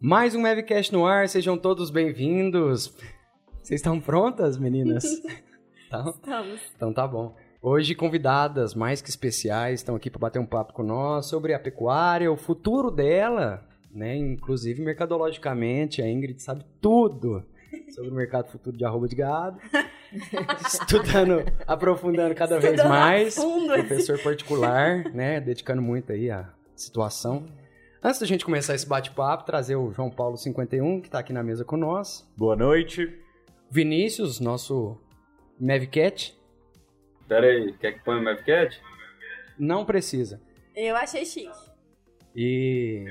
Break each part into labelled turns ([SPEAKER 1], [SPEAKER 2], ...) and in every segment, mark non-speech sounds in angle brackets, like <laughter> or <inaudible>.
[SPEAKER 1] Mais um Mavcast no ar, sejam todos bem-vindos. Vocês estão prontas,
[SPEAKER 2] <laughs>
[SPEAKER 1] meninas? então,
[SPEAKER 2] Estamos.
[SPEAKER 1] então tá bom. Hoje, convidadas mais que especiais estão aqui para bater um papo com nós sobre a pecuária, o futuro dela, né? Inclusive, mercadologicamente, a Ingrid sabe tudo sobre o mercado futuro de arroba de
[SPEAKER 2] <laughs>
[SPEAKER 1] gado. Estudando, aprofundando cada vez
[SPEAKER 2] Estudando a
[SPEAKER 1] mais.
[SPEAKER 2] fundo esse-
[SPEAKER 1] Professor particular, né? Dedicando muito aí à situação. Antes da gente começar esse bate-papo, trazer o João Paulo 51, que tá aqui na mesa com nós.
[SPEAKER 3] Boa noite.
[SPEAKER 1] Vinícius, nosso Mavcat.
[SPEAKER 4] Pera aí, quer que ponha o Mavcat?
[SPEAKER 1] Não precisa.
[SPEAKER 2] Eu achei chique.
[SPEAKER 1] E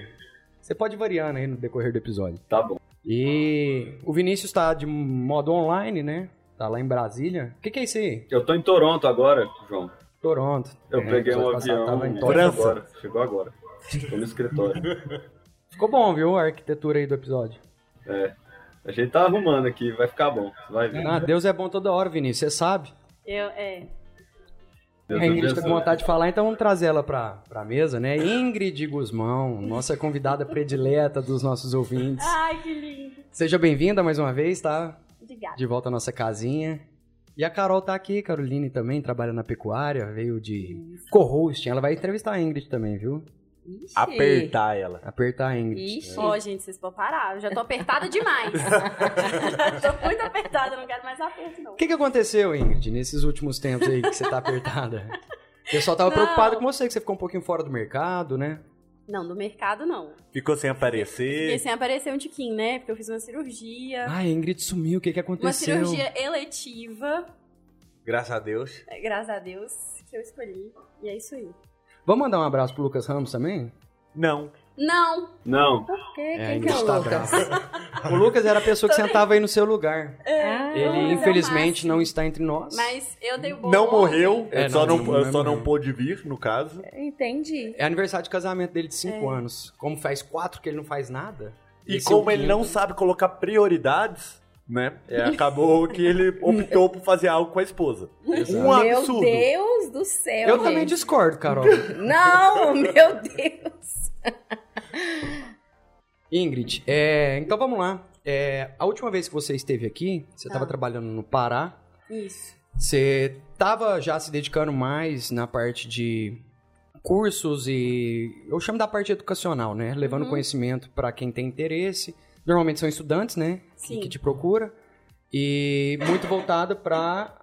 [SPEAKER 1] você pode ir variando aí no decorrer do episódio.
[SPEAKER 4] Tá bom.
[SPEAKER 1] E o Vinícius tá de modo online, né? Tá lá em Brasília. O que, que é isso aí?
[SPEAKER 4] Eu tô em Toronto agora, João.
[SPEAKER 1] Toronto.
[SPEAKER 4] Eu
[SPEAKER 1] É,
[SPEAKER 4] peguei
[SPEAKER 1] episódio
[SPEAKER 4] um
[SPEAKER 1] passado
[SPEAKER 4] avião.
[SPEAKER 1] tava em Toronto.
[SPEAKER 3] França.
[SPEAKER 4] agora. Chegou agora. Tô no escritório.
[SPEAKER 1] Ficou bom, viu? A arquitetura aí do episódio.
[SPEAKER 4] A gente tá arrumando aqui, vai ficar bom. Você vai ver.
[SPEAKER 1] Ah, Deus é bom toda hora, Vinícius. Você sabe.
[SPEAKER 2] Eu, é.
[SPEAKER 4] Deus
[SPEAKER 1] a Ingrid tá
[SPEAKER 4] abençoe.
[SPEAKER 1] com vontade de falar, então vamos trazer ela pra, pra mesa, né? Ingrid Guzmão, nossa convidada predileta dos nossos ouvintes.
[SPEAKER 2] Ai, que lindo.
[SPEAKER 1] Seja bem-vinda mais uma vez, tá?
[SPEAKER 2] Obrigada.
[SPEAKER 1] De volta à nossa casinha. E a Carol tá aqui, Caroline também, trabalha na pecuária, veio de co-hosting. Ela vai entrevistar a Ingrid também, viu?
[SPEAKER 5] Ixi.
[SPEAKER 3] Apertar ela.
[SPEAKER 1] Apertar a Ingrid.
[SPEAKER 5] Ixi.
[SPEAKER 2] Ó, gente, vocês podem parar. Eu já tô apertada <laughs> demais. tô muito apertada, não quero mais aperto, não.
[SPEAKER 1] O que, que aconteceu, Ingrid, nesses últimos tempos aí que você tá apertada? O pessoal tava
[SPEAKER 2] Não.
[SPEAKER 1] preocupado com você, que você ficou um pouquinho fora do mercado, né?
[SPEAKER 2] Não, do mercado, não.
[SPEAKER 3] Ficou sem
[SPEAKER 2] Fiquei
[SPEAKER 3] aparecer.
[SPEAKER 2] sem aparecer um tiquinho, né? Porque eu fiz uma cirurgia.
[SPEAKER 1] Ah, a Ingrid sumiu, o que, que
[SPEAKER 2] É. Uma
[SPEAKER 1] aconteceu?
[SPEAKER 2] cirurgia eletiva,
[SPEAKER 3] Graças a Deus.
[SPEAKER 2] é, graças a Deus, que eu escolhi. E é isso aí.
[SPEAKER 1] Vamos mandar um abraço pro Lucas Ramos também?
[SPEAKER 3] Não.
[SPEAKER 2] Não!
[SPEAKER 4] Não,
[SPEAKER 5] Por quê?
[SPEAKER 1] É,
[SPEAKER 5] Quem
[SPEAKER 1] ainda
[SPEAKER 5] que é o
[SPEAKER 1] está
[SPEAKER 5] Lucas?
[SPEAKER 1] <laughs> O Lucas era a pessoa que sentava aí no seu lugar.
[SPEAKER 5] Ah,
[SPEAKER 1] Ele,
[SPEAKER 2] Lucas é o
[SPEAKER 1] infelizmente,
[SPEAKER 2] máximo.
[SPEAKER 1] não está entre nós.
[SPEAKER 2] Mas eu dei o bom.
[SPEAKER 3] Não morreu.
[SPEAKER 1] É,
[SPEAKER 3] ele só
[SPEAKER 1] não,
[SPEAKER 3] não,
[SPEAKER 1] não
[SPEAKER 3] só
[SPEAKER 1] morreu.
[SPEAKER 3] não pôde vir, no caso.
[SPEAKER 5] Entendi.
[SPEAKER 1] É aniversário de casamento dele de 5 anos. Como faz 4 que ele não faz nada.
[SPEAKER 3] E
[SPEAKER 1] esse é o
[SPEAKER 3] como ele não
[SPEAKER 1] quinto.
[SPEAKER 3] sabe colocar prioridades, né?
[SPEAKER 1] <laughs>
[SPEAKER 3] é, acabou que ele optou por fazer algo com a esposa. Um
[SPEAKER 5] meu
[SPEAKER 3] absurdo.
[SPEAKER 5] Deus do céu,
[SPEAKER 1] Eu
[SPEAKER 5] gente.
[SPEAKER 1] também discordo, Carol.
[SPEAKER 2] <laughs>
[SPEAKER 5] Não, meu Deus.
[SPEAKER 1] Ingrid, é, então vamos lá. É, a última vez que você esteve aqui, você
[SPEAKER 2] Tá.
[SPEAKER 1] estava trabalhando no Pará.
[SPEAKER 2] Isso.
[SPEAKER 1] Você estava já se dedicando mais na parte de cursos e eu chamo da parte educacional, né? Levando
[SPEAKER 2] Uhum.
[SPEAKER 1] conhecimento para quem tem interesse. Normalmente são estudantes, né? Que-
[SPEAKER 2] Sim.
[SPEAKER 1] Que te procura. E muito voltada para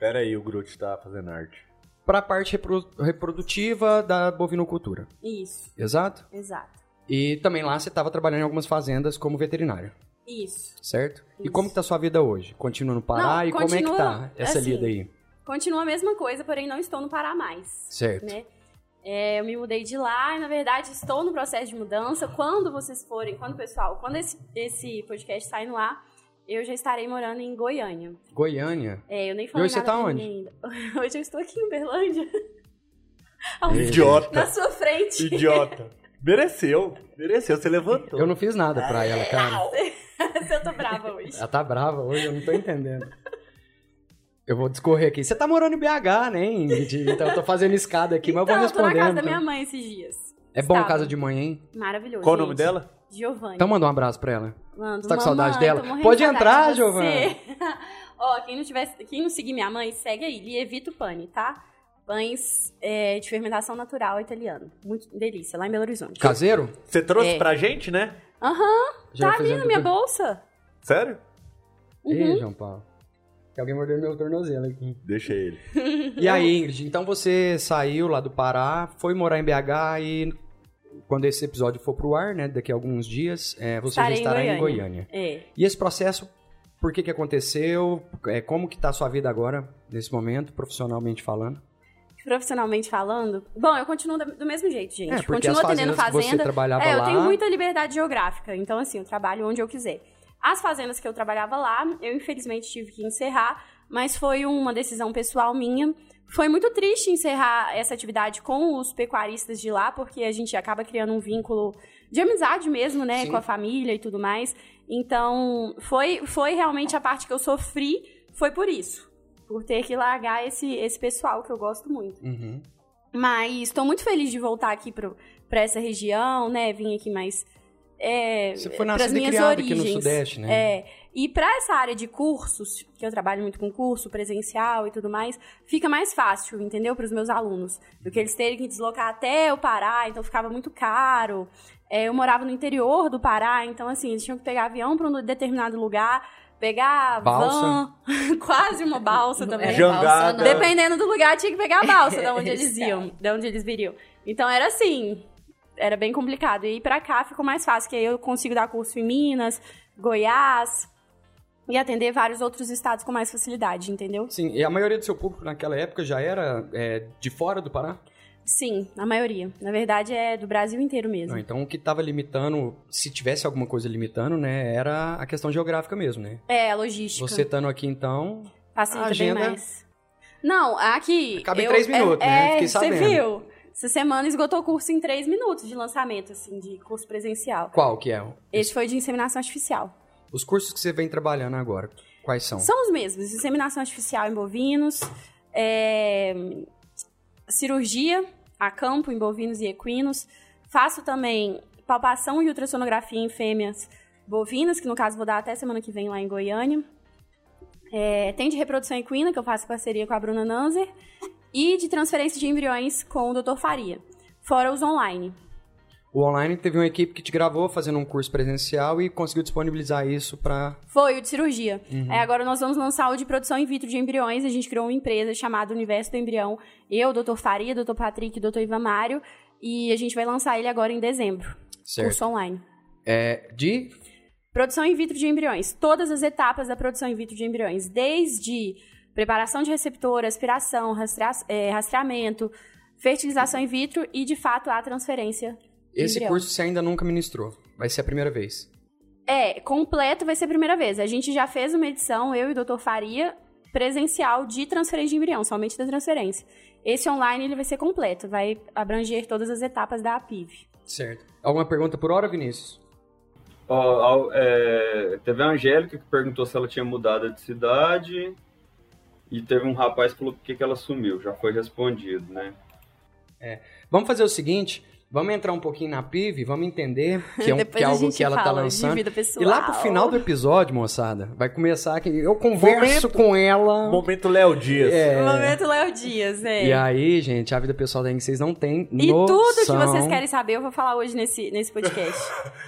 [SPEAKER 3] Pera aí, o Groot tá fazendo arte.
[SPEAKER 1] para parte repro- reprodutiva da bovinocultura.
[SPEAKER 2] Isso.
[SPEAKER 1] Exato?
[SPEAKER 2] Exato.
[SPEAKER 1] E também lá você estava trabalhando em algumas fazendas como veterinário,
[SPEAKER 2] Isso.
[SPEAKER 1] certo? E
[SPEAKER 2] Isso.
[SPEAKER 1] como que tá a sua vida hoje? Continua no Pará
[SPEAKER 2] Não,
[SPEAKER 1] e como é que
[SPEAKER 2] continua,
[SPEAKER 1] tá essa
[SPEAKER 2] assim,
[SPEAKER 1] lida aí?
[SPEAKER 2] Continua a mesma coisa, porém não estou no Pará mais.
[SPEAKER 1] Certo.
[SPEAKER 2] né? É, eu me mudei de lá e, na verdade, estou no processo de mudança. Quando vocês forem, quando o pessoal, quando esse, esse podcast sair no ar, eu já estarei morando em Goiânia.
[SPEAKER 1] Goiânia.
[SPEAKER 2] É, eu nem
[SPEAKER 1] E
[SPEAKER 2] falei
[SPEAKER 1] hoje você
[SPEAKER 2] nada
[SPEAKER 1] tá
[SPEAKER 2] pra
[SPEAKER 1] onde?
[SPEAKER 2] ninguém ainda. <laughs> Hoje eu estou aqui
[SPEAKER 1] <laughs>
[SPEAKER 2] em Uberlândia. Ao- Na
[SPEAKER 3] Idiota.
[SPEAKER 2] sua frente.
[SPEAKER 3] Idiota. Mereceu. Mereceu. Você levantou.
[SPEAKER 1] Eu não fiz nada pra ela, cara.
[SPEAKER 2] <laughs> eu tô brava hoje.
[SPEAKER 1] Ela tá brava hoje, eu não tô entendendo. <laughs> Eu vou discorrer aqui. Você tá morando em BH, né, Ingrid? Então eu tô fazendo escada aqui, mas eu
[SPEAKER 2] então,
[SPEAKER 1] vou
[SPEAKER 2] eu tô na casa
[SPEAKER 1] respondendo.
[SPEAKER 2] da minha mãe esses dias.
[SPEAKER 1] É bom
[SPEAKER 2] Estava.
[SPEAKER 1] casa de mãe, hein?
[SPEAKER 2] Maravilhoso.
[SPEAKER 3] Qual o nome
[SPEAKER 2] gente.
[SPEAKER 3] dela?
[SPEAKER 2] Giovanni.
[SPEAKER 1] Então manda um abraço pra ela.
[SPEAKER 2] Mando,
[SPEAKER 1] Você tá com
[SPEAKER 2] "Mamãe,
[SPEAKER 1] saudade
[SPEAKER 2] tô
[SPEAKER 1] dela?
[SPEAKER 2] morrendo
[SPEAKER 1] Pode
[SPEAKER 2] de saudade
[SPEAKER 1] entrar,
[SPEAKER 2] de você." <laughs> Ó, quem não tiver, quem não seguir minha mãe, segue aí. Lievito Pane, tá? Pães é, de fermentação natural italiano. Muito delícia, lá em Belo Horizonte.
[SPEAKER 1] Caseiro?
[SPEAKER 3] Você trouxe
[SPEAKER 2] É.
[SPEAKER 3] pra gente, né?
[SPEAKER 2] Aham,
[SPEAKER 1] Já
[SPEAKER 2] tá
[SPEAKER 1] ia
[SPEAKER 2] ali
[SPEAKER 1] fazendo
[SPEAKER 2] na minha
[SPEAKER 1] tudo.
[SPEAKER 2] bolsa.
[SPEAKER 3] Sério?
[SPEAKER 2] Uhum.
[SPEAKER 1] Ih, João Paulo. Que alguém mordeu meu tornozelo aqui.
[SPEAKER 3] Deixa ele.
[SPEAKER 1] <laughs> E aí, Ingrid, então você saiu lá do Pará, foi morar em BH e quando esse episódio for pro ar, né, daqui a alguns dias, é, você
[SPEAKER 2] Estarei em
[SPEAKER 1] já estará em Goiânia.
[SPEAKER 2] Goiânia. É.
[SPEAKER 1] E esse processo, por que que aconteceu? É, como que tá a sua vida agora, nesse momento, profissionalmente falando?
[SPEAKER 2] Profissionalmente falando. Bom, eu continuo da- do mesmo jeito, gente.
[SPEAKER 1] é, porque
[SPEAKER 2] continuo
[SPEAKER 1] as
[SPEAKER 2] atendendo
[SPEAKER 1] fazendas que você
[SPEAKER 2] fazenda.
[SPEAKER 1] trabalhava
[SPEAKER 2] É, eu
[SPEAKER 1] lá...
[SPEAKER 2] tenho muita liberdade geográfica, então assim, eu trabalho onde eu quiser. As fazendas que eu trabalhava lá, eu infelizmente tive que encerrar, mas foi uma decisão pessoal minha. Foi muito triste encerrar essa atividade com os pecuaristas de lá, porque a gente acaba criando um vínculo de amizade mesmo, né,
[SPEAKER 1] Sim.
[SPEAKER 2] com a família e tudo mais. Então, foi, foi realmente a parte que eu sofri, foi por isso. Por ter que largar esse, esse pessoal que eu gosto muito.
[SPEAKER 1] Uhum.
[SPEAKER 2] Mas estou muito feliz de voltar aqui para essa região, né? Vim aqui mais é,
[SPEAKER 1] Você foi
[SPEAKER 2] pras
[SPEAKER 1] nascido e
[SPEAKER 2] minhas
[SPEAKER 1] criado
[SPEAKER 2] origens.
[SPEAKER 1] aqui no Sudeste, né?
[SPEAKER 2] É. E pra essa área de cursos, que eu trabalho muito com curso presencial e tudo mais, fica mais fácil, entendeu? Para os meus alunos. Do que eles terem que deslocar até o Pará, então ficava muito caro. É, eu morava no interior do Pará, então assim, eles tinham que pegar avião para um determinado lugar, pegar
[SPEAKER 1] Balsa.
[SPEAKER 2] van, <laughs> quase uma balsa também.
[SPEAKER 5] É,
[SPEAKER 3] Jangada.
[SPEAKER 5] balsa não.
[SPEAKER 2] Dependendo do lugar, tinha que pegar a balsa, da onde eles iam, da onde eles viriam. Então era assim, era bem complicado. E ir pra cá ficou mais fácil, que aí eu consigo dar curso em Minas, Goiás e atender vários outros estados com mais facilidade, entendeu?
[SPEAKER 1] Sim, e a maioria do seu público naquela época já era é, de fora do Pará?
[SPEAKER 2] Sim, a maioria. Na verdade, é do Brasil inteiro mesmo.
[SPEAKER 1] Não, então o que estava limitando, se tivesse alguma coisa limitando, né, era a questão geográfica mesmo, né?
[SPEAKER 2] É, logística.
[SPEAKER 1] Você estando aqui então,
[SPEAKER 2] Facilita
[SPEAKER 1] A agenda-
[SPEAKER 2] bem mais. Não, aqui.
[SPEAKER 1] Cabe em
[SPEAKER 2] eu-
[SPEAKER 1] três
[SPEAKER 2] é-
[SPEAKER 1] minutos, né?
[SPEAKER 2] é,
[SPEAKER 1] Fiquei
[SPEAKER 2] Você
[SPEAKER 1] sabendo.
[SPEAKER 2] viu? Essa semana esgotou o curso em três minutos de lançamento, assim, de curso presencial.
[SPEAKER 1] qual que é? o-
[SPEAKER 2] Esse foi de inseminação artificial.
[SPEAKER 1] Os cursos que você vem trabalhando agora, quais são?
[SPEAKER 2] São os mesmos: inseminação artificial em bovinos, é, cirurgia a campo em bovinos e equinos. Faço também palpação e ultrassonografia em fêmeas bovinas, que no caso vou dar até semana que vem lá em Goiânia. É, tem de reprodução equina, que eu faço parceria com a Bruna Nanzer, e de transferência de embriões com o Dr. Faria. Fora os online.
[SPEAKER 1] O online teve uma equipe que te gravou fazendo um curso presencial e conseguiu disponibilizar isso para
[SPEAKER 2] Foi o de cirurgia. É, agora nós vamos lançar o de produção in vitro de embriões. A gente criou uma empresa chamada Universo do Embrião. Eu, Dr. Faria, Dr. Patrick, Dr. Ivan Mário. E a gente vai lançar ele agora em dezembro.
[SPEAKER 1] certo?
[SPEAKER 2] Curso online.
[SPEAKER 1] É, de
[SPEAKER 2] Produção in vitro de embriões. Todas as etapas da produção in vitro de embriões. Desde preparação de receptor, aspiração, rastra- eh, rastreamento, fertilização in vitro e, de fato, a transferência. de
[SPEAKER 1] esse
[SPEAKER 2] embrião.
[SPEAKER 1] curso você ainda nunca ministrou, vai ser a primeira vez.
[SPEAKER 2] É, completo vai ser a primeira vez. A gente já fez uma edição, eu e o Dr. Faria, presencial de transferência de embrião, somente da transferência. Esse online ele vai ser completo, vai abranger todas as etapas da APIV.
[SPEAKER 1] Certo. Alguma pergunta por hora, Vinícius?
[SPEAKER 4] Ó, ao- é, teve a Angélica que perguntou se ela tinha mudado de cidade. E teve um rapaz que falou por que que ela sumiu. Já foi respondido, né?
[SPEAKER 1] Vamos fazer o seguinte, vamos entrar um pouquinho na PIV, vamos
[SPEAKER 2] <laughs>
[SPEAKER 1] entender <laughs> que é, um- que é
[SPEAKER 2] Depois a
[SPEAKER 1] algo
[SPEAKER 2] gente
[SPEAKER 1] que ela tá
[SPEAKER 2] fala
[SPEAKER 1] lançando.
[SPEAKER 2] de vida pessoal.
[SPEAKER 1] E lá pro final do episódio, moçada, vai começar que eu converso com ela.
[SPEAKER 3] Momento Léo Dias.
[SPEAKER 1] É.
[SPEAKER 2] Momento Léo Dias, é.
[SPEAKER 1] E aí, gente, a vida pessoal da que vocês não têm
[SPEAKER 2] E
[SPEAKER 1] noção.
[SPEAKER 2] tudo que vocês querem saber, eu vou falar hoje nesse,
[SPEAKER 1] <laughs>
[SPEAKER 2] nesse podcast.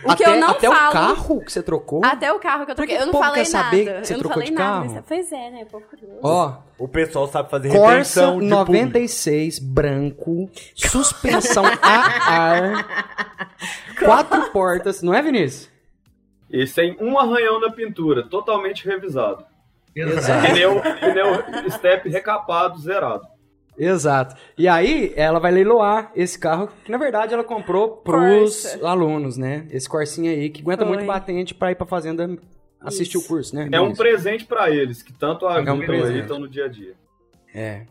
[SPEAKER 2] O
[SPEAKER 1] até,
[SPEAKER 2] que eu não
[SPEAKER 1] até
[SPEAKER 2] falo.
[SPEAKER 1] o carro que você trocou.
[SPEAKER 2] Até o carro que eu
[SPEAKER 1] Por que
[SPEAKER 2] troquei. Eu
[SPEAKER 1] o
[SPEAKER 2] não
[SPEAKER 1] povo
[SPEAKER 2] falei
[SPEAKER 1] quer
[SPEAKER 2] nada.
[SPEAKER 1] saber que você
[SPEAKER 2] eu não
[SPEAKER 1] trocou
[SPEAKER 2] falei
[SPEAKER 1] de
[SPEAKER 2] nada.
[SPEAKER 1] carro?
[SPEAKER 2] nessa- Pois é, né? Pouco curioso.
[SPEAKER 1] Ó,
[SPEAKER 3] O pessoal sabe fazer
[SPEAKER 1] Corsa
[SPEAKER 3] retenção de público.
[SPEAKER 1] 96 branco,
[SPEAKER 2] <laughs>
[SPEAKER 1] suspensão a ar, quatro portas, não é, Vinícius?
[SPEAKER 4] E sem um arranhão na pintura, totalmente revisado.
[SPEAKER 1] Exato.
[SPEAKER 4] Pneu, pneu step recapado, zerado.
[SPEAKER 1] Exato. E aí, ela vai leiloar esse carro que, na verdade, ela comprou pros
[SPEAKER 2] Corsa.
[SPEAKER 1] alunos, né? Esse Corsinha aí, que aguenta
[SPEAKER 2] Foi.
[SPEAKER 1] muito batente pra ir pra fazenda assistir o curso, né?
[SPEAKER 4] É um
[SPEAKER 1] Vinícius?
[SPEAKER 4] presente pra eles, que tanto a
[SPEAKER 1] É um
[SPEAKER 4] Google aí
[SPEAKER 1] presente.
[SPEAKER 4] estão no dia a dia.
[SPEAKER 1] É.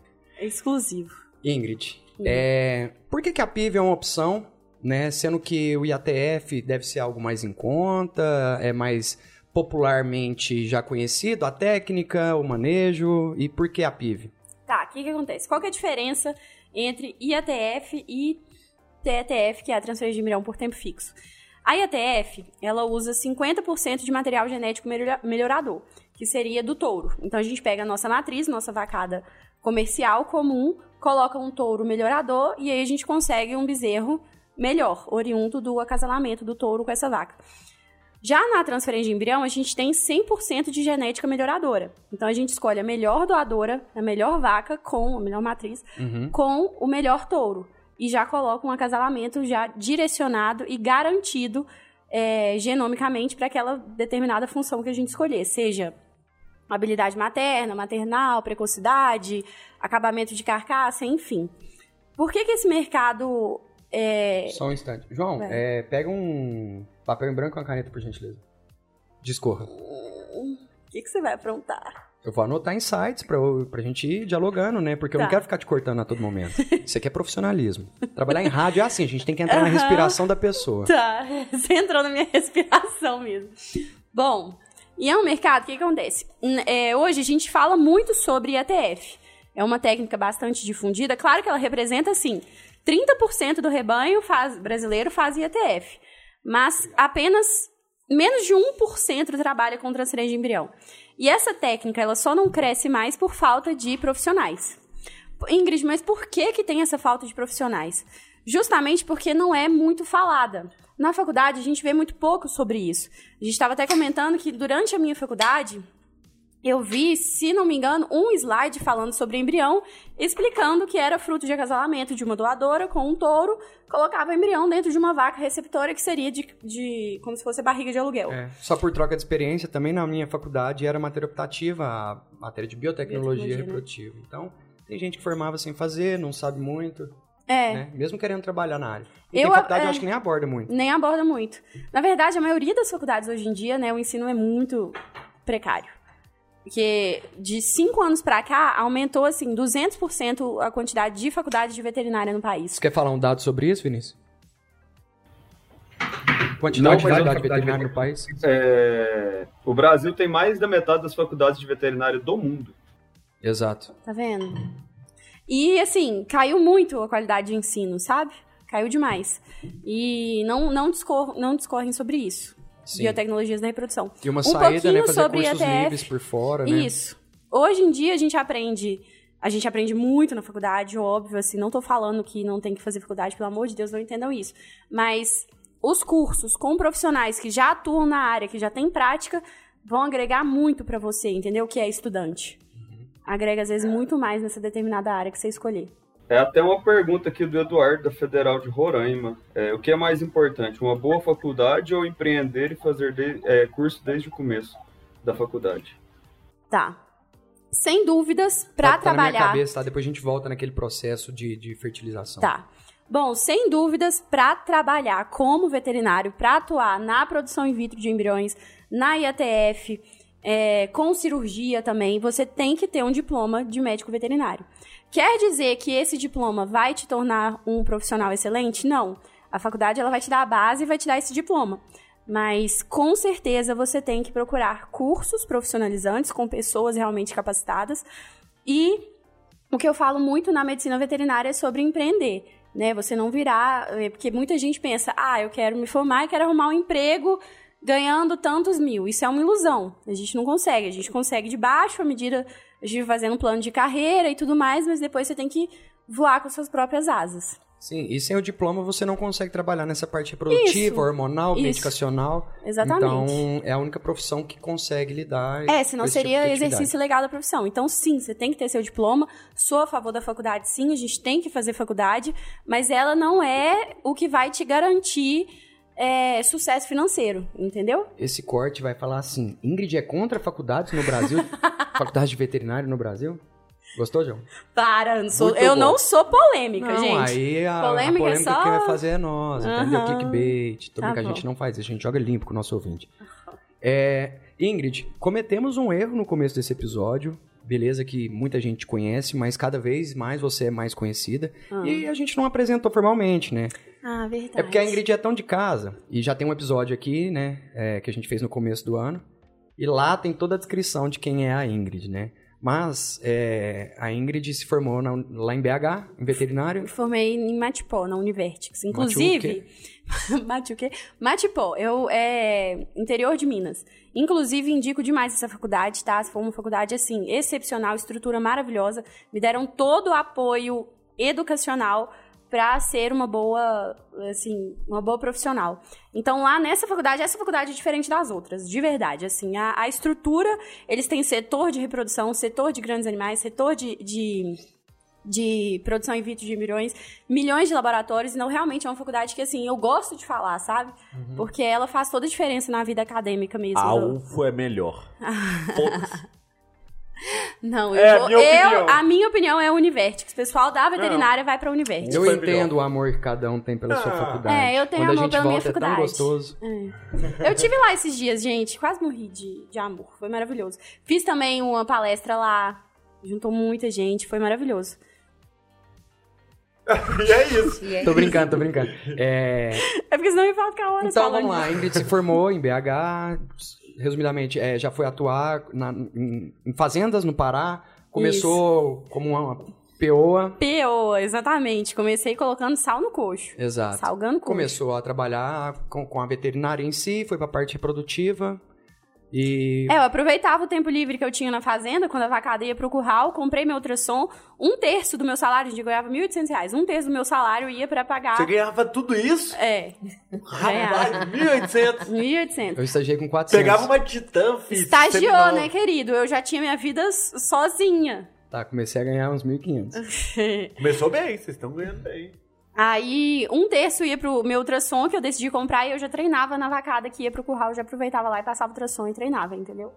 [SPEAKER 2] Exclusivo.
[SPEAKER 1] Ingrid,
[SPEAKER 2] Hum.
[SPEAKER 1] é, por que, que a PIV é uma opção, né? Sendo que o IATF deve ser algo mais em conta, é mais popularmente já conhecido, a técnica, o manejo, e por que a PIV?
[SPEAKER 2] Tá, o que, que acontece? Qual que é a diferença entre IATF e TETF, que é a transferência de embrião por tempo fixo? A IATF, ela usa 50% de material genético melhora- melhorador, que seria do touro. Então a gente pega a nossa matriz, nossa vacada comercial comum, coloca um touro melhorador e aí a gente consegue um bezerro melhor, oriundo do acasalamento do touro com essa vaca. Já na transferência de embrião, a gente tem 100% de genética melhoradora. Então a gente escolhe a melhor doadora, a melhor vaca com a melhor matriz,
[SPEAKER 1] Uhum.
[SPEAKER 2] com o melhor touro. E já coloca um acasalamento já direcionado e garantido eh, genomicamente para aquela determinada função que a gente escolher, seja habilidade materna, maternal, precocidade, acabamento de carcaça, enfim. Por que, que esse mercado é,
[SPEAKER 1] Só um instante. João,
[SPEAKER 2] Vai.
[SPEAKER 1] é, pega um papel em branco e uma caneta, por gentileza. Discorra.
[SPEAKER 2] O que, que você vai aprontar?
[SPEAKER 1] Eu vou anotar insights pra, eu- pra gente ir dialogando, né? Porque eu não
[SPEAKER 2] Tá.
[SPEAKER 1] quero ficar te cortando a todo momento. Isso aqui é profissionalismo. Trabalhar em rádio é assim, a gente tem que entrar na
[SPEAKER 2] Aham.
[SPEAKER 1] respiração da pessoa.
[SPEAKER 2] Tá, <laughs> você entrou na minha respiração mesmo. Bom, e é um mercado, o que, que acontece? N- é, hoje a gente fala muito sobre ETF. É uma técnica bastante difundida. Claro que ela representa, assim, 30% do rebanho faz- brasileiro faz IETF. mas apenas menos de 1% trabalha com transferência de embrião. E essa técnica, ela só não cresce mais por falta de profissionais. Ingrid, mas por que que tem essa falta de profissionais? Justamente porque não é muito falada. Na faculdade, a gente vê muito pouco sobre isso. A gente estava até comentando que durante a minha faculdade, eu vi, se não me engano, um slide falando sobre embrião, explicando que era fruto de acasalamento de uma doadora com um touro, colocava o embrião dentro de uma vaca receptora que seria de, de como se fosse barriga de aluguel.
[SPEAKER 1] É, só por troca de experiência, também na minha faculdade era matéria optativa, a matéria de biotecnologia,
[SPEAKER 2] Biotecnologia, né?
[SPEAKER 1] reprodutiva. Então, tem gente que formava sem fazer, não sabe muito,
[SPEAKER 2] É.
[SPEAKER 1] né? Mesmo querendo trabalhar na área. E
[SPEAKER 2] Eu,
[SPEAKER 1] tem faculdade,
[SPEAKER 2] é.
[SPEAKER 1] eu acho que nem aborda muito.
[SPEAKER 2] Nem aborda muito. Na verdade, a maioria das faculdades hoje em dia, né, o ensino é muito precário. Porque de cinco anos pra cá, aumentou, assim, 200% a quantidade de faculdades de veterinária no país.
[SPEAKER 1] Você quer falar um dado sobre isso, Vinícius? Quantidade
[SPEAKER 4] Não, mas
[SPEAKER 1] de
[SPEAKER 4] eu-
[SPEAKER 1] faculdade veterinária no país?
[SPEAKER 4] É, o Brasil tem mais da metade das faculdades de veterinária do mundo.
[SPEAKER 1] Exato.
[SPEAKER 2] Tá vendo? E assim, caiu muito a qualidade de ensino, sabe? Caiu demais. E não, não, discor não discorrem sobre isso.
[SPEAKER 1] Sim.
[SPEAKER 2] Biotecnologias da reprodução.
[SPEAKER 1] E uma
[SPEAKER 2] Um
[SPEAKER 1] saída, né?
[SPEAKER 2] pouquinho
[SPEAKER 1] Fazer
[SPEAKER 2] sobre
[SPEAKER 1] cursos
[SPEAKER 2] ETF.
[SPEAKER 1] livres por fora, né?
[SPEAKER 2] Isso. Hoje em dia a gente aprende. A gente aprende muito na faculdade, óbvio, assim, não tô falando que não tem que fazer faculdade, pelo amor de Deus, não entendam isso. Mas os cursos com profissionais que já atuam na área, que já têm prática, vão agregar muito pra você, entendeu? Que é estudante.
[SPEAKER 1] Uhum.
[SPEAKER 2] Agrega, às vezes,
[SPEAKER 1] É.
[SPEAKER 2] muito mais nessa determinada área que você escolher.
[SPEAKER 4] É até uma pergunta aqui do Eduardo, da Federal de Roraima. É, o que é mais importante, uma boa faculdade ou empreender e fazer de- é, curso desde o começo da faculdade?
[SPEAKER 2] Tá. Sem dúvidas, pra
[SPEAKER 1] Tá- tá Na minha
[SPEAKER 2] trabalhar.
[SPEAKER 1] cabeça, tá? Depois a gente volta naquele processo de, de fertilização.
[SPEAKER 2] Tá. Bom, sem dúvidas, para trabalhar como veterinário, para atuar na produção in vitro de embriões, na IATF, é, com cirurgia também, você tem que ter um diploma de médico veterinário. Quer dizer que esse diploma vai te tornar um profissional excelente? Não. A faculdade ela vai te dar a base e vai te dar esse diploma. Mas com certeza você tem que procurar cursos profissionalizantes com pessoas realmente capacitadas e o que eu falo muito na medicina veterinária é sobre empreender, né? Você não virar, eh, porque muita gente pensa, ah, eu quero me formar e quero arrumar um emprego ganhando tantos mil. Isso é uma ilusão. A gente não consegue. A gente consegue de baixo à medida de fazendo um plano de carreira e tudo mais, mas depois você tem que voar com suas próprias asas.
[SPEAKER 1] Sim, e sem o diploma você não consegue trabalhar nessa parte reprodutiva,
[SPEAKER 2] Isso.
[SPEAKER 1] hormonal,
[SPEAKER 2] Isso.
[SPEAKER 1] medicacional.
[SPEAKER 2] Exatamente.
[SPEAKER 1] Então, é a única profissão que consegue lidar.
[SPEAKER 2] É, senão
[SPEAKER 1] com esse tipo
[SPEAKER 2] seria
[SPEAKER 1] de atividade.
[SPEAKER 2] exercício legal da profissão. Então, sim, você tem que ter seu diploma. Sou a favor da faculdade, sim, a gente tem que fazer faculdade, mas ela não é o que vai te garantir é, sucesso financeiro, entendeu?
[SPEAKER 1] Esse corte vai falar assim: Ingrid é contra faculdades no
[SPEAKER 2] <laughs>
[SPEAKER 1] Brasil? faculdade de veterinário no Brasil? Gostou, João?
[SPEAKER 2] Para, não sou-
[SPEAKER 1] Muito
[SPEAKER 2] eu
[SPEAKER 1] bom.
[SPEAKER 2] não sou polêmica,
[SPEAKER 1] não,
[SPEAKER 2] gente.
[SPEAKER 1] aí a a
[SPEAKER 2] polêmica
[SPEAKER 1] polêmica,
[SPEAKER 2] é só-
[SPEAKER 1] que vai fazer é nós, entendeu?
[SPEAKER 2] Aham.
[SPEAKER 1] Clickbait, tudo
[SPEAKER 2] Tá
[SPEAKER 1] que a gente
[SPEAKER 2] bom.
[SPEAKER 1] não faz, a gente joga limpo com o nosso ouvinte. É, Ingrid, cometemos um erro no começo desse episódio. Beleza que muita gente conhece, mas cada vez mais você é mais conhecida.
[SPEAKER 2] Ah.
[SPEAKER 1] E a gente não apresentou formalmente, né?
[SPEAKER 2] Ah, verdade.
[SPEAKER 1] É porque a Ingrid é tão de casa. E já tem um episódio aqui, né? é, que a gente fez no começo do ano. E lá tem toda a descrição de quem é a Ingrid, né? Mas é, a Ingrid se formou na- lá em BH, em veterinário.
[SPEAKER 2] Me formei em Matipó, na Univertix.
[SPEAKER 1] Mati
[SPEAKER 2] Inclusive. <laughs> Mati o quê? Matipó, eu é interior de Minas. Inclusive, indico demais essa faculdade, tá? Foi uma faculdade, assim, excepcional, estrutura maravilhosa. Me deram todo o apoio educacional pra ser uma boa, assim, uma boa profissional. Então, lá nessa faculdade, essa faculdade é diferente das outras, de verdade, assim. A, a estrutura, eles têm setor de reprodução, setor de grandes animais, setor de- de de produção in vitro de embriões, milhões de laboratórios, então realmente é uma faculdade que, assim, eu gosto de falar, sabe?
[SPEAKER 3] Uhum.
[SPEAKER 2] Porque ela faz toda a diferença na vida acadêmica
[SPEAKER 1] <laughs>
[SPEAKER 2] mesmo.
[SPEAKER 3] A
[SPEAKER 2] Eu-
[SPEAKER 3] UFO é melhor. Foda-se.
[SPEAKER 2] Não, eu,
[SPEAKER 3] É,
[SPEAKER 2] vou-
[SPEAKER 3] minha
[SPEAKER 2] eu-
[SPEAKER 3] opinião.
[SPEAKER 2] a minha opinião é a Univertix. O pessoal da veterinária vai pra Univertix.
[SPEAKER 1] Eu
[SPEAKER 3] Foi
[SPEAKER 1] entendo o amor que cada um tem pela sua
[SPEAKER 3] Ah.
[SPEAKER 1] faculdade.
[SPEAKER 2] É, eu tenho
[SPEAKER 1] Quando
[SPEAKER 2] amor
[SPEAKER 1] a gente
[SPEAKER 2] pela
[SPEAKER 1] volta
[SPEAKER 2] minha
[SPEAKER 1] é tão
[SPEAKER 2] faculdade.
[SPEAKER 1] gostoso.
[SPEAKER 2] Eu tive lá esses dias, gente, quase morri de, de amor, foi maravilhoso. Fiz também uma palestra lá, juntou muita gente, foi maravilhoso.
[SPEAKER 3] e é isso.
[SPEAKER 5] E aí,
[SPEAKER 1] Tô brincando, tô brincando.
[SPEAKER 2] <laughs>
[SPEAKER 1] É,
[SPEAKER 2] É porque senão eu ia ficar horas
[SPEAKER 1] então,
[SPEAKER 2] falando.
[SPEAKER 1] vamos lá. A Ingrid se formou em BH, resumidamente, é, já foi atuar na- em, em fazendas no Pará. Começou como uma Peoa.
[SPEAKER 2] PO, exatamente. Comecei colocando sal no coxo.
[SPEAKER 1] Exato.
[SPEAKER 2] Salgando coxo.
[SPEAKER 1] Começou a trabalhar com, com a veterinária em si, foi pra parte reprodutiva. E
[SPEAKER 2] É, eu aproveitava o tempo livre que eu tinha na fazenda, quando a vacada ia pro curral, comprei meu ultrassom, um terço do meu salário, de ganhava R$ 1.800, reais, um terço do meu salário ia pra pagar...
[SPEAKER 3] Você ganhava tudo isso?
[SPEAKER 2] É,
[SPEAKER 3] Rapaz,
[SPEAKER 2] Ganhava.
[SPEAKER 3] 1.800.
[SPEAKER 2] 1.800.
[SPEAKER 1] eu estagiei com 400.
[SPEAKER 3] Pegava uma titã, filho.
[SPEAKER 2] Estagiou,
[SPEAKER 3] seminal.
[SPEAKER 2] né, querido? Eu já tinha minha vida s- sozinha.
[SPEAKER 1] Tá, comecei a ganhar uns
[SPEAKER 2] Uhum.
[SPEAKER 1] 1.500.
[SPEAKER 3] Começou bem, vocês estão ganhando bem.
[SPEAKER 2] Aí, um terço ia pro meu ultrassom, que eu decidi comprar, e eu já treinava na vacada que ia pro curral, eu já aproveitava lá e passava o ultrassom e treinava, entendeu?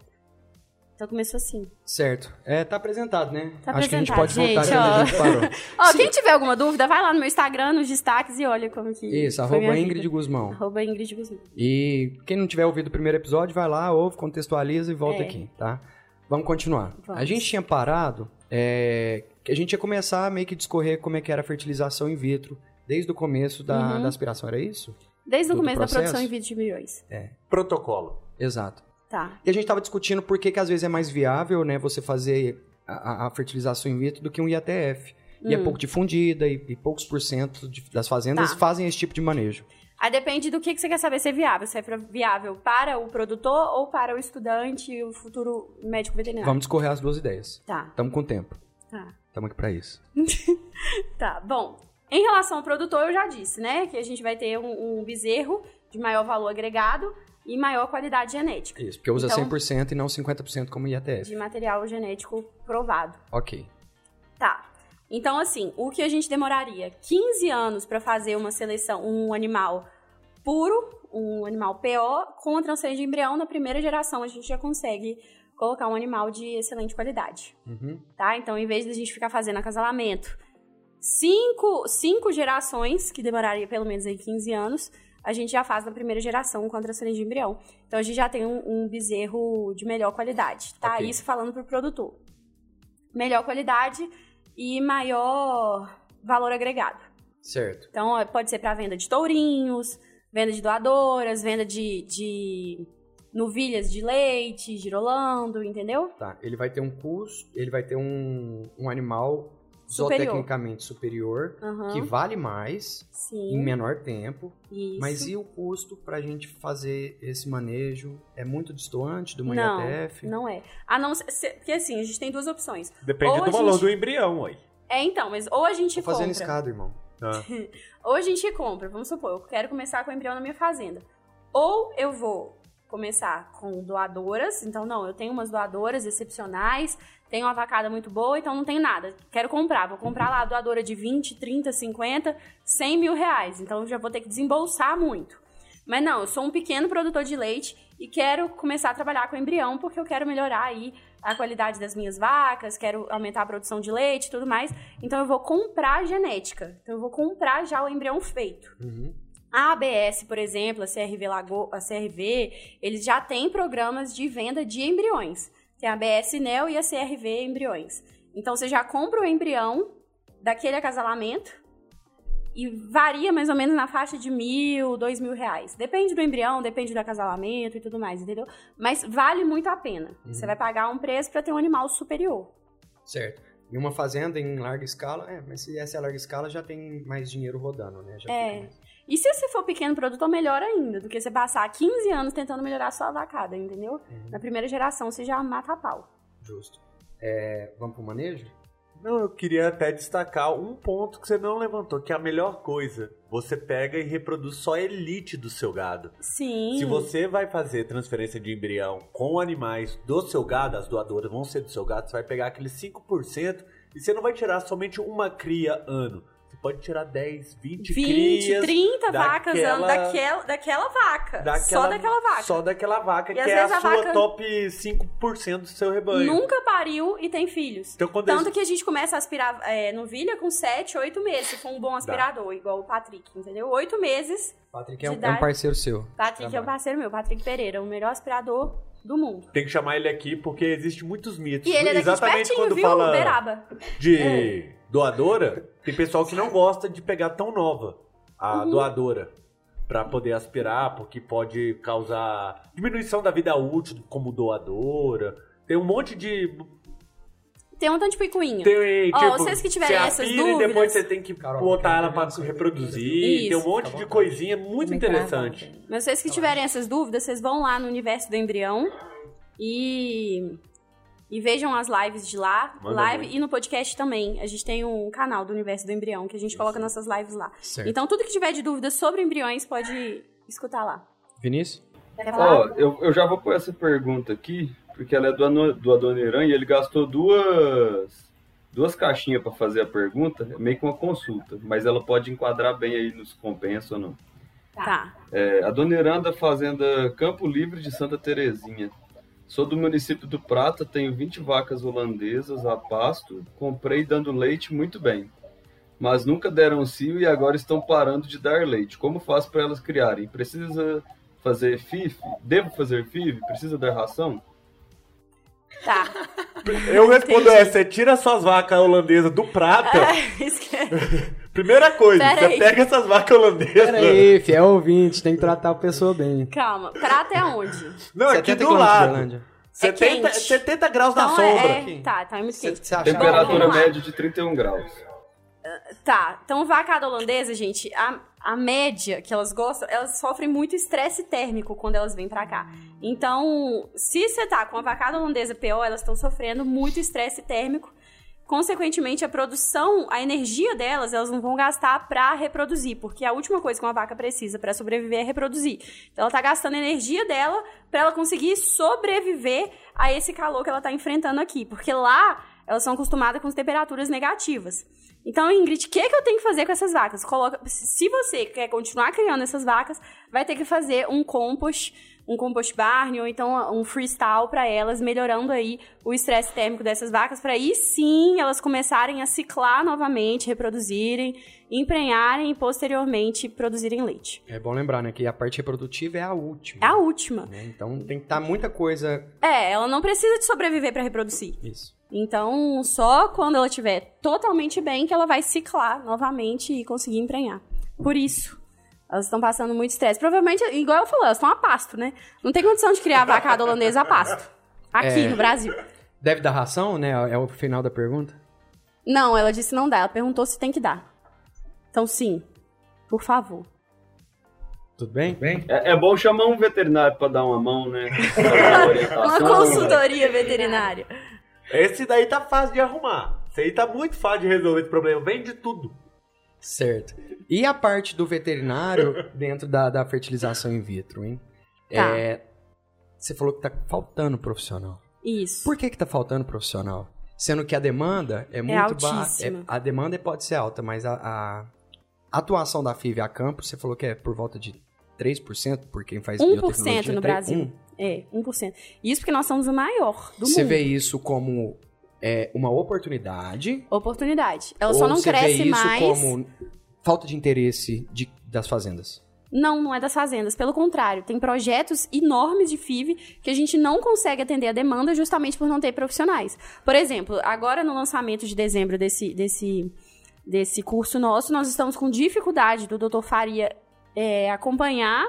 [SPEAKER 2] Então começou assim.
[SPEAKER 1] certo. É, tá apresentado, né?
[SPEAKER 2] Tá
[SPEAKER 1] Acho que a gente pode
[SPEAKER 2] apresentado,
[SPEAKER 1] voltar
[SPEAKER 2] gente,
[SPEAKER 1] quando
[SPEAKER 2] ó.
[SPEAKER 1] a gente parou.
[SPEAKER 2] Ó, quem tiver alguma dúvida, vai lá no meu Instagram, nos destaques, e olha como que
[SPEAKER 1] Isso,
[SPEAKER 2] foi
[SPEAKER 1] arroba
[SPEAKER 2] minha
[SPEAKER 1] Ingrid
[SPEAKER 2] vida.
[SPEAKER 1] Guzmão.
[SPEAKER 2] Arroba Ingrid Guzmão.
[SPEAKER 1] E quem não tiver ouvido o primeiro episódio, vai lá, ouve, contextualiza e volta
[SPEAKER 2] É.
[SPEAKER 1] aqui, tá? Vamos continuar.
[SPEAKER 2] Vamos.
[SPEAKER 1] A gente tinha parado é, que a gente ia começar a meio que discorrer como é que era a fertilização in vitro, desde o começo da,
[SPEAKER 2] Uhum.
[SPEAKER 1] da aspiração, era isso?
[SPEAKER 2] Desde o
[SPEAKER 1] Todo
[SPEAKER 2] começo da
[SPEAKER 1] processo?
[SPEAKER 2] produção em vídeo de milhões.
[SPEAKER 3] Protocolo.
[SPEAKER 1] Exato.
[SPEAKER 2] Tá.
[SPEAKER 1] E a gente tava discutindo por que, que às vezes é mais viável, né, você fazer a, a- a fertilização in vitro do que um IATF. E é
[SPEAKER 2] Hum.
[SPEAKER 1] pouco difundida e, e poucos por cento de- das fazendas
[SPEAKER 2] Tá.
[SPEAKER 1] fazem esse tipo de manejo.
[SPEAKER 2] Aí depende do que, que você quer saber se é viável. Se é pra- viável para o produtor ou para o estudante e o futuro médico veterinário.
[SPEAKER 1] Vamos discorrer as duas ideias.
[SPEAKER 2] Tá,
[SPEAKER 1] Tamo com tempo.
[SPEAKER 2] tá.
[SPEAKER 1] Tamo aqui pra isso.
[SPEAKER 2] Tá, bom. Em relação ao produtor, eu já disse, né? Que a gente vai ter um, um bezerro de maior valor agregado e maior qualidade genética.
[SPEAKER 1] Isso, porque usa
[SPEAKER 2] Então-
[SPEAKER 1] 100% e não 50% como IATF.
[SPEAKER 2] De material genético provado.
[SPEAKER 1] Ok.
[SPEAKER 2] Tá. Então, assim, o que a gente demoraria 15 anos pra fazer uma seleção, um animal puro, um animal PO, com a transferência um de embrião na primeira geração, a gente já consegue colocar um animal de excelente qualidade.
[SPEAKER 1] Uhum.
[SPEAKER 2] tá? Então, em vez da gente ficar fazendo acasalamento, cinco, cinco gerações, que demoraria pelo menos aí 15 anos, a gente já faz na primeira geração com a transferência de embrião. Então, a gente já tem um, um bezerro de melhor qualidade, tá?
[SPEAKER 1] Ok.
[SPEAKER 2] Isso falando pro produtor. Melhor qualidade e maior valor agregado.
[SPEAKER 1] Certo.
[SPEAKER 2] Então, é- pode ser para venda de tourinhos, venda de doadoras, venda de, de novilhas de leite, girolando, entendeu?
[SPEAKER 1] Tá. Ele vai ter um custo, ele vai ter um, um animal
[SPEAKER 2] Superior.
[SPEAKER 1] zootecnicamente superior,
[SPEAKER 2] Aham.
[SPEAKER 1] que vale mais em
[SPEAKER 2] Sim.
[SPEAKER 1] menor tempo.
[SPEAKER 2] Isso.
[SPEAKER 1] Mas e o custo pra gente fazer esse manejo? É muito distoante do
[SPEAKER 2] Não,
[SPEAKER 1] IATF?
[SPEAKER 2] Não é. A não ser. se- Porque assim, a gente tem duas opções.
[SPEAKER 3] Depende
[SPEAKER 2] Ou a
[SPEAKER 3] do valor
[SPEAKER 2] gente-
[SPEAKER 3] do embrião aí.
[SPEAKER 2] É então, mas ou a gente
[SPEAKER 1] Tô fazendo
[SPEAKER 2] compra.
[SPEAKER 1] escada, irmão.
[SPEAKER 2] Ou a gente compra, vamos supor, eu quero começar com o embrião na minha fazenda. Ou eu vou começar com doadoras, então não, eu tenho umas doadoras excepcionais, tenho uma vacada muito boa, então não tem nada. Quero comprar, vou comprar lá a doadora de 20, 30, 50, 100 mil reais, então eu já vou ter que desembolsar muito. Mas não, eu sou um pequeno produtor de leite e quero começar a trabalhar com embrião porque eu quero melhorar aí a qualidade das minhas vacas, quero aumentar a produção de leite e tudo mais. Então eu vou comprar a genética. Então eu vou comprar já o embrião feito.
[SPEAKER 1] Uhum.
[SPEAKER 2] A ABS, por exemplo, a CRV Lago, a CRV, eles já têm programas de venda de embriões. Tem a ABS Neo e a CRV Embriões. Então você já compra o embrião daquele acasalamento e varia mais ou menos na faixa de mil, dois mil reais. Depende do embrião, depende do acasalamento e tudo mais, entendeu? Mas vale muito a pena. Você vai pagar um preço para ter um animal superior.
[SPEAKER 1] Certo. Em uma fazenda em larga escala, é, mas se essa é a larga escala, já tem mais dinheiro rodando, né? Já
[SPEAKER 2] É.
[SPEAKER 1] fica mais-
[SPEAKER 2] E se você for pequeno produtor, melhor ainda, do que você passar 15 anos tentando melhorar sua vacada, entendeu?
[SPEAKER 1] Uhum.
[SPEAKER 2] Na primeira geração você já mata a pau.
[SPEAKER 1] Justo. É, vamos pro manejo?
[SPEAKER 3] Não, eu queria até destacar um ponto que você não levantou, que é a melhor coisa. Você pega e reproduz só a elite do seu gado.
[SPEAKER 2] Sim.
[SPEAKER 3] Se você vai fazer transferência de embrião com animais do seu gado, as doadoras vão ser do seu gado, você vai pegar aqueles 5% e você não vai tirar somente uma cria ano. Você pode tirar 10, 20,
[SPEAKER 2] 20,
[SPEAKER 3] crias
[SPEAKER 2] 30
[SPEAKER 3] daquela-
[SPEAKER 2] vacas ano daquela, daquela vaca. só daquela vaca.
[SPEAKER 3] Só daquela vaca,
[SPEAKER 2] E
[SPEAKER 3] que
[SPEAKER 2] às
[SPEAKER 3] é a
[SPEAKER 2] vezes
[SPEAKER 3] sua
[SPEAKER 2] a vaca-
[SPEAKER 3] top 5% do seu rebanho.
[SPEAKER 2] Nunca pariu e tem filhos.
[SPEAKER 3] Então quando
[SPEAKER 2] Tanto
[SPEAKER 3] eles...
[SPEAKER 2] que a gente começa a aspirar é, novilha com 7, 8 meses, se for um bom aspirador, igual o Patrick, entendeu? 8 meses.
[SPEAKER 1] Patrick
[SPEAKER 2] De
[SPEAKER 1] é um, é um
[SPEAKER 2] idade.
[SPEAKER 1] parceiro seu.
[SPEAKER 2] Patrick é
[SPEAKER 1] Trabalho.
[SPEAKER 2] o parceiro meu, Patrick Pereira, o melhor aspirador do mundo.
[SPEAKER 3] Tem que chamar ele aqui porque existe muitos mitos.
[SPEAKER 2] E ele é daqui de
[SPEAKER 3] Exatamente
[SPEAKER 2] pertinho,
[SPEAKER 3] quando
[SPEAKER 2] viu? É.
[SPEAKER 3] fala
[SPEAKER 2] Uberaba.
[SPEAKER 3] de doadora, tem pessoal que não gosta de pegar tão nova a
[SPEAKER 2] Uhum.
[SPEAKER 3] doadora pra poder aspirar, porque pode causar diminuição da vida útil como doadora. Tem um monte de
[SPEAKER 2] Tem um tanto de picuinha.
[SPEAKER 3] Tem,
[SPEAKER 2] Ó,
[SPEAKER 3] tipo,
[SPEAKER 2] vocês que tiverem
[SPEAKER 3] você
[SPEAKER 2] essas
[SPEAKER 3] afina e depois
[SPEAKER 2] dúvidas-
[SPEAKER 3] você tem que
[SPEAKER 1] Carol,
[SPEAKER 3] botar
[SPEAKER 1] Carol,
[SPEAKER 3] ela pra
[SPEAKER 1] Carol,
[SPEAKER 3] reproduzir. Tem um
[SPEAKER 2] Isso.
[SPEAKER 3] monte de coisinha muito interessante.
[SPEAKER 2] Mas vocês que tiverem essas dúvidas, vocês vão lá no Universo do Embrião e, e vejam as lives de lá.
[SPEAKER 3] Manda
[SPEAKER 2] live
[SPEAKER 3] muito.
[SPEAKER 2] e no podcast também. A gente tem um canal do Universo do Embrião que a gente coloca nossas lives lá.
[SPEAKER 1] Certo.
[SPEAKER 2] Então tudo que tiver de dúvida sobre embriões pode escutar lá.
[SPEAKER 1] Vinícius?
[SPEAKER 5] Quer falar?
[SPEAKER 4] Ó, eu, eu já vou pôr essa pergunta aqui, porque ela é do, ano, do Adoniran e ele gastou duas, duas caixinhas para fazer a pergunta, é meio que uma consulta, mas ela pode enquadrar bem aí nos compensa ou não.
[SPEAKER 5] Tá.
[SPEAKER 2] Tá.
[SPEAKER 4] É, a Dona Iranda, fazenda Campo Livre de Santa Terezinha. Sou do município do Prata, tenho 20 vacas holandesas a pasto, comprei dando leite muito bem. Mas nunca deram cio e agora estão parando de dar leite. Como faço para elas criarem? Precisa fazer FIF? Devo fazer FIF? Precisa dar ração?
[SPEAKER 2] Tá. <laughs>
[SPEAKER 3] Eu respondo
[SPEAKER 2] Entendi.
[SPEAKER 3] essa, você tira suas vacas holandesas do
[SPEAKER 2] <laughs>
[SPEAKER 3] prata.
[SPEAKER 2] Esquece.
[SPEAKER 3] Primeira coisa,
[SPEAKER 2] Pera
[SPEAKER 3] você
[SPEAKER 2] aí.
[SPEAKER 3] pega essas vacas holandesas.
[SPEAKER 1] Pera aí, fiel é ouvinte, tem que tratar a pessoa bem.
[SPEAKER 2] Calma. Prata é onde?
[SPEAKER 3] Não, aqui
[SPEAKER 1] 70
[SPEAKER 3] do
[SPEAKER 1] quilômetros de
[SPEAKER 3] lado.
[SPEAKER 1] Berlândia.
[SPEAKER 2] É
[SPEAKER 3] 70,
[SPEAKER 2] quente.
[SPEAKER 3] 70 graus na
[SPEAKER 2] Então
[SPEAKER 3] sombra.
[SPEAKER 2] é, é. Tá, tá é muito quente.
[SPEAKER 1] Você acha-
[SPEAKER 4] Temperatura
[SPEAKER 2] vamos lá.
[SPEAKER 4] média de 31 graus.
[SPEAKER 2] Tá, então vacada holandesa, gente, a, a média que elas gostam, elas sofrem muito estresse térmico quando elas vêm pra cá. Então, se você tá com a vacada holandesa PO, elas estão sofrendo muito estresse térmico. Consequentemente, a produção, a energia delas, elas não vão gastar pra reproduzir, porque a última coisa que uma vaca precisa pra sobreviver é reproduzir. Então, ela tá gastando a energia dela pra ela conseguir sobreviver a esse calor que ela tá enfrentando aqui, porque lá elas são acostumadas com as temperaturas negativas. Então, Ingrid, o que, que eu tenho que fazer com essas vacas? Coloca, se se você quer continuar criando essas vacas, vai ter que fazer um compost, um compost barn ou então um freestyle para elas, melhorando aí o estresse térmico dessas vacas, para aí sim elas começarem a ciclar novamente, reproduzirem, emprenharem e posteriormente produzirem leite.
[SPEAKER 1] É bom lembrar, né, que a parte reprodutiva é a última.
[SPEAKER 2] É a última.
[SPEAKER 1] né? Então tem que estar muita coisa.
[SPEAKER 2] É, ela não precisa de sobreviver para reproduzir.
[SPEAKER 1] Isso.
[SPEAKER 2] Então, só quando ela estiver totalmente bem que ela vai ciclar novamente e conseguir emprenhar. Por isso, elas estão passando muito estresse. Provavelmente, igual eu falei, elas estão a pasto, né? Não tem condição de criar vacada holandesa a pasto. Aqui
[SPEAKER 1] É.
[SPEAKER 2] no Brasil.
[SPEAKER 1] Deve dar ração, né? É o final da pergunta.
[SPEAKER 2] Não, ela disse não dá. Ela perguntou se tem que dar. Então, sim. Por favor.
[SPEAKER 1] Tudo bem? bem?
[SPEAKER 4] É, é bom chamar um veterinário para dar uma mão, né?
[SPEAKER 2] Uma consultoria veterinária. é.
[SPEAKER 3] Esse daí tá fácil de arrumar. Esse aí tá muito fácil de resolver esse problema. Vende tudo.
[SPEAKER 1] Certo. E a parte do <laughs> veterinário dentro da, da fertilização in vitro, hein?
[SPEAKER 2] Tá.
[SPEAKER 1] É, você falou que tá faltando profissional.
[SPEAKER 2] Isso.
[SPEAKER 1] Por que que tá faltando profissional? Sendo que a demanda é muito baixa.
[SPEAKER 2] altíssima.
[SPEAKER 1] a demanda pode ser alta, mas a, a atuação da FIV a campo, você falou que é por volta de 3% por quem faz
[SPEAKER 2] 1%
[SPEAKER 1] biotecnologia,
[SPEAKER 2] no
[SPEAKER 1] tre-
[SPEAKER 2] Brasil.
[SPEAKER 1] um.
[SPEAKER 2] É, 1%. Isso porque nós somos o maior do
[SPEAKER 1] Você
[SPEAKER 2] mundo.
[SPEAKER 1] vê isso como é, uma oportunidade?
[SPEAKER 2] Oportunidade. Ela
[SPEAKER 1] ou
[SPEAKER 2] só não
[SPEAKER 1] você
[SPEAKER 2] cresce
[SPEAKER 1] vê isso
[SPEAKER 2] mais.
[SPEAKER 1] como falta de interesse de- das fazendas?
[SPEAKER 2] Não, não é das fazendas. Pelo contrário, tem projetos enormes de FIV que a gente não consegue atender a demanda justamente por não ter profissionais. Por exemplo, agora no lançamento de dezembro desse, desse, desse curso nosso, nós estamos com dificuldade do Dr. Faria é, acompanhar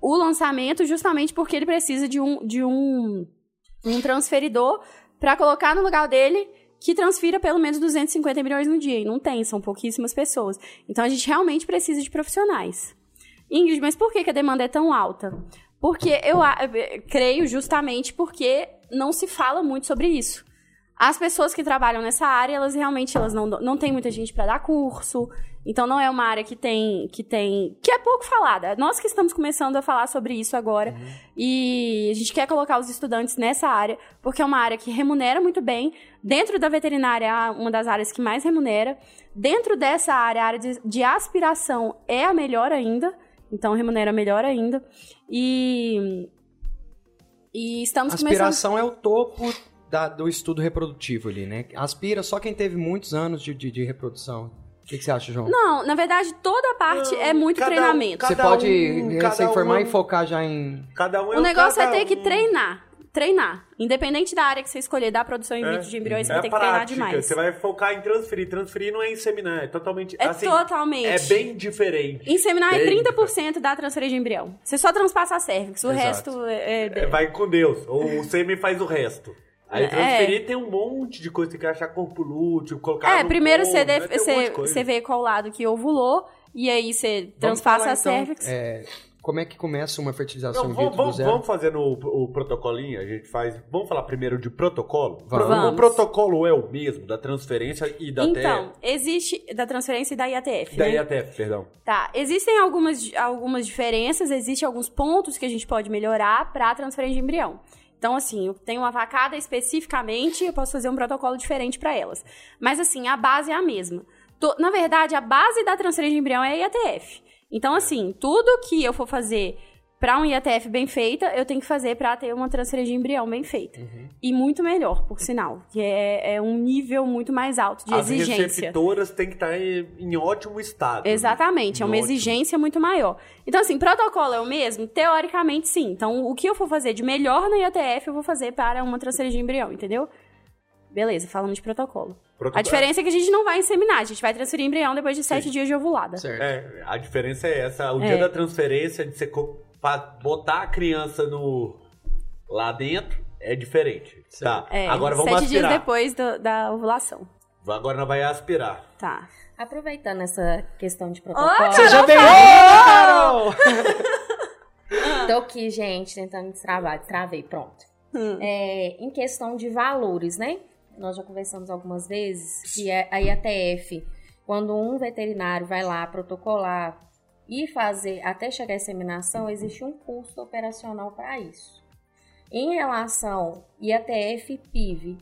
[SPEAKER 2] o lançamento justamente porque ele precisa de um, de um, um transferidor para colocar no lugar dele que transfira pelo menos 250 milhões no dia. E não tem, são pouquíssimas pessoas. Então a gente realmente precisa de profissionais. Ingrid, mas por que, que a demanda é tão alta? Porque eu a- eh, creio justamente porque não se fala muito sobre isso. As pessoas que trabalham nessa área, elas realmente elas não, não tem muita gente para dar curso. Então não é uma área que tem que tem que é pouco falada. Nós que estamos começando a falar sobre isso agora e a gente quer colocar os estudantes nessa área porque é uma área que remunera muito bem. Dentro da veterinária é uma das áreas que mais remunera. Dentro dessa área, a área de, de aspiração é a melhor ainda. Então remunera melhor ainda. E e estamos começando
[SPEAKER 1] Aspiração é o topo da- do estudo reprodutivo ali, né? Aspira só quem teve muitos anos de, de- de reprodução. O que, que você acha, João?
[SPEAKER 2] Não, na verdade, toda a parte
[SPEAKER 3] Não,
[SPEAKER 2] é muito
[SPEAKER 3] cada um-
[SPEAKER 2] treinamento.
[SPEAKER 1] você
[SPEAKER 3] cada
[SPEAKER 1] pode
[SPEAKER 3] um-
[SPEAKER 1] eh,
[SPEAKER 3] cada
[SPEAKER 1] se informar
[SPEAKER 3] um-
[SPEAKER 1] e focar já em.
[SPEAKER 3] Cada um é
[SPEAKER 2] O negócio é
[SPEAKER 3] cada
[SPEAKER 2] ter que
[SPEAKER 3] um.
[SPEAKER 2] treinar. Treinar. Independente da área que você escolher da produção in vitro de embriões, você vai ter que treinar
[SPEAKER 3] É. prática,
[SPEAKER 2] demais.
[SPEAKER 3] Você vai focar em transferir. Transferir não é inseminar, é totalmente.
[SPEAKER 2] É
[SPEAKER 3] assim,
[SPEAKER 2] totalmente.
[SPEAKER 3] É bem diferente.
[SPEAKER 2] Inseminar é
[SPEAKER 3] Bem
[SPEAKER 2] 30% da transferência de embrião. Você só transpassa a cervix, o
[SPEAKER 1] Exato.
[SPEAKER 2] resto é... é-
[SPEAKER 3] É, vai com Deus. O semi faz o resto. Aí
[SPEAKER 2] É.
[SPEAKER 3] transferir tem um monte de coisa, tem que achar corpo lúteo, colocar
[SPEAKER 2] É,
[SPEAKER 3] no
[SPEAKER 2] primeiro
[SPEAKER 3] ovo,
[SPEAKER 2] você,
[SPEAKER 3] né?
[SPEAKER 2] def-
[SPEAKER 3] Tem um monte
[SPEAKER 2] você,
[SPEAKER 3] de coisa.
[SPEAKER 2] você vê qual lado que ovulou, e aí você transfaz
[SPEAKER 3] falar,
[SPEAKER 2] a
[SPEAKER 3] então.
[SPEAKER 2] cervix.
[SPEAKER 1] Como é que começa uma fertilização
[SPEAKER 3] Não,
[SPEAKER 1] in
[SPEAKER 3] vamos,
[SPEAKER 1] vitro um do
[SPEAKER 3] vamos,
[SPEAKER 1] zero?
[SPEAKER 3] vamos fazendo o, o protocolinho, a gente faz. Vamos falar primeiro de protocolo?
[SPEAKER 1] Vamos.
[SPEAKER 2] Vamos.
[SPEAKER 3] O protocolo é o mesmo, da transferência e da
[SPEAKER 2] Então, existe da transferência e da IATF.
[SPEAKER 3] TF. Da
[SPEAKER 2] né?
[SPEAKER 3] IATF, perdão.
[SPEAKER 2] Tá, existem algumas, algumas diferenças, existem alguns pontos que a gente pode melhorar pra transferência de embrião. Então, assim, eu tenho uma vacada especificamente, eu posso fazer um protocolo diferente pra elas. Mas, assim, a base é a mesma. To- na verdade, a base da transferência de embrião é a IATF. Então, assim, tudo que eu for fazer pra um IATF bem feita, eu tenho que fazer pra ter uma transferência de embrião bem feita. E muito melhor, por sinal, que é, é um nível muito mais alto de
[SPEAKER 3] As
[SPEAKER 2] exigência.
[SPEAKER 3] receptoras têm que estar em, em ótimo estado.
[SPEAKER 2] Exatamente, é uma
[SPEAKER 3] Ótimo.
[SPEAKER 2] exigência muito maior. Então, assim, protocolo é o mesmo? Teoricamente, sim. Então, o que eu for fazer de melhor na IATF, eu vou fazer para uma transferência de embrião, entendeu? Beleza, falamos de protocolo.
[SPEAKER 3] Protoco-
[SPEAKER 2] A diferença é que a gente não vai inseminar, a gente vai transferir embrião depois de sete dias de ovulada.
[SPEAKER 1] Certo.
[SPEAKER 3] É, a diferença é essa. O
[SPEAKER 2] É.
[SPEAKER 3] dia da transferência, de você co- pra botar a criança no lá dentro, é diferente. Tá,
[SPEAKER 2] É,
[SPEAKER 3] agora vamos
[SPEAKER 2] sete
[SPEAKER 3] aspirar.
[SPEAKER 2] dias depois do- da ovulação.
[SPEAKER 3] Agora nós vai aspirar.
[SPEAKER 2] Tá.
[SPEAKER 5] Aproveitando essa questão de protocolo.
[SPEAKER 1] Você já
[SPEAKER 2] né,
[SPEAKER 1] veio! Carol!
[SPEAKER 2] Ah.
[SPEAKER 5] Tô aqui, gente, tentando destravar, destravei, pronto.
[SPEAKER 2] Hum.
[SPEAKER 5] É, em questão de valores, né? Nós já conversamos algumas vezes que é a a IATF, quando um veterinário vai lá protocolar e fazer até chegar à inseminação, existe um custo operacional para isso. Em relação IATF e PIV,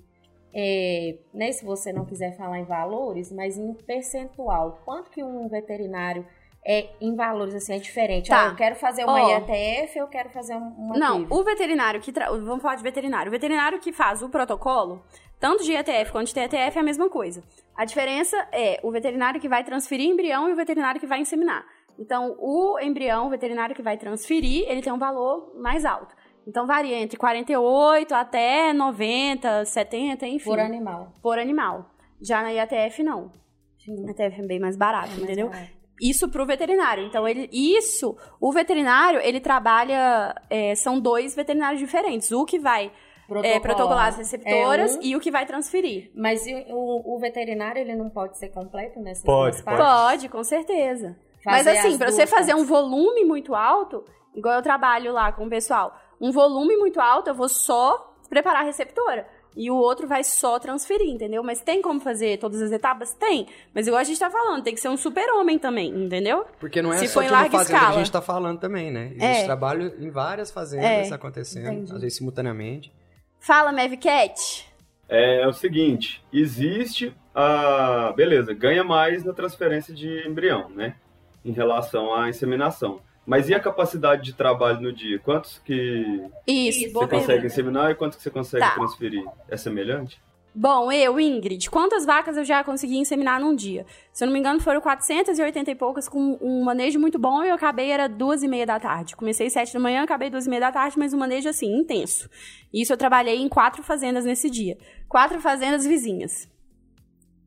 [SPEAKER 5] é, né, se você não quiser falar em valores, mas em percentual, quanto que um veterinário é em valores assim é diferente?
[SPEAKER 2] Tá.
[SPEAKER 5] Ah, eu quero fazer uma
[SPEAKER 2] Ó.
[SPEAKER 5] IATF, eu quero fazer um, uma
[SPEAKER 2] Não,
[SPEAKER 5] PIV.
[SPEAKER 2] o veterinário que. Tra... Vamos falar de veterinário. O veterinário que faz o protocolo, tanto de IATF quanto de TTF, é a mesma coisa. A diferença é o veterinário que vai transferir embrião e o veterinário que vai inseminar. Então, o embrião, o veterinário que vai transferir, ele tem um valor mais alto. Então, varia entre 48 até 90, 70, enfim.
[SPEAKER 5] por animal.
[SPEAKER 2] por animal. Já na IATF, não.
[SPEAKER 5] Sim.
[SPEAKER 2] A IATF é bem mais barato, entendeu? É,
[SPEAKER 5] Mas, ah, é,
[SPEAKER 2] isso pro veterinário. Então, ele, isso, o veterinário, ele trabalha, é, são dois veterinários diferentes. O que vai
[SPEAKER 5] protocolar.
[SPEAKER 2] é, protocolar as receptoras
[SPEAKER 5] É um-
[SPEAKER 2] e o que vai transferir.
[SPEAKER 5] Mas e o, o veterinário, ele não pode ser completo nessas
[SPEAKER 3] Pode,
[SPEAKER 5] duas
[SPEAKER 3] pode.
[SPEAKER 5] partes?
[SPEAKER 2] Pode, com certeza. Mas
[SPEAKER 5] Fazer
[SPEAKER 2] assim,
[SPEAKER 5] as
[SPEAKER 2] pra
[SPEAKER 5] duas
[SPEAKER 2] você fazer um
[SPEAKER 5] partes.
[SPEAKER 2] volume muito alto, igual eu trabalho lá com o pessoal, um volume muito alto, eu vou só preparar a receptora. E o outro vai só transferir, entendeu? Mas tem como fazer todas as etapas? Tem. Mas igual a gente tá falando, tem que ser um super-homem também, entendeu?
[SPEAKER 1] Porque não é
[SPEAKER 2] Se
[SPEAKER 1] só
[SPEAKER 2] for em
[SPEAKER 1] de uma
[SPEAKER 2] larga
[SPEAKER 1] fazenda que
[SPEAKER 2] escala.
[SPEAKER 1] a gente tá falando também, né? Existe
[SPEAKER 2] É.
[SPEAKER 1] trabalho em várias fazendas
[SPEAKER 2] É.
[SPEAKER 1] acontecendo,
[SPEAKER 5] Entendi.
[SPEAKER 1] às vezes simultaneamente.
[SPEAKER 2] Fala, Mavcat.
[SPEAKER 4] É o seguinte, existe a. Beleza, ganha mais na transferência de embrião, né? Em relação à inseminação. Mas e a capacidade de trabalho no dia? Quantos que
[SPEAKER 2] Isso, boa
[SPEAKER 4] você consegue
[SPEAKER 2] pergunta.
[SPEAKER 4] inseminar e quantos que você consegue
[SPEAKER 2] Tá.
[SPEAKER 4] transferir? É semelhante?
[SPEAKER 2] Bom, eu, Ingrid, quantas vacas eu já consegui inseminar num dia? Se eu não me engano, foram 480 e poucas com um manejo muito bom e eu acabei, era duas e meia da tarde. Comecei sete da manhã, acabei duas e meia da tarde, mas um manejo, assim, intenso. Isso eu trabalhei em quatro fazendas nesse dia. Quatro fazendas vizinhas.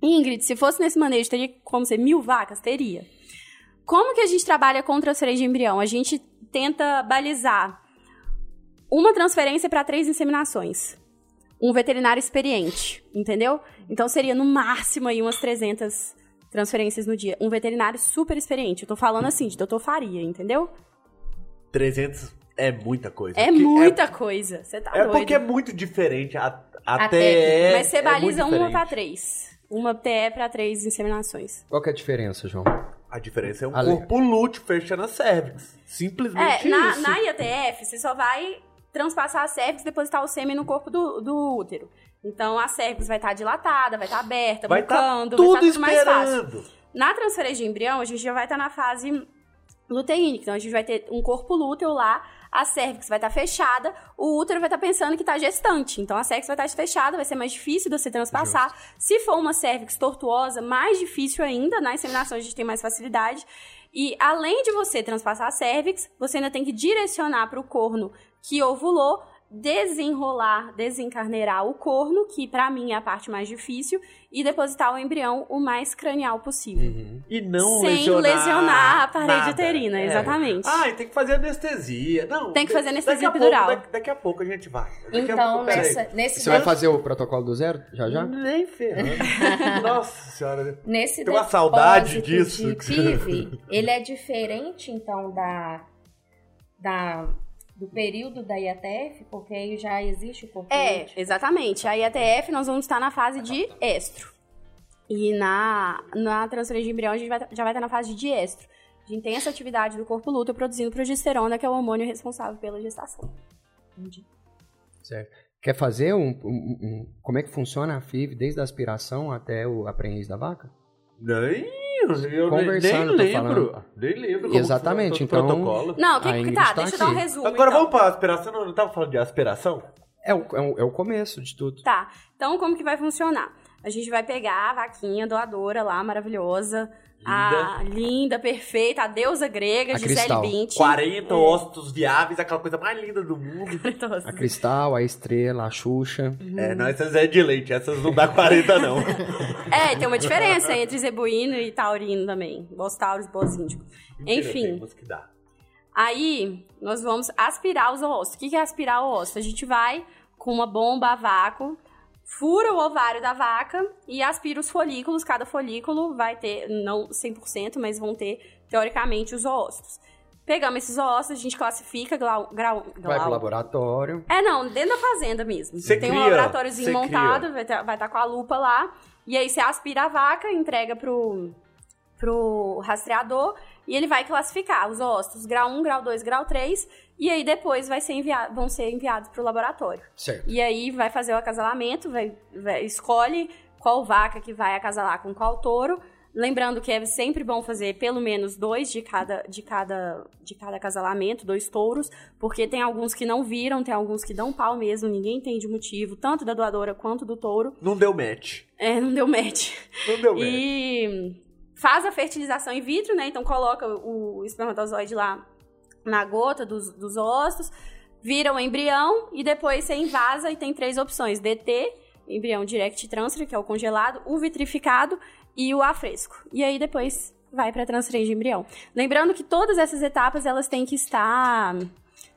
[SPEAKER 2] Ingrid, se fosse nesse manejo, teria como ser mil vacas? Teria. Como que a gente trabalha com transferência de embrião? A gente tenta balizar uma transferência para três inseminações um veterinário experiente, entendeu? Então seria no máximo aí umas 300 transferências no dia. Um veterinário super experiente. Eu tô falando assim, de doutor Faria, entendeu?
[SPEAKER 3] 300 é muita coisa.
[SPEAKER 2] É
[SPEAKER 3] Porque
[SPEAKER 2] muita coisa. Você tá
[SPEAKER 3] É, é
[SPEAKER 2] doido.
[SPEAKER 3] porque é muito diferente. A, a
[SPEAKER 5] A
[SPEAKER 3] TE
[SPEAKER 5] técnica.
[SPEAKER 2] Mas você
[SPEAKER 3] é
[SPEAKER 2] baliza
[SPEAKER 3] muito
[SPEAKER 2] uma
[SPEAKER 3] diferente.
[SPEAKER 2] pra três. Uma TE pra três inseminações.
[SPEAKER 1] Qual que é a diferença, João?
[SPEAKER 3] A diferença é um
[SPEAKER 1] Ale-
[SPEAKER 3] corpo lúteo fechando a cervix.
[SPEAKER 2] É,
[SPEAKER 3] Simplesmente
[SPEAKER 2] na,
[SPEAKER 3] isso.
[SPEAKER 2] na IATF, você só vai transpassar a cervix e depositar o sêmen no corpo do, do útero. Então a cervix vai estar dilatada, vai estar aberta,
[SPEAKER 3] Vai estar
[SPEAKER 2] bucando,
[SPEAKER 3] tudo
[SPEAKER 2] vai estar tudo mais fácil.
[SPEAKER 3] esperando.
[SPEAKER 2] Na transferência de embrião, a gente já vai estar na fase luteínica. Então, a gente vai ter um corpo lúteo lá, a cervix vai estar fechada, o útero vai estar pensando que está gestante. Então, a cervix vai estar fechada, vai ser mais difícil de você transpassar. Se for uma cervix tortuosa, mais difícil ainda. Na inseminação, a gente tem mais facilidade. E, além de você transpassar a cervix, você ainda tem que direcionar para o corno que ovulou desenrolar, desencarneirar o corno, que pra mim é a parte mais difícil, e depositar o embrião o mais cranial possível.
[SPEAKER 1] Uhum.
[SPEAKER 3] E não
[SPEAKER 2] sem
[SPEAKER 3] lesionar.
[SPEAKER 2] lesionar a parede
[SPEAKER 3] nada.
[SPEAKER 2] uterina,
[SPEAKER 3] É.
[SPEAKER 2] exatamente.
[SPEAKER 3] Ah, e tem que fazer anestesia. Não,
[SPEAKER 2] Tem que fazer anestesia
[SPEAKER 3] daqui a pouco-
[SPEAKER 2] epidural.
[SPEAKER 3] daqui, daqui a pouco a gente vai. Daqui a
[SPEAKER 5] Então,
[SPEAKER 3] pouco- peraí.
[SPEAKER 5] nessa, nesse,
[SPEAKER 1] Você vai fazer o protocolo do zero? Tá Já
[SPEAKER 2] Uhum.
[SPEAKER 1] já?
[SPEAKER 3] Nem ferrando.
[SPEAKER 2] <laughs>
[SPEAKER 3] Nossa senhora.
[SPEAKER 5] nesse
[SPEAKER 3] Tem uma
[SPEAKER 5] depósito
[SPEAKER 3] saudade disso.
[SPEAKER 5] de PIV, ele é diferente, então, da, da, do período da IATF, porque aí já existe o corpo
[SPEAKER 2] É,
[SPEAKER 5] leite.
[SPEAKER 2] exatamente. A IATF nós vamos estar na fase de estro. E na, na transferência de embrião a gente vai tá- já vai estar na fase de diestro. De intensa atividade do corpo luto produzindo progesterona, que é o hormônio responsável pela gestação.
[SPEAKER 1] Quer fazer um, um- um- Como é que funciona a FIV desde a aspiração até o aprendiz da vaca?
[SPEAKER 3] Nem, eu nem, nem
[SPEAKER 1] Conversando, tô
[SPEAKER 3] lembro.
[SPEAKER 1] falando.
[SPEAKER 3] Nem lembro. como
[SPEAKER 1] Exatamente,
[SPEAKER 3] funciona todo o
[SPEAKER 1] então-
[SPEAKER 3] protocolo.
[SPEAKER 2] Não, o
[SPEAKER 1] A
[SPEAKER 2] que, que
[SPEAKER 1] Ingrid
[SPEAKER 2] tá?
[SPEAKER 1] tá
[SPEAKER 2] Deixa eu dar um
[SPEAKER 1] aqui.
[SPEAKER 2] resumo.
[SPEAKER 3] Agora
[SPEAKER 2] então.
[SPEAKER 3] vamos para aspiração. Não, não tava falando de aspiração?
[SPEAKER 1] É o, é o, é o começo de tudo.
[SPEAKER 2] Tá. Então, como que vai funcionar? A gente vai pegar a vaquinha doadora lá, maravilhosa. A linda, perfeita, a deusa grega,
[SPEAKER 1] A
[SPEAKER 2] Gisele
[SPEAKER 1] Cristal.
[SPEAKER 2] Bündchen. é.
[SPEAKER 3] 40 ossos viáveis, aquela coisa mais linda do mundo.
[SPEAKER 1] A
[SPEAKER 2] Quarentosa.
[SPEAKER 1] Cristal, a Estrela, a Xuxa.
[SPEAKER 3] É, não, essas é de leite, essas não dá 40,
[SPEAKER 2] <laughs>
[SPEAKER 3] não.
[SPEAKER 2] É, tem uma diferença entre zebuíno e taurino também. Bons tauros, bons índios.
[SPEAKER 3] Mentira,
[SPEAKER 2] Enfim.
[SPEAKER 3] tem umas que dá.
[SPEAKER 2] Aí, nós vamos aspirar os ossos. O que que é aspirar o osso? A gente vai com uma bomba a vácuo, fura o ovário da vaca e aspira os folículos. Cada folículo vai ter, não 100%, mas vão ter, teoricamente, os ossos. Pegamos esses ossos, a gente classifica grau... grau,
[SPEAKER 1] Vai pro
[SPEAKER 2] grau-
[SPEAKER 1] laboratório.
[SPEAKER 2] é, não, dentro da fazenda mesmo.
[SPEAKER 3] Cê
[SPEAKER 2] Tem um
[SPEAKER 3] cria,
[SPEAKER 2] laboratóriozinho
[SPEAKER 3] cê
[SPEAKER 2] montado, vai estar com a lupa lá. E aí você aspira a vaca, entrega pro, pro rastreador e ele vai classificar os ossos, grau 1, grau 2, grau 3. E aí depois vai ser enviado, vão ser enviados pro laboratório.
[SPEAKER 1] Certo.
[SPEAKER 2] E aí vai fazer o acasalamento, vai, vai- escolhe qual vaca que vai acasalar com qual touro. Lembrando que é sempre bom fazer pelo menos dois de cada, de cada, de cada acasalamento, dois touros, porque tem alguns que não viram, tem alguns que dão pau mesmo, ninguém entende o motivo, tanto da doadora quanto do touro.
[SPEAKER 3] Não deu match.
[SPEAKER 2] É, não deu match.
[SPEAKER 3] Não deu match.
[SPEAKER 2] E faz a fertilização in vitro, né? Então coloca o espermatozoide lá na gota dos, dos ossos, vira o embrião e depois você invasa e tem três opções: DT, embrião direct transfer, que é o congelado, o vitrificado e o a fresco. E aí depois vai para transferência de embrião. Lembrando que todas essas etapas elas têm que estar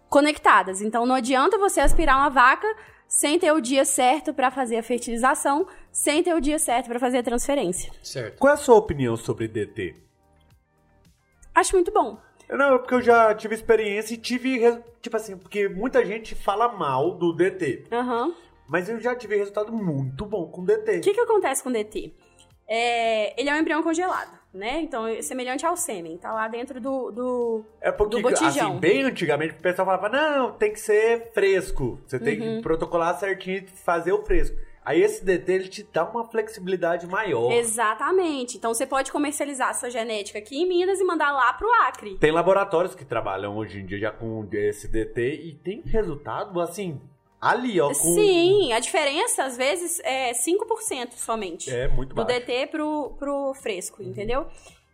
[SPEAKER 2] conectadas. Então não adianta você aspirar uma vaca sem ter o dia certo para fazer a fertilização, sem ter o dia certo para fazer a transferência.
[SPEAKER 1] Certo.
[SPEAKER 3] Qual é a sua opinião sobre DT?
[SPEAKER 2] Acho muito bom.
[SPEAKER 3] Não, é porque eu já tive experiência e tive, re- tipo assim, porque muita gente fala mal do DT,
[SPEAKER 2] Aham.
[SPEAKER 3] mas eu já tive resultado muito bom com
[SPEAKER 2] O
[SPEAKER 3] DT.
[SPEAKER 2] que, que acontece com o DT? É, ele é um embrião congelado, né? Então, é semelhante ao sêmen. Tá lá dentro do. do-
[SPEAKER 3] É porque,
[SPEAKER 2] Do botijão.
[SPEAKER 3] assim, bem antigamente o pessoal falava, não, tem que ser fresco, você tem
[SPEAKER 2] Uhum.
[SPEAKER 3] que protocolar certinho e fazer o fresco. Aí esse DT, ele te dá uma flexibilidade maior.
[SPEAKER 2] Exatamente. Então, você pode comercializar sua genética aqui em Minas e mandar lá pro Acre.
[SPEAKER 3] Tem laboratórios que trabalham hoje em dia já com esse DT e tem resultado, assim, ali, ó. Com...
[SPEAKER 2] Sim, a diferença, às vezes, é 5% somente.
[SPEAKER 3] É, muito
[SPEAKER 2] do
[SPEAKER 3] baixo. Uhum.
[SPEAKER 2] DT pro, pro fresco, entendeu?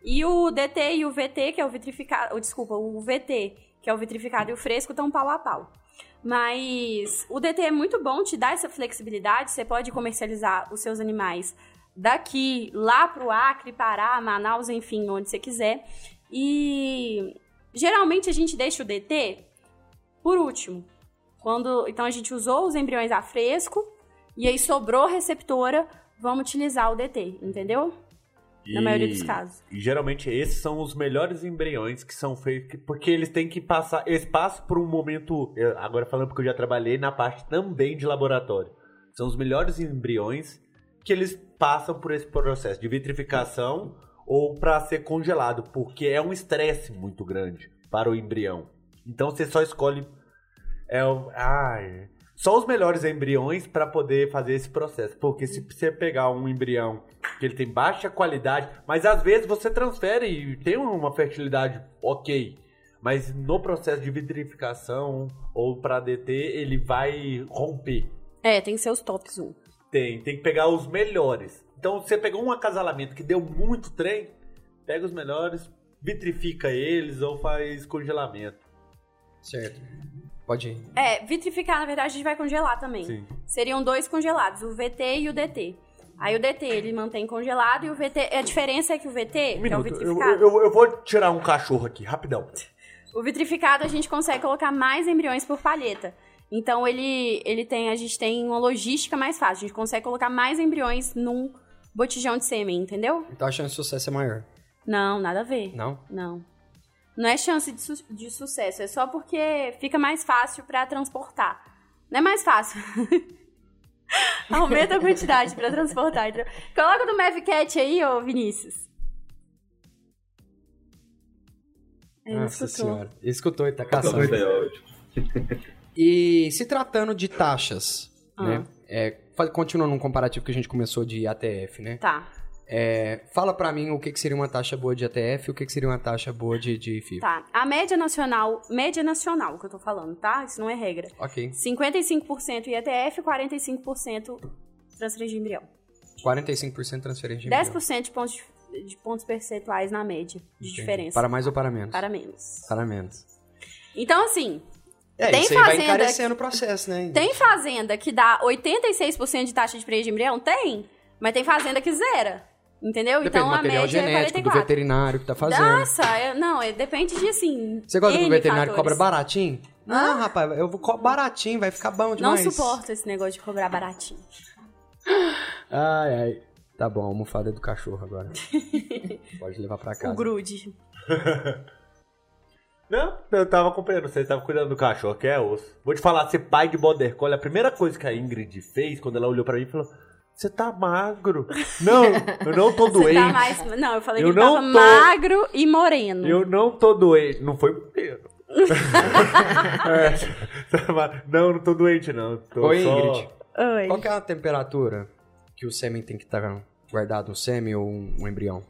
[SPEAKER 2] E o DT e o VT, que é o vitrificado, ou, desculpa, o VT, que é o vitrificado e o fresco, estão pau a pau. Mas o DT é muito bom, te dá essa flexibilidade, você pode comercializar os seus animais daqui, lá pro Acre, Pará, Manaus, enfim, onde você quiser. E geralmente a gente deixa o DT por último. Quando, então a gente usou os embriões a fresco e aí sobrou receptora, vamos utilizar o DT, entendeu? Na
[SPEAKER 3] E-
[SPEAKER 2] maioria dos casos.
[SPEAKER 3] E geralmente esses são os melhores embriões que são feitos, que- porque eles têm que passar espaço por um momento. eu- agora falando porque eu já trabalhei na parte também de laboratório. São os melhores embriões que eles passam por esse processo de vitrificação ou para ser congelado, porque é um estresse muito grande para o embrião. Então você só escolhe. É, o- ai, só os melhores embriões para poder fazer esse processo. Porque se você pegar um embrião que ele tem baixa qualidade, mas às vezes você transfere e tem uma fertilidade ok. Mas no processo de vitrificação ou para DT, ele vai romper.
[SPEAKER 2] É, tem seus tops 1.
[SPEAKER 3] Tem, tem que pegar os melhores. Então, você pegou um acasalamento que deu muito trem, pega os melhores, vitrifica eles ou faz congelamento.
[SPEAKER 1] Certo. Pode ir.
[SPEAKER 2] É, vitrificar, na verdade, a gente vai congelar também.
[SPEAKER 3] Sim.
[SPEAKER 2] Seriam dois congelados, o VT e o DT. Aí o DT ele mantém congelado e o VT. A diferença é que o VT,
[SPEAKER 3] Um
[SPEAKER 2] que é o
[SPEAKER 3] minuto, eu,
[SPEAKER 2] vitrificado.
[SPEAKER 3] eu- eu vou tirar um cachorro aqui, rapidão.
[SPEAKER 2] O vitrificado a gente consegue colocar mais embriões por palheta. Então ele, ele tem, a gente tem uma logística mais fácil. A gente consegue colocar mais embriões num botijão de sêmen, entendeu?
[SPEAKER 1] Então a chance de sucesso é maior.
[SPEAKER 2] Não, nada a ver.
[SPEAKER 1] Não?
[SPEAKER 2] Não. Não é chance de, su- de sucesso, é só porque fica mais fácil pra transportar. Não é mais fácil. <laughs> Aumenta a quantidade pra transportar. entendeu? Coloca do Mavcat aí, ô Vinícius. Ele
[SPEAKER 1] Nossa
[SPEAKER 2] escutou.
[SPEAKER 1] senhora. Ele escutou, ele tá
[SPEAKER 4] Então,
[SPEAKER 1] caçando.
[SPEAKER 4] isso aí é ótimo.
[SPEAKER 1] E se tratando de taxas,
[SPEAKER 2] Ah.
[SPEAKER 1] né? É, fa- continuando um comparativo que a gente começou de ATF, né?
[SPEAKER 2] Tá,
[SPEAKER 1] É, fala pra mim o que, que seria uma taxa boa de ATF e o que, que seria uma taxa boa de, de FIV.
[SPEAKER 2] tá. A média nacional, média nacional que eu tô falando, tá? Isso não é regra.
[SPEAKER 1] Ok.
[SPEAKER 2] 55% IETF, 45% transferência de embrião.
[SPEAKER 1] 45% transferência de embrião.
[SPEAKER 2] 10% de pontos, de pontos percentuais na média de
[SPEAKER 1] Entendi.
[SPEAKER 2] diferença.
[SPEAKER 1] Para mais ou para menos?
[SPEAKER 2] Para menos.
[SPEAKER 1] Para menos.
[SPEAKER 2] Então, assim,
[SPEAKER 1] É,
[SPEAKER 2] Tem
[SPEAKER 1] isso aí vai
[SPEAKER 2] fazenda
[SPEAKER 1] encarecendo o processo, né?
[SPEAKER 2] tem fazenda que dá 86% de taxa de preço de embrião? Tem. Mas tem fazenda que zera. Entendeu?
[SPEAKER 1] Depende
[SPEAKER 2] então
[SPEAKER 1] do
[SPEAKER 2] a
[SPEAKER 1] material
[SPEAKER 2] média
[SPEAKER 1] genético,
[SPEAKER 2] é
[SPEAKER 1] do
[SPEAKER 2] 44.
[SPEAKER 1] veterinário que tá fazendo.
[SPEAKER 2] Nossa, é- não, é, depende de assim.
[SPEAKER 1] Você gosta que
[SPEAKER 2] N
[SPEAKER 1] o veterinário
[SPEAKER 2] fatores.
[SPEAKER 1] cobra baratinho? Não, rapaz, eu vou co- baratinho, vai ficar bom
[SPEAKER 2] Não
[SPEAKER 1] demais.
[SPEAKER 2] suporto esse negócio de cobrar baratinho.
[SPEAKER 1] Ai, ai. Tá bom, a almofada é do cachorro
[SPEAKER 2] <laughs>
[SPEAKER 1] agora. Pode levar pra
[SPEAKER 2] O
[SPEAKER 1] casa.
[SPEAKER 2] grude.
[SPEAKER 3] Não, eu tava acompanhando você, tava cuidando do cachorro, que é osso. Vou te falar, ser pai de Border Collie, a primeira coisa que a Ingrid fez, quando ela olhou pra mim, falou, você tá magro. não, eu não tô
[SPEAKER 2] <laughs> Você
[SPEAKER 3] doente.
[SPEAKER 2] tá mais. um. Não, eu falei
[SPEAKER 3] Eu
[SPEAKER 2] que ele
[SPEAKER 3] não
[SPEAKER 2] tava
[SPEAKER 3] tô.
[SPEAKER 2] magro e moreno.
[SPEAKER 3] Eu não tô doente. Não foi inteiro.
[SPEAKER 2] <laughs>
[SPEAKER 3] É, tá ma- não, não tô doente, não. Tô
[SPEAKER 1] Oi,
[SPEAKER 3] só-
[SPEAKER 1] Ingrid.
[SPEAKER 2] Oi.
[SPEAKER 1] Qual que é a temperatura que o sêmen tem que estar guardado? Um sêmen ou um, um embrião?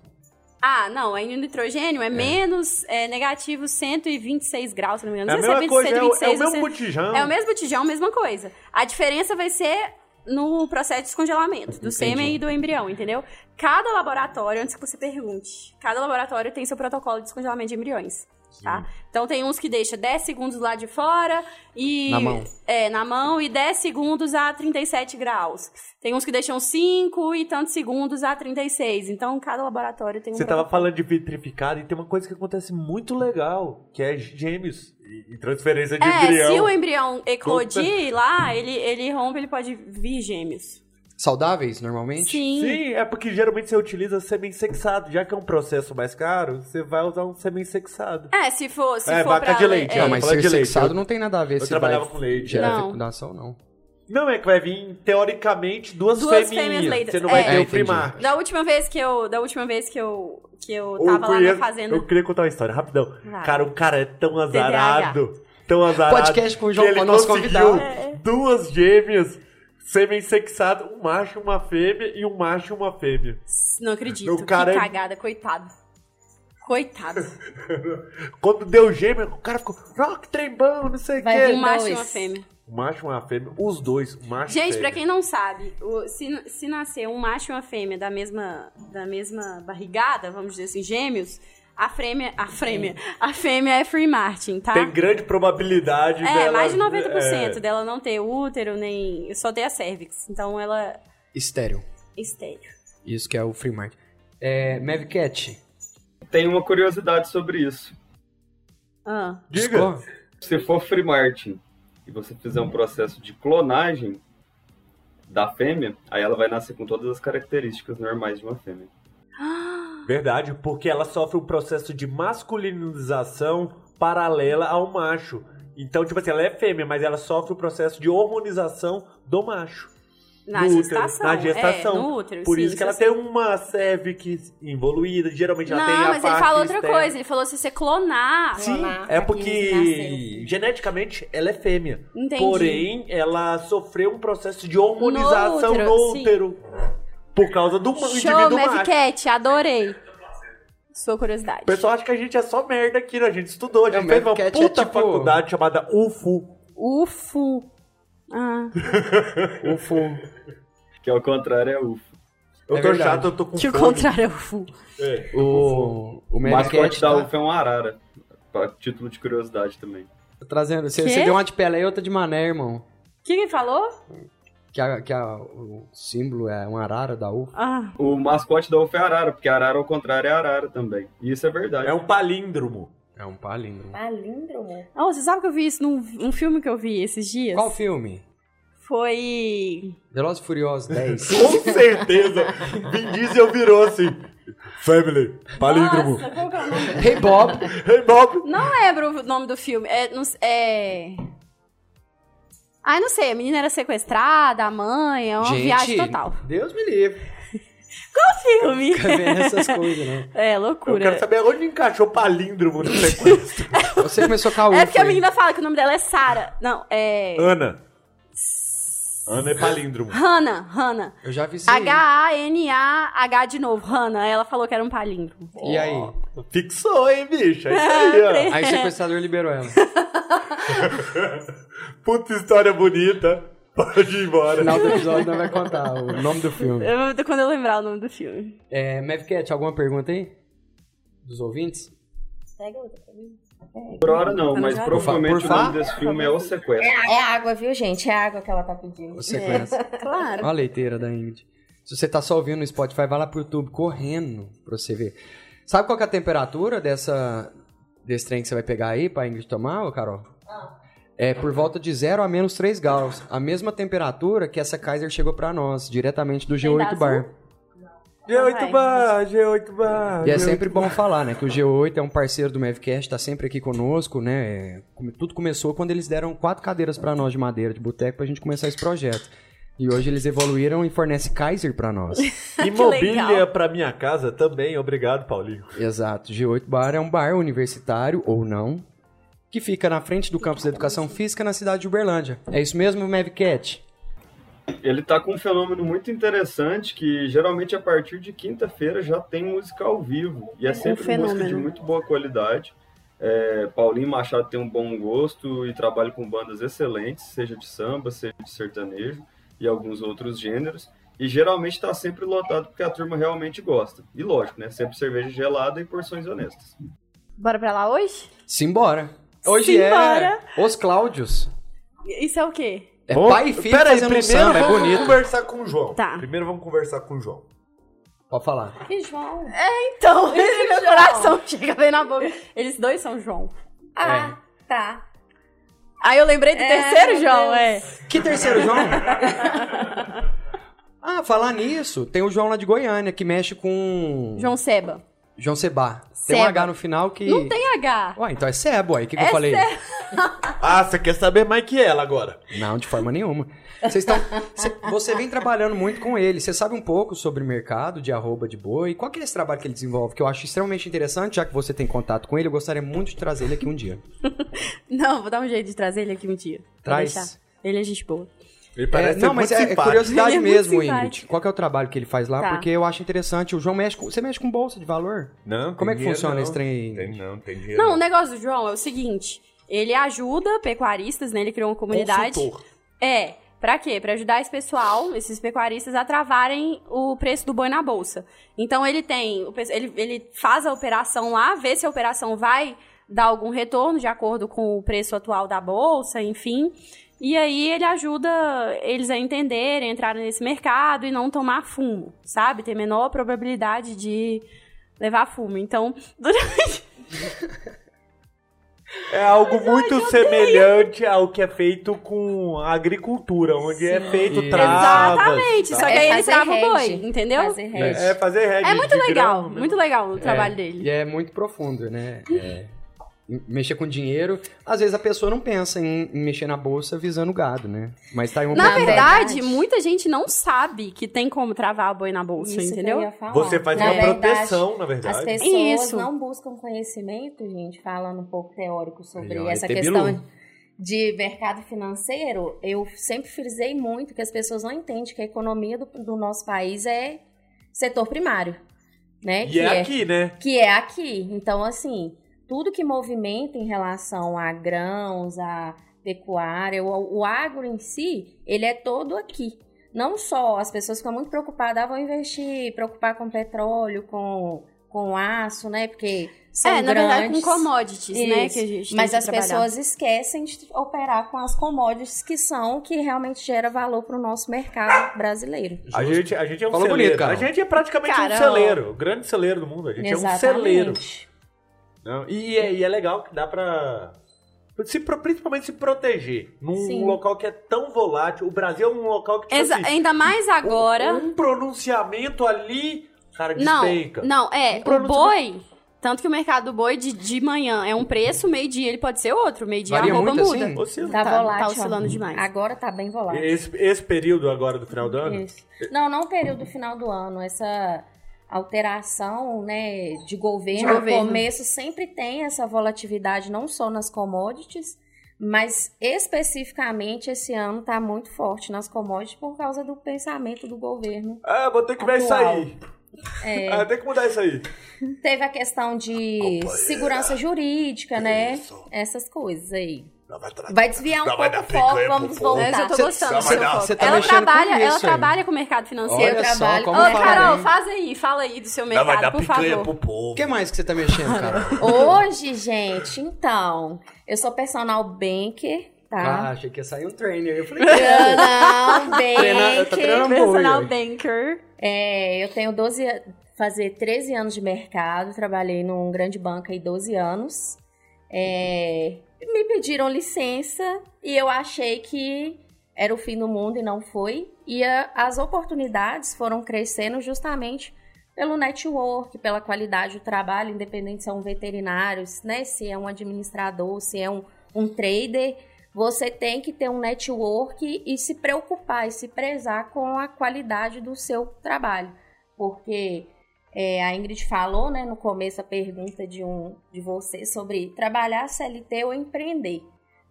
[SPEAKER 2] Ah, não, aí o nitrogênio é, menos é, negativo 126 graus, se não me engano.
[SPEAKER 3] É a
[SPEAKER 2] Não sei se é
[SPEAKER 3] mesma
[SPEAKER 2] 20,
[SPEAKER 3] coisa, é o,
[SPEAKER 2] 126
[SPEAKER 3] é o
[SPEAKER 2] ou
[SPEAKER 3] mesmo
[SPEAKER 2] 100.
[SPEAKER 3] botijão.
[SPEAKER 2] É o mesmo botijão, mesma coisa. A diferença vai ser no processo de descongelamento do sêmen e do embrião, entendeu? Cada laboratório, antes que você pergunte, cada laboratório tem seu protocolo de descongelamento de embriões, tá? Então tem uns que deixa 10 segundos lá de fora e
[SPEAKER 1] Na mão.
[SPEAKER 2] é, na mão e 10 segundos a 37 graus. Tem uns que deixam 5 e tantos segundos a 36. Então cada laboratório tem um
[SPEAKER 3] Você tava
[SPEAKER 2] protocolo.
[SPEAKER 3] falando de vitrificado e tem uma coisa que acontece muito legal, que é gêmeos e, e transferência de
[SPEAKER 2] É,
[SPEAKER 3] embrião.
[SPEAKER 2] se o embrião eclodir lá, ele, ele rompe, ele pode vir gêmeos.
[SPEAKER 1] Saudáveis, normalmente?
[SPEAKER 3] Sim, é porque geralmente você utiliza sêmen sexado. Já que é um processo mais caro, você vai usar um sêmen sexado.
[SPEAKER 2] É, se for, se
[SPEAKER 3] É,
[SPEAKER 2] for
[SPEAKER 3] vaca
[SPEAKER 2] pra...
[SPEAKER 3] de leite,
[SPEAKER 2] é,
[SPEAKER 1] Não, mas
[SPEAKER 3] Falar
[SPEAKER 1] ser
[SPEAKER 3] de leite,
[SPEAKER 1] sexado
[SPEAKER 3] eu-
[SPEAKER 1] não tem nada a ver
[SPEAKER 3] eu
[SPEAKER 1] se vai
[SPEAKER 3] trabalhava com leite.
[SPEAKER 1] gerar
[SPEAKER 2] Não.
[SPEAKER 1] fecundação ou não.
[SPEAKER 3] Não é que vai vir, teoricamente, duas,
[SPEAKER 2] Duas
[SPEAKER 3] fêmeas.
[SPEAKER 2] fêmeas leitas,
[SPEAKER 3] Você não vai
[SPEAKER 1] É,
[SPEAKER 2] é.
[SPEAKER 3] ter o
[SPEAKER 1] entendi.
[SPEAKER 3] primar.
[SPEAKER 2] Da última vez que eu, da última vez que eu, que eu
[SPEAKER 3] Eu
[SPEAKER 2] tava lá na
[SPEAKER 3] conheço-
[SPEAKER 2] fazenda...
[SPEAKER 3] Eu queria contar uma história, rapidão.
[SPEAKER 2] Vai.
[SPEAKER 3] Cara, o cara é tão
[SPEAKER 2] TDAH.
[SPEAKER 3] azarado. Tão azarado.
[SPEAKER 1] Podcast com o João
[SPEAKER 3] que ele
[SPEAKER 1] Paulo, nosso
[SPEAKER 3] conseguiu
[SPEAKER 1] convidado.
[SPEAKER 3] Duas gêmeas, sêmen sexado, um macho e uma fêmea, e um macho e uma fêmea. <laughs>
[SPEAKER 2] Não acredito,
[SPEAKER 3] O cara
[SPEAKER 2] que
[SPEAKER 3] é-
[SPEAKER 2] cagada, coitado. Coitado.
[SPEAKER 3] Quando deu gêmea, o cara ficou, "Ó, que trem bom, não sei o
[SPEAKER 5] Vai
[SPEAKER 3] quê.
[SPEAKER 2] Um
[SPEAKER 5] vir
[SPEAKER 2] macho e
[SPEAKER 5] Dois.
[SPEAKER 2] uma fêmea.
[SPEAKER 3] Um macho e uma fêmea, os dois, um macho e
[SPEAKER 2] Gente,
[SPEAKER 3] fêmea.
[SPEAKER 2] pra quem não sabe, o- se, se nascer um macho e uma fêmea da mesma, da mesma barrigada, vamos dizer assim, gêmeos, a fêmea, a fêmea, a fêmea é free Martin, tá?
[SPEAKER 3] Tem grande probabilidade
[SPEAKER 2] é,
[SPEAKER 3] dela...
[SPEAKER 2] mais de 90%
[SPEAKER 3] é,
[SPEAKER 2] dela não ter útero, nem... Só ter a cervix. Então ela...
[SPEAKER 1] Estéreo.
[SPEAKER 2] Estéreo.
[SPEAKER 1] Isso que é o free market. É, Mavcat.
[SPEAKER 4] Tem uma curiosidade sobre isso.
[SPEAKER 2] Ah,
[SPEAKER 3] Diga.
[SPEAKER 1] Discord?
[SPEAKER 4] Se for free martin e você fizer um processo de clonagem da fêmea, aí ela vai nascer com todas as características normais de uma fêmea.
[SPEAKER 3] Verdade, porque ela sofre um processo de masculinização paralela ao macho. Então, tipo assim, ela é fêmea, mas ela sofre o processo de hormonização do macho.
[SPEAKER 2] na
[SPEAKER 3] No útero,
[SPEAKER 2] gestação.
[SPEAKER 3] na gestação.
[SPEAKER 2] É, no útero,
[SPEAKER 3] Por
[SPEAKER 2] sim,
[SPEAKER 3] isso que ela
[SPEAKER 2] eu
[SPEAKER 3] tem uma cervix involuída, geralmente ela
[SPEAKER 2] Não,
[SPEAKER 3] tem a
[SPEAKER 2] mas ele
[SPEAKER 3] parte
[SPEAKER 2] falou outra
[SPEAKER 3] externa.
[SPEAKER 2] coisa. Ele falou se você clonar.
[SPEAKER 3] Sim,
[SPEAKER 5] Olá,
[SPEAKER 3] é
[SPEAKER 5] aqui
[SPEAKER 3] porque
[SPEAKER 5] nasceu.
[SPEAKER 3] geneticamente ela é fêmea.
[SPEAKER 2] Entendi.
[SPEAKER 3] Porém, ela sofreu um processo de hormonização
[SPEAKER 2] No
[SPEAKER 3] no
[SPEAKER 2] útero,
[SPEAKER 3] útero,
[SPEAKER 2] sim.
[SPEAKER 3] por causa do ma-
[SPEAKER 2] Show,
[SPEAKER 3] indivíduo macho.
[SPEAKER 2] Mavcat, adorei. Sua curiosidade.
[SPEAKER 3] O pessoal acha que a gente é só merda aqui, né? A gente estudou, a gente
[SPEAKER 1] É,
[SPEAKER 3] fez uma
[SPEAKER 1] Mavcat é
[SPEAKER 3] puta
[SPEAKER 1] tipo-
[SPEAKER 3] faculdade chamada UFU.
[SPEAKER 2] Ufo. Ah,
[SPEAKER 1] Ufo.
[SPEAKER 4] Que ao contrário é UFO.
[SPEAKER 3] Eu
[SPEAKER 1] É
[SPEAKER 3] tô
[SPEAKER 1] verdade.
[SPEAKER 3] chato, eu tô com
[SPEAKER 2] que o
[SPEAKER 3] fome.
[SPEAKER 2] contrário é ufo.
[SPEAKER 3] É.
[SPEAKER 1] O, o
[SPEAKER 4] O mascote
[SPEAKER 1] Mavcat
[SPEAKER 4] da é
[SPEAKER 1] tá,
[SPEAKER 4] UFO é um arara, para título de curiosidade também.
[SPEAKER 1] Tô trazendo. Você,
[SPEAKER 2] Quê?
[SPEAKER 1] você deu uma de Pelé e outra de Mané, irmão.
[SPEAKER 2] O que ele falou?
[SPEAKER 1] Que, a- que a- o símbolo é uma arara da UFA.
[SPEAKER 2] Ah,
[SPEAKER 4] O mascote da UF é arara, porque arara ao contrário é arara também. E isso é verdade.
[SPEAKER 3] É um palíndromo.
[SPEAKER 1] É um palíndromo.
[SPEAKER 5] Palíndromo.
[SPEAKER 2] oh, você sabe que eu vi isso num, num filme que eu vi esses dias?
[SPEAKER 1] Qual filme?
[SPEAKER 2] Foi.
[SPEAKER 1] Velozes e Furiosos <laughs> 10.
[SPEAKER 3] Com certeza. Vin Diesel virou assim. Family, palíndromo.
[SPEAKER 2] Nossa, qual que é o nome?
[SPEAKER 1] hey Bob!
[SPEAKER 2] É
[SPEAKER 3] Hey, Bob.
[SPEAKER 2] Não lembro o nome do filme. É, não, é... Ai, não sei. A menina era sequestrada, a mãe. É uma
[SPEAKER 1] Gente,
[SPEAKER 2] viagem total.
[SPEAKER 1] Deus me livre.
[SPEAKER 2] Filme.
[SPEAKER 1] Fica vendo essas coisas, né?
[SPEAKER 2] É,
[SPEAKER 3] Eu
[SPEAKER 2] loucura.
[SPEAKER 3] quero saber onde encaixou palíndromo no
[SPEAKER 2] <laughs>
[SPEAKER 3] sequestro.
[SPEAKER 1] <laughs> Você começou com a UFA.
[SPEAKER 2] É porque a
[SPEAKER 1] hein?
[SPEAKER 2] menina fala que o nome dela é Sara. Não, é.
[SPEAKER 3] Ana. Ana é palíndromo.
[SPEAKER 2] Hannah, Hannah.
[SPEAKER 1] Eu já vi isso aí.
[SPEAKER 2] H-A-N-A-H de novo, Hannah. Ela falou que era um palíndromo.
[SPEAKER 1] E aí?
[SPEAKER 2] Oh.
[SPEAKER 3] Fixou, hein, bicho? É
[SPEAKER 2] Ah,
[SPEAKER 3] isso aí,
[SPEAKER 1] Aí o sequestrador liberou ela.
[SPEAKER 3] ó. Puta história bonita. Pode ir embora.
[SPEAKER 1] No final do episódio não vai contar o nome do
[SPEAKER 2] <laughs>
[SPEAKER 1] filme.
[SPEAKER 2] Eu, vou- quando eu lembrar o nome do filme.
[SPEAKER 1] É, Mavcat, alguma pergunta aí? Dos ouvintes?
[SPEAKER 5] Pega outra pra mim.
[SPEAKER 4] Por hora não, mas
[SPEAKER 2] Por fa-
[SPEAKER 4] provavelmente
[SPEAKER 1] por
[SPEAKER 4] o
[SPEAKER 1] fa-
[SPEAKER 4] nome desse filme é O Sequestro.
[SPEAKER 5] É água, viu, gente? É água que ela tá pedindo.
[SPEAKER 1] Você conhece?
[SPEAKER 2] Claro.
[SPEAKER 1] Olha a leiteira da Ingrid. Se você tá só ouvindo no Spotify, vai lá pro YouTube correndo pra você ver. Sabe qual que é a temperatura dessa, desse trem que você vai pegar aí pra Ingrid tomar, ô Carol? É por volta de 0 a menos 3 graus. A mesma temperatura que essa Kaiser chegou pra nós, diretamente do
[SPEAKER 2] da
[SPEAKER 1] G8
[SPEAKER 2] azul?
[SPEAKER 1] Bar.
[SPEAKER 3] G8 bar, G8 bar.
[SPEAKER 1] E é
[SPEAKER 3] G8
[SPEAKER 1] sempre bom falar, né? Que o G8 é um parceiro do Mavcast, tá sempre aqui conosco, né? É, come- Tudo começou quando eles deram quatro cadeiras pra nós de madeira, de boteco, pra gente começar esse projeto. E hoje eles evoluíram e fornecem Kaiser pra nós.
[SPEAKER 3] E mobília
[SPEAKER 2] legal.
[SPEAKER 3] pra minha casa também, obrigado, Paulinho.
[SPEAKER 1] Exato. G8 Bar é um bar universitário, ou não, que fica na frente do campus da Educação Física na cidade de Uberlândia. É isso mesmo, Mavcat?
[SPEAKER 4] Ele tá com um fenômeno muito interessante que geralmente a partir de quinta-feira já tem música ao vivo. E é sempre música
[SPEAKER 2] fenômeno.
[SPEAKER 4] de muito boa qualidade. É, Paulinho Machado tem um bom gosto e trabalha com bandas excelentes, seja de samba, seja de sertanejo e alguns outros gêneros. E geralmente está sempre lotado porque a turma realmente gosta. E lógico, né? Sempre cerveja gelada e porções honestas.
[SPEAKER 2] Bora pra lá hoje?
[SPEAKER 1] Simbora! Hoje
[SPEAKER 2] Simbora.
[SPEAKER 1] é Os Cláudios.
[SPEAKER 2] Isso é o quê?
[SPEAKER 1] É
[SPEAKER 3] Bom,
[SPEAKER 1] pai e filho
[SPEAKER 3] pera aí,
[SPEAKER 1] fazendo um
[SPEAKER 3] primeiro
[SPEAKER 1] samba, é
[SPEAKER 3] vamos
[SPEAKER 1] bonito.
[SPEAKER 3] conversar com o João.
[SPEAKER 2] Tá.
[SPEAKER 3] Primeiro vamos conversar com o João.
[SPEAKER 1] Pode falar.
[SPEAKER 5] Que João.
[SPEAKER 2] Então, meu
[SPEAKER 5] João.
[SPEAKER 2] coração chega bem na boca. Eles dois são João. É.
[SPEAKER 5] Ah, tá.
[SPEAKER 2] Aí eu lembrei do
[SPEAKER 5] É,
[SPEAKER 2] terceiro
[SPEAKER 5] meu
[SPEAKER 2] João,
[SPEAKER 5] Deus.
[SPEAKER 2] é.
[SPEAKER 1] Que terceiro
[SPEAKER 3] <laughs>
[SPEAKER 1] João? ah, falar nisso, tem o João lá de Goiânia, que mexe com...
[SPEAKER 2] João Seba.
[SPEAKER 1] João Seba. Tem um
[SPEAKER 2] Seba.
[SPEAKER 1] H no final que...
[SPEAKER 2] Não tem H.
[SPEAKER 1] Ué, então é Sebo aí, o que, que eu
[SPEAKER 2] É
[SPEAKER 1] falei?
[SPEAKER 3] Ah, você quer saber mais que ela agora?
[SPEAKER 1] Não, de forma nenhuma. Vocês estão, cê- você vem trabalhando muito com ele. Você sabe um pouco sobre mercado de arroba de boi. Qual que é esse trabalho que ele desenvolve? Que eu acho extremamente interessante, já que você tem contato com ele. Eu gostaria muito de trazer ele aqui um dia.
[SPEAKER 2] Não, vou dar um jeito de trazer ele aqui um dia. Vou
[SPEAKER 1] Traz.
[SPEAKER 2] deixar. Ele é gente boa.
[SPEAKER 3] Ele
[SPEAKER 1] É,
[SPEAKER 3] <laughs> parece ser
[SPEAKER 1] não, mas
[SPEAKER 3] muito
[SPEAKER 1] é, é
[SPEAKER 3] simpático.
[SPEAKER 1] curiosidade
[SPEAKER 2] Ele é muito
[SPEAKER 1] mesmo, Ingrid.
[SPEAKER 2] simpático.
[SPEAKER 1] Qual que é o trabalho que ele faz lá?
[SPEAKER 2] Tá.
[SPEAKER 1] Porque eu acho interessante. O João mexe com, Você mexe com bolsa de valor?
[SPEAKER 3] Não,
[SPEAKER 1] Como é que
[SPEAKER 3] tem dinheiro
[SPEAKER 1] funciona
[SPEAKER 3] não.
[SPEAKER 1] esse trem aí?
[SPEAKER 3] Tem não, tem dinheiro.
[SPEAKER 2] Não, o negócio do João é o seguinte: ele ajuda pecuaristas, né? Ele criou uma comunidade.
[SPEAKER 3] Consultor.
[SPEAKER 2] É. Pra quê? Pra ajudar esse pessoal, esses pecuaristas, a travarem o preço do boi na bolsa. Então ele tem. o pe- Ele, ele faz a operação lá, vê se a operação vai dar algum retorno de acordo com o preço atual da bolsa, enfim. E aí ele ajuda eles a entenderem, entrarem nesse mercado e não tomar fumo, sabe? Ter menor probabilidade de levar fumo. Então, durante.
[SPEAKER 3] É algo muito semelhante ao que é feito com a agricultura, onde é feito
[SPEAKER 1] Isso.
[SPEAKER 3] travas.
[SPEAKER 2] Exatamente,
[SPEAKER 3] tal.
[SPEAKER 2] só que
[SPEAKER 5] É
[SPEAKER 2] aí ele
[SPEAKER 5] fazer
[SPEAKER 2] trava o boi,
[SPEAKER 5] rede.
[SPEAKER 2] entendeu?
[SPEAKER 5] Fazer rede.
[SPEAKER 3] É fazer regra
[SPEAKER 2] É muito
[SPEAKER 3] de
[SPEAKER 2] legal,
[SPEAKER 3] grama, né?
[SPEAKER 2] muito legal o trabalho
[SPEAKER 1] É,
[SPEAKER 2] dele.
[SPEAKER 1] E é muito profundo, né? É, m- mexer com dinheiro. Às vezes a pessoa não pensa em, em mexer na bolsa visando gado, né? Mas tá aí uma
[SPEAKER 2] Na
[SPEAKER 1] oportunidade.
[SPEAKER 2] verdade,
[SPEAKER 5] verdade.
[SPEAKER 2] muita gente não sabe que tem como travar o boi na bolsa,
[SPEAKER 5] Isso que eu
[SPEAKER 2] entendeu?
[SPEAKER 5] ia falar.
[SPEAKER 3] Você faz
[SPEAKER 5] Na
[SPEAKER 3] uma
[SPEAKER 5] verdade,
[SPEAKER 3] proteção, na
[SPEAKER 5] As
[SPEAKER 3] verdade.
[SPEAKER 5] pessoas
[SPEAKER 2] Isso.
[SPEAKER 5] não buscam conhecimento, gente, falando um pouco teórico sobre
[SPEAKER 1] Aí, ó,
[SPEAKER 5] essa
[SPEAKER 1] ET
[SPEAKER 5] questão
[SPEAKER 1] Bilu.
[SPEAKER 5] de mercado financeiro. Eu sempre frisei muito que as pessoas não entendem que a economia do, do nosso país é setor primário, né?
[SPEAKER 3] E
[SPEAKER 5] que
[SPEAKER 3] é aqui, né?
[SPEAKER 5] que é aqui. Então, assim, tudo que movimenta em relação a grãos, a pecuária, o, o agro em si, ele é todo aqui. Não só as pessoas ficam muito preocupadas, ah, vão investir, preocupar com petróleo, com, com aço, né? Porque são
[SPEAKER 2] é, na
[SPEAKER 5] grandes.
[SPEAKER 2] verdade, com commodities, né?
[SPEAKER 5] Isso.
[SPEAKER 2] Que a gente tem
[SPEAKER 5] Mas
[SPEAKER 2] que
[SPEAKER 5] as
[SPEAKER 2] trabalhar.
[SPEAKER 5] pessoas esquecem de operar com as commodities que são o que realmente gera valor para o nosso mercado brasileiro.
[SPEAKER 3] A gente, a gente é um
[SPEAKER 1] Falou
[SPEAKER 3] celeiro.
[SPEAKER 1] bonito,
[SPEAKER 3] a
[SPEAKER 1] Carol.
[SPEAKER 3] gente é praticamente
[SPEAKER 2] Carol.
[SPEAKER 3] um celeiro. O grande celeiro do mundo. A gente é um celeiro. Não, e, é, e é legal que dá pra. Se, pro- principalmente se proteger num
[SPEAKER 5] Sim.
[SPEAKER 3] local que é tão volátil. O Brasil é um local que tipo,
[SPEAKER 2] Exa-
[SPEAKER 3] assim,
[SPEAKER 2] ainda mais agora.
[SPEAKER 3] Um, um pronunciamento ali, cara,
[SPEAKER 2] Não,
[SPEAKER 3] despenca.
[SPEAKER 2] não, é. O
[SPEAKER 3] produto-
[SPEAKER 2] boi, tanto que o mercado do boi de, de manhã é um preço, meio-dia ele pode ser outro, meio-dia a
[SPEAKER 1] Varia
[SPEAKER 2] roupa
[SPEAKER 1] muito
[SPEAKER 2] muda.
[SPEAKER 1] assim?
[SPEAKER 3] Oscila.
[SPEAKER 5] Tá,
[SPEAKER 2] Tá-
[SPEAKER 5] volátil.
[SPEAKER 2] tá oscilando demais.
[SPEAKER 5] Agora tá bem volátil.
[SPEAKER 3] Esse, esse período agora do final do ano?
[SPEAKER 2] É.
[SPEAKER 5] Isso. Não, não o período final do ano. Essa alteração né, de governo,
[SPEAKER 2] De governo.
[SPEAKER 5] no começo sempre tem essa volatilidade, não só nas commodities, mas especificamente esse ano está muito forte nas commodities por causa do pensamento do governo.
[SPEAKER 3] Ah, vou ter que ver isso
[SPEAKER 5] Atual.
[SPEAKER 3] aí.
[SPEAKER 5] É,
[SPEAKER 3] <laughs> Ah, tem que mudar isso aí.
[SPEAKER 5] teve a questão de segurança jurídica, né? Essas coisas aí. Vai desviar um
[SPEAKER 3] Não, vai
[SPEAKER 5] pouco o
[SPEAKER 3] dar pico,
[SPEAKER 5] foco,
[SPEAKER 3] é,
[SPEAKER 5] vamos
[SPEAKER 3] pô,
[SPEAKER 5] voltar.
[SPEAKER 2] Mas eu tô
[SPEAKER 1] Cê-
[SPEAKER 2] gostando do
[SPEAKER 3] cê-
[SPEAKER 2] seu
[SPEAKER 3] mas
[SPEAKER 2] foco.
[SPEAKER 3] você tá
[SPEAKER 2] ela
[SPEAKER 1] mexendo com
[SPEAKER 2] trabalha,
[SPEAKER 1] isso,
[SPEAKER 2] ela
[SPEAKER 1] hein?
[SPEAKER 2] trabalha com o mercado financeiro.
[SPEAKER 5] Eu
[SPEAKER 1] Olha só
[SPEAKER 5] trabalho
[SPEAKER 2] Ô,
[SPEAKER 1] como
[SPEAKER 5] com-
[SPEAKER 1] fala
[SPEAKER 2] Carol,
[SPEAKER 1] bem.
[SPEAKER 2] faz aí, fala aí do seu mercado, por favor.
[SPEAKER 3] povo.
[SPEAKER 1] O que mais que você tá mexendo, cara?
[SPEAKER 5] Hoje, gente, então, eu sou personal banker,
[SPEAKER 1] Ah,
[SPEAKER 5] tá?
[SPEAKER 1] achei que ia sair um trainer. Eu falei,
[SPEAKER 5] Personal
[SPEAKER 1] Treinando- tá
[SPEAKER 5] banker.
[SPEAKER 1] treinando-
[SPEAKER 2] Personal
[SPEAKER 1] Oi,
[SPEAKER 2] banker.
[SPEAKER 5] É, eu tenho 12, a- fazer 13 anos de mercado, trabalhei num grande banco aí 12 anos. É, me pediram licença e eu achei que era o fim do mundo e não foi. E a- as oportunidades foram crescendo justamente pelo network, pela qualidade do trabalho, independente se é um veterinário, né, se é um administrador, se é um, um trader, você tem que ter um network e se preocupar e se prezar com a qualidade do seu trabalho. Porque é, a Ingrid falou né, no começo a pergunta de, um, de você sobre trabalhar CLT ou empreender.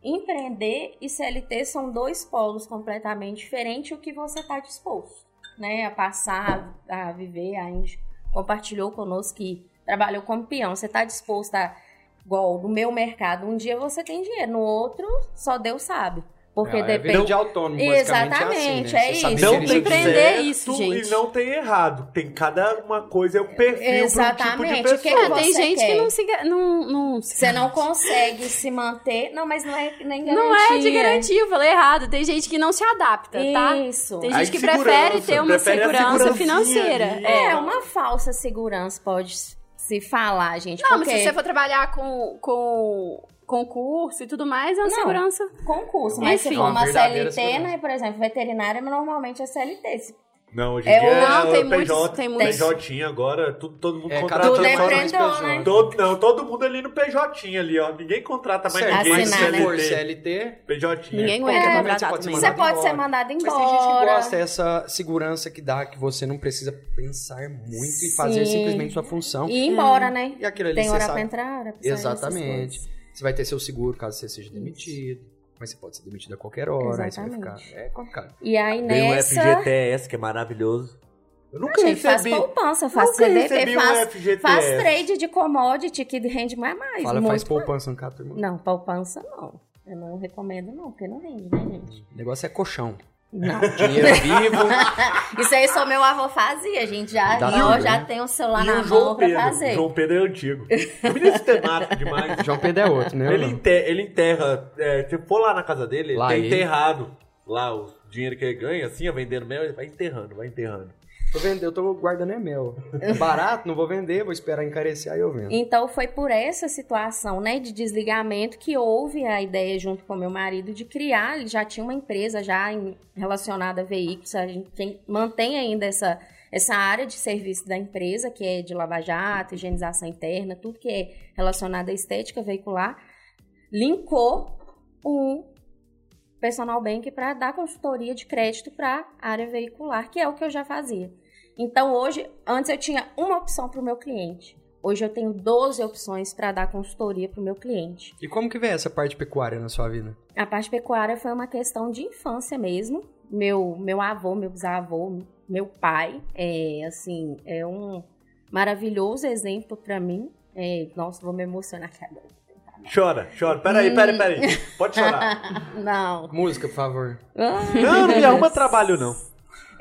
[SPEAKER 5] Empreender e CLT são dois polos completamente diferentes, o que você está disposto né, a passar, a viver. A Ingrid compartilhou conosco que trabalhou como peão. Você está disposto a, igual no meu mercado, um dia você tem dinheiro, no outro só Deus sabe. Porque
[SPEAKER 1] é,
[SPEAKER 5] depende.
[SPEAKER 1] É vida de autônomo, basicamente.
[SPEAKER 5] Exatamente,
[SPEAKER 1] é, assim, né? Você sabe
[SPEAKER 5] é isso.
[SPEAKER 1] se
[SPEAKER 3] Não
[SPEAKER 1] ele
[SPEAKER 3] tem
[SPEAKER 1] já
[SPEAKER 2] Empreender
[SPEAKER 1] quiser.
[SPEAKER 3] certo
[SPEAKER 2] isso, gente.
[SPEAKER 3] E não tem errado. Tem cada uma coisa, é um perfil para um tipo de
[SPEAKER 5] Exatamente. O que é que
[SPEAKER 3] pessoa.
[SPEAKER 5] você
[SPEAKER 2] tem gente
[SPEAKER 5] quer?
[SPEAKER 2] que não se... ga- Não, não, se-
[SPEAKER 5] Você não consegue se manter. Não, mas não é nem garantia.
[SPEAKER 2] não é de garantia, eu falei errado. Tem gente que não se adapta, tá?
[SPEAKER 5] Isso.
[SPEAKER 2] Tem
[SPEAKER 3] Aí
[SPEAKER 2] gente que
[SPEAKER 3] segurança,
[SPEAKER 2] prefere ter uma
[SPEAKER 3] prefere a
[SPEAKER 2] segurança
[SPEAKER 3] segurancinha
[SPEAKER 2] financeira.
[SPEAKER 3] ali.
[SPEAKER 2] É.
[SPEAKER 5] É, uma falsa segurança pode se falar, gente.
[SPEAKER 2] Não, mas
[SPEAKER 5] porque
[SPEAKER 2] se você for trabalhar com, com concurso e tudo mais, é uma
[SPEAKER 5] Não.
[SPEAKER 2] segurança.
[SPEAKER 5] concurso, mas se
[SPEAKER 2] Enfim.
[SPEAKER 5] for uma
[SPEAKER 1] Uma verdadeira
[SPEAKER 5] CLT, né?
[SPEAKER 1] segurança.
[SPEAKER 5] Por exemplo, veterinária normalmente é CLT. Se-
[SPEAKER 3] Não, hoje em
[SPEAKER 5] É,
[SPEAKER 3] dia é,
[SPEAKER 2] não, tem
[SPEAKER 3] o
[SPEAKER 2] muitos-
[SPEAKER 3] PJ,
[SPEAKER 2] tem
[SPEAKER 3] o
[SPEAKER 2] muitos.
[SPEAKER 3] PJ agora, tudo, todo mundo
[SPEAKER 1] É, contratando
[SPEAKER 3] contratando.
[SPEAKER 5] Tudo é
[SPEAKER 1] só
[SPEAKER 3] só-
[SPEAKER 5] empreendedor,
[SPEAKER 1] dois
[SPEAKER 5] né?
[SPEAKER 1] PJ.
[SPEAKER 3] todo, não, todo mundo ali no PJ ali, ó. Ninguém contrata mais
[SPEAKER 1] Certo, é.
[SPEAKER 3] ninguém
[SPEAKER 1] mas
[SPEAKER 5] Assinar,
[SPEAKER 1] se
[SPEAKER 5] né?
[SPEAKER 1] for
[SPEAKER 3] no CLT.
[SPEAKER 1] CLT,
[SPEAKER 3] PJ.
[SPEAKER 2] Ninguém aguenta
[SPEAKER 5] É,
[SPEAKER 2] contratar
[SPEAKER 1] pode ser
[SPEAKER 2] também.
[SPEAKER 5] Você
[SPEAKER 1] Mandado
[SPEAKER 5] pode ser
[SPEAKER 1] embora.
[SPEAKER 5] mandado
[SPEAKER 1] Mas tem gente que
[SPEAKER 5] embora.
[SPEAKER 1] gosta dessa segurança que dá, que você não precisa pensar muito e fazer
[SPEAKER 5] Sim.
[SPEAKER 1] simplesmente sua função.
[SPEAKER 5] E ir
[SPEAKER 2] É.
[SPEAKER 5] embora, né?
[SPEAKER 1] E aquilo ali
[SPEAKER 5] Tem
[SPEAKER 1] você
[SPEAKER 5] hora
[SPEAKER 1] então. sabe.
[SPEAKER 5] pra entrar, hora pra sair, essas
[SPEAKER 1] Exatamente.
[SPEAKER 5] coisas.
[SPEAKER 1] Você vai ter seu seguro caso você seja demitido. Mas você pode ser demitido a qualquer hora. Aí você vai
[SPEAKER 5] Exatamente.
[SPEAKER 1] ficar. É complicado.
[SPEAKER 5] E aí
[SPEAKER 3] Veio
[SPEAKER 1] um
[SPEAKER 3] o
[SPEAKER 5] nessa.
[SPEAKER 3] FGTS, que é maravilhoso. Eu nunca
[SPEAKER 5] Gente, faz
[SPEAKER 3] recebi.
[SPEAKER 1] um
[SPEAKER 5] poupança, faz
[SPEAKER 3] Nunca
[SPEAKER 5] CDB,
[SPEAKER 3] recebi
[SPEAKER 5] faz
[SPEAKER 3] um FGTS.
[SPEAKER 5] Faz trade de commodity que rende mais mais.
[SPEAKER 1] Fala,
[SPEAKER 5] muito.
[SPEAKER 1] faz poupança no cara, irmão.
[SPEAKER 5] Não, poupança não. Eu não recomendo não, porque não rende, né, gente?
[SPEAKER 1] O negócio é colchão.
[SPEAKER 5] Não.
[SPEAKER 1] Dinheiro
[SPEAKER 5] <laughs>
[SPEAKER 1] vivo.
[SPEAKER 5] Isso aí só meu avô fazia, gente. Já,
[SPEAKER 1] Dá
[SPEAKER 5] eu
[SPEAKER 1] tudo,
[SPEAKER 5] já
[SPEAKER 1] né?
[SPEAKER 5] tem o celular
[SPEAKER 3] e
[SPEAKER 5] na
[SPEAKER 3] o
[SPEAKER 5] mão
[SPEAKER 3] João
[SPEAKER 5] pra
[SPEAKER 3] Pedro.
[SPEAKER 5] fazer.
[SPEAKER 3] João Pedro é
[SPEAKER 2] <laughs>
[SPEAKER 3] antigo. Menino sistemático demais.
[SPEAKER 1] João Pedro é outro, né?
[SPEAKER 3] Ele, enter- ele enterra. É, se for lá na casa dele, ele
[SPEAKER 1] Lá
[SPEAKER 3] tá
[SPEAKER 1] ele.
[SPEAKER 3] enterrado. Lá o dinheiro que ele ganha, assim, ó, vendendo mel, ele vai enterrando, vai enterrando.
[SPEAKER 1] Tô vendo, eu tô guardando é
[SPEAKER 5] <laughs>
[SPEAKER 1] mel. É barato, não vou vender, vou esperar encarecer, aí eu vendo.
[SPEAKER 5] Então foi por essa situação, né, de desligamento que houve a ideia junto com meu marido de criar. Ele já tinha uma empresa já em- relacionada a veículos. A gente tem- mantém ainda essa essa área de serviço da empresa que é de lava jato, higienização interna, tudo que é relacionado à estética veicular. Linkou o personal bank para dar consultoria de crédito para área veicular, que é o que eu já fazia. Então hoje, antes eu tinha uma opção para o meu cliente. Hoje eu tenho 12 opções para dar consultoria para o meu cliente.
[SPEAKER 1] E como que vem essa parte pecuária na sua vida?
[SPEAKER 5] A parte pecuária foi uma questão de infância mesmo. Meu, meu avô, meu bisavô, meu pai, é assim, é um maravilhoso exemplo para mim. É, nossa, vou me emocionar aqui agora.
[SPEAKER 3] Chora, chora.
[SPEAKER 5] Hum.
[SPEAKER 3] Peraí, peraí, peraí. Pode chorar.
[SPEAKER 5] <laughs> Não.
[SPEAKER 1] Música, por favor.
[SPEAKER 3] Não, não me arruma trabalho, não.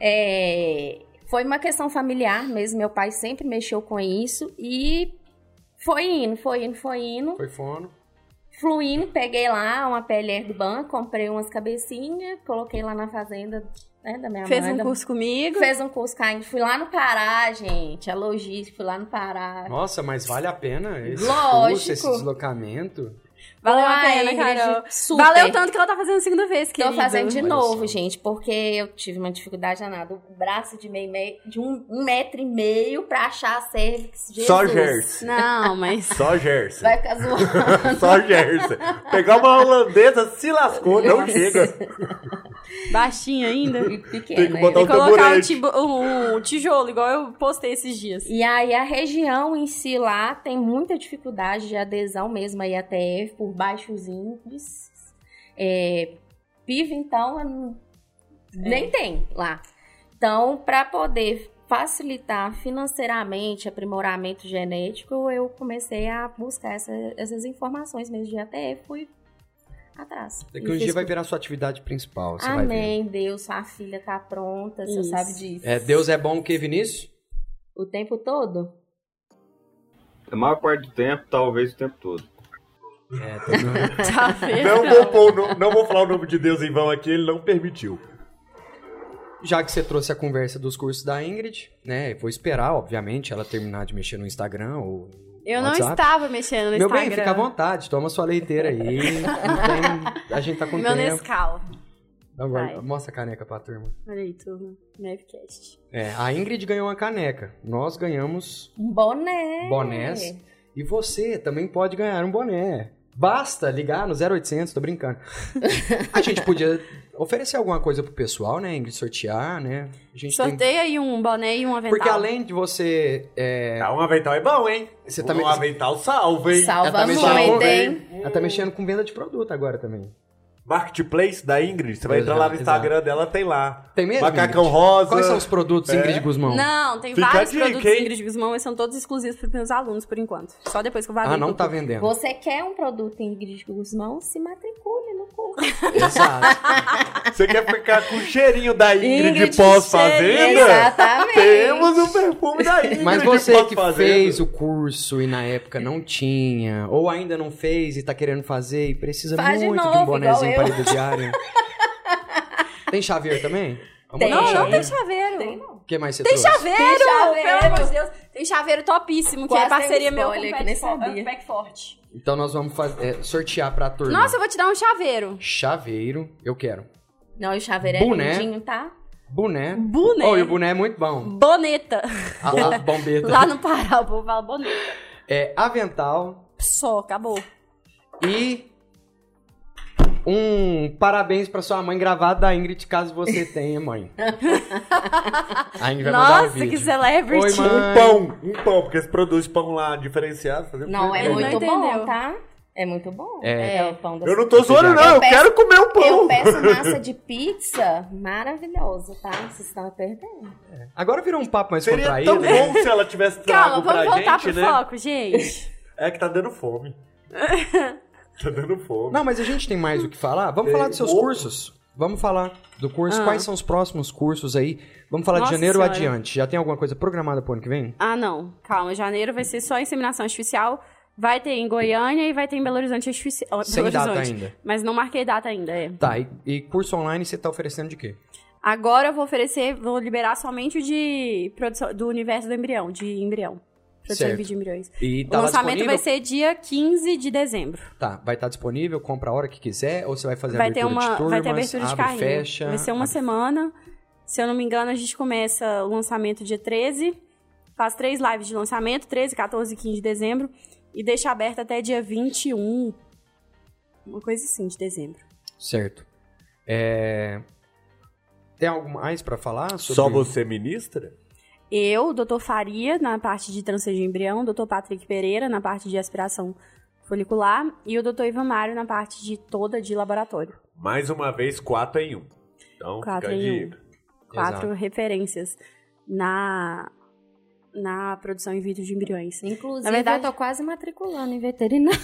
[SPEAKER 5] É, foi uma questão familiar mesmo. Meu pai sempre mexeu com isso e Foi indo, foi indo, foi indo.
[SPEAKER 1] Foi fono.
[SPEAKER 5] Fluindo, peguei lá uma PLR do banco, comprei umas cabecinhas, coloquei lá na fazenda né, da minha
[SPEAKER 2] Fez
[SPEAKER 5] mãe.
[SPEAKER 2] um
[SPEAKER 5] da-
[SPEAKER 2] curso comigo.
[SPEAKER 5] Fez um curso caindo. Fui lá no Pará, gente. A logística, fui lá no Pará.
[SPEAKER 1] Nossa, mas vale a pena esse curso,
[SPEAKER 5] Lógico.
[SPEAKER 1] esse deslocamento?
[SPEAKER 2] Valeu a
[SPEAKER 5] Uai,
[SPEAKER 2] pena, né,
[SPEAKER 5] Ingrid,
[SPEAKER 2] Carol.
[SPEAKER 5] é Super.
[SPEAKER 2] Valeu tanto que ela tá fazendo a segunda vez,
[SPEAKER 5] Tô
[SPEAKER 2] querido.
[SPEAKER 5] fazendo de
[SPEAKER 1] Olha só.
[SPEAKER 5] novo, gente, porque eu tive uma dificuldade danada. O braço de meio, meio de um, um metro e meio pra achar a cervix. Jesus.
[SPEAKER 3] Só Jersey.
[SPEAKER 2] Não, mas...
[SPEAKER 3] Só Jersey.
[SPEAKER 5] Vai ficar zoando. <laughs>
[SPEAKER 3] <laughs> Só Jersey. Pegar uma holandesa se lascou, não
[SPEAKER 5] Nossa.
[SPEAKER 3] chega.
[SPEAKER 5] <laughs>
[SPEAKER 2] Baixinho ainda.
[SPEAKER 5] E pequeno,
[SPEAKER 3] Tem que
[SPEAKER 5] né?
[SPEAKER 3] botar
[SPEAKER 1] Então
[SPEAKER 2] E
[SPEAKER 3] um
[SPEAKER 2] colocar um,
[SPEAKER 3] taburete.
[SPEAKER 2] tibo- um tijolo, igual eu postei
[SPEAKER 1] <laughs>
[SPEAKER 2] esses dias.
[SPEAKER 5] E aí a região em si lá tem muita dificuldade de adesão mesmo aí à TF por baixos índices. É, PIB, então, é n-
[SPEAKER 1] É.
[SPEAKER 5] nem tem lá. Então, para poder facilitar financeiramente aprimoramento genético, eu comecei a buscar essa- essas informações mesmo de ATF, fui atrás.
[SPEAKER 1] Daqui um
[SPEAKER 5] E
[SPEAKER 1] dia
[SPEAKER 5] fiz
[SPEAKER 1] vai
[SPEAKER 5] com-
[SPEAKER 1] virar sua atividade principal, você vai ver.
[SPEAKER 5] Amém, Deus, sua filha tá pronta, você
[SPEAKER 2] Isso.
[SPEAKER 5] sabe disso.
[SPEAKER 1] É, Deus é bom o que, Vinícius?
[SPEAKER 5] O tempo todo?
[SPEAKER 4] A maior parte do tempo, talvez o tempo todo.
[SPEAKER 1] É,
[SPEAKER 5] <laughs>
[SPEAKER 1] tem-
[SPEAKER 2] Tá vendo?
[SPEAKER 3] Não vou, pôr o no- não vou falar o nome de Deus em vão aqui, ele não permitiu.
[SPEAKER 1] Já que você trouxe a conversa dos cursos da Ingrid, né? Vou esperar, obviamente, ela terminar de mexer no Instagram ou
[SPEAKER 2] Eu não
[SPEAKER 1] WhatsApp.
[SPEAKER 2] estava mexendo no
[SPEAKER 1] Meu
[SPEAKER 2] Instagram.
[SPEAKER 1] bem, fica à vontade, toma sua leiteira aí. não tem- a gente tá com
[SPEAKER 2] Meu
[SPEAKER 1] tempo.
[SPEAKER 2] Nescau.
[SPEAKER 1] Agora,
[SPEAKER 2] vai.
[SPEAKER 1] mostra a caneca pra turma.
[SPEAKER 2] Olha aí, turma. Mapcast.
[SPEAKER 1] É, a Ingrid ganhou uma caneca. Nós ganhamos
[SPEAKER 5] Um
[SPEAKER 2] É.
[SPEAKER 5] boné.
[SPEAKER 1] bonés. E você também pode ganhar um boné. Basta ligar no 0800, tô brincando. a gente podia oferecer alguma coisa pro pessoal, né, Ingrid? Sortear, né? A gente tem-
[SPEAKER 2] Sorteia aí um boné e um avental.
[SPEAKER 1] Porque além de você... é,
[SPEAKER 3] Ah, um avental é bom, hein?
[SPEAKER 1] Você
[SPEAKER 3] um
[SPEAKER 1] também-
[SPEAKER 3] avental salva, hein?
[SPEAKER 1] Ela tá
[SPEAKER 5] Salva
[SPEAKER 1] mexendo com-
[SPEAKER 5] muito, hein?
[SPEAKER 1] Ela tá mexendo com venda de produto agora também.
[SPEAKER 3] Marketplace da Ingrid, você vai entrar lá no
[SPEAKER 1] Exato,
[SPEAKER 3] Instagram dela, tem lá.
[SPEAKER 1] Tem mesmo?
[SPEAKER 3] Macacão
[SPEAKER 1] Ingrid?
[SPEAKER 3] rosa.
[SPEAKER 1] Quais são os produtos,
[SPEAKER 3] É.
[SPEAKER 1] Ingrid Guzmão?
[SPEAKER 2] Não, tem
[SPEAKER 3] Fica
[SPEAKER 2] vários
[SPEAKER 3] a dica,
[SPEAKER 2] produtos
[SPEAKER 3] hein?
[SPEAKER 2] Ingrid Guzmão, mas são todos exclusivos para meus alunos, por enquanto. Só depois que eu validar.
[SPEAKER 1] Ah, não tá vendendo.
[SPEAKER 5] Você quer um produto Ingrid Guzmão? Se matricule no curso.
[SPEAKER 1] Exato.
[SPEAKER 3] Você quer ficar com o cheirinho da Ingrid,
[SPEAKER 2] Ingrid,
[SPEAKER 3] pós-fazenda?
[SPEAKER 5] Exatamente.
[SPEAKER 3] Temos o perfume da Ingrid
[SPEAKER 1] Mas você que
[SPEAKER 3] pós-fazenda.
[SPEAKER 1] fez o curso e na época não tinha, ou ainda não fez e tá querendo fazer e precisa
[SPEAKER 5] Faz de
[SPEAKER 1] muito de, um
[SPEAKER 5] novo,
[SPEAKER 1] bonezinho para
[SPEAKER 5] igual eu.
[SPEAKER 2] <laughs>
[SPEAKER 1] diário. Tem chaveiro também? Vamos
[SPEAKER 5] Tem.
[SPEAKER 1] dar um
[SPEAKER 2] Não, não
[SPEAKER 1] chaveiro.
[SPEAKER 2] tem chaveiro.
[SPEAKER 5] Tem,
[SPEAKER 1] O que mais você
[SPEAKER 2] Tem
[SPEAKER 1] trouxe?
[SPEAKER 2] chaveiro,
[SPEAKER 5] Tem chaveiro.
[SPEAKER 2] Pelo amor de Deus! Tem chaveiro topíssimo, que
[SPEAKER 5] Quase
[SPEAKER 2] é parceria
[SPEAKER 5] tem um
[SPEAKER 2] meu com
[SPEAKER 5] spoiler
[SPEAKER 2] o
[SPEAKER 5] que nem
[SPEAKER 2] Pet Fo-
[SPEAKER 5] sabia.
[SPEAKER 2] eh, Pack Forte.
[SPEAKER 1] Então nós vamos faz- é, sortear pra turma.
[SPEAKER 2] Nossa, eu vou te dar um chaveiro.
[SPEAKER 1] Chaveiro, eu quero.
[SPEAKER 5] Não, e o chaveiro é
[SPEAKER 1] Boné.
[SPEAKER 3] né?
[SPEAKER 5] lindinho, tá?
[SPEAKER 1] Boné.
[SPEAKER 2] Boné.
[SPEAKER 1] Oh, e o boné é muito bom.
[SPEAKER 2] Boneta.
[SPEAKER 1] A, a bombeta.
[SPEAKER 2] Lá no Pará, o povo fala boneta.
[SPEAKER 1] É avental,
[SPEAKER 2] Só, acabou.
[SPEAKER 1] E um parabéns pra sua mãe gravado da Ingrid, caso você tenha,
[SPEAKER 2] <laughs>
[SPEAKER 1] mãe. A Ingrid vai mandar um
[SPEAKER 2] Nossa,
[SPEAKER 1] vídeo.
[SPEAKER 2] que celebrity.
[SPEAKER 1] Oi, mãe.
[SPEAKER 3] Um pão, um pão, porque eles produzem pão lá diferenciado. fazer
[SPEAKER 5] Não, é
[SPEAKER 1] Ele não
[SPEAKER 5] muito
[SPEAKER 2] entendeu.
[SPEAKER 5] bom, tá? É muito bom.
[SPEAKER 1] É.
[SPEAKER 5] o pão da
[SPEAKER 3] Eu não tô zoando,
[SPEAKER 1] Eu
[SPEAKER 3] não. Eu,
[SPEAKER 5] peço-
[SPEAKER 3] quero comer um pão.
[SPEAKER 5] Eu
[SPEAKER 3] <laughs>
[SPEAKER 5] peço massa de pizza maravilhosa, tá? Vocês estão perdendo.
[SPEAKER 1] Agora virou um papo mais
[SPEAKER 3] Seria
[SPEAKER 1] contraído.
[SPEAKER 3] tão bom se ela tivesse
[SPEAKER 2] Calma,
[SPEAKER 3] trago
[SPEAKER 2] vamos
[SPEAKER 3] pra
[SPEAKER 2] voltar
[SPEAKER 3] gente,
[SPEAKER 2] pro
[SPEAKER 3] né?
[SPEAKER 2] foco, gente.
[SPEAKER 3] É que tá
[SPEAKER 2] <laughs>
[SPEAKER 3] dando fome. tá dando fome.
[SPEAKER 1] Não, mas a gente tem mais o que falar. Vamos falar dos seus
[SPEAKER 3] Outro.
[SPEAKER 1] cursos. Vamos falar do curso.
[SPEAKER 2] Ah.
[SPEAKER 1] Quais são os próximos cursos aí? Vamos falar
[SPEAKER 2] Nossa
[SPEAKER 1] de janeiro
[SPEAKER 2] Senhora.
[SPEAKER 1] adiante. Já tem alguma coisa programada pro ano que vem?
[SPEAKER 2] Ah, não. Calma, janeiro vai ser só inseminação artificial. Vai ter em Goiânia e vai ter em Belo Horizonte artificial. ó,
[SPEAKER 1] Sem
[SPEAKER 2] Belo
[SPEAKER 1] data
[SPEAKER 2] Horizonte.
[SPEAKER 1] ainda.
[SPEAKER 2] Mas não marquei data ainda, é.
[SPEAKER 1] Tá, e, e curso online você tá oferecendo de quê?
[SPEAKER 2] Agora eu vou oferecer, vou liberar somente o de produção do universo do embrião, de embrião. Produção
[SPEAKER 1] Certo.
[SPEAKER 2] de vídeo de embriões.
[SPEAKER 1] E
[SPEAKER 2] o
[SPEAKER 1] tá lá
[SPEAKER 2] lançamento
[SPEAKER 1] disponível?
[SPEAKER 2] vai ser dia 15 de dezembro.
[SPEAKER 1] Tá, vai estar disponível, compra a hora que quiser, ou você vai fazer
[SPEAKER 2] vai ter
[SPEAKER 1] abertura
[SPEAKER 2] uma,
[SPEAKER 1] de turmas,
[SPEAKER 2] vai ter abertura de
[SPEAKER 1] abre,
[SPEAKER 2] carrinho.
[SPEAKER 1] fecha.
[SPEAKER 2] vai ser uma semana. Se eu não me engano, a gente começa o lançamento dia 13, faz três lives de lançamento, 13, 14 e 15 de dezembro, e deixa aberto até dia 21. Uma coisa assim de dezembro.
[SPEAKER 1] Certo. É, Tem algo mais pra falar? Sobre...
[SPEAKER 3] Só você ministra?
[SPEAKER 2] Eu, doutor Faria, na parte de transfer de embrião, doutor Patrick Pereira, na parte de aspiração folicular, e o doutor Ivan Mário na parte de toda de laboratório.
[SPEAKER 3] Mais uma vez, quatro em um. Então,
[SPEAKER 2] Quatro
[SPEAKER 3] fica a
[SPEAKER 2] em um.
[SPEAKER 3] dica.
[SPEAKER 2] Quatro referências na, na produção in vitro de embriões.
[SPEAKER 5] Inclusive,
[SPEAKER 2] Na verdade-
[SPEAKER 5] eu tô quase matriculando em veterinário.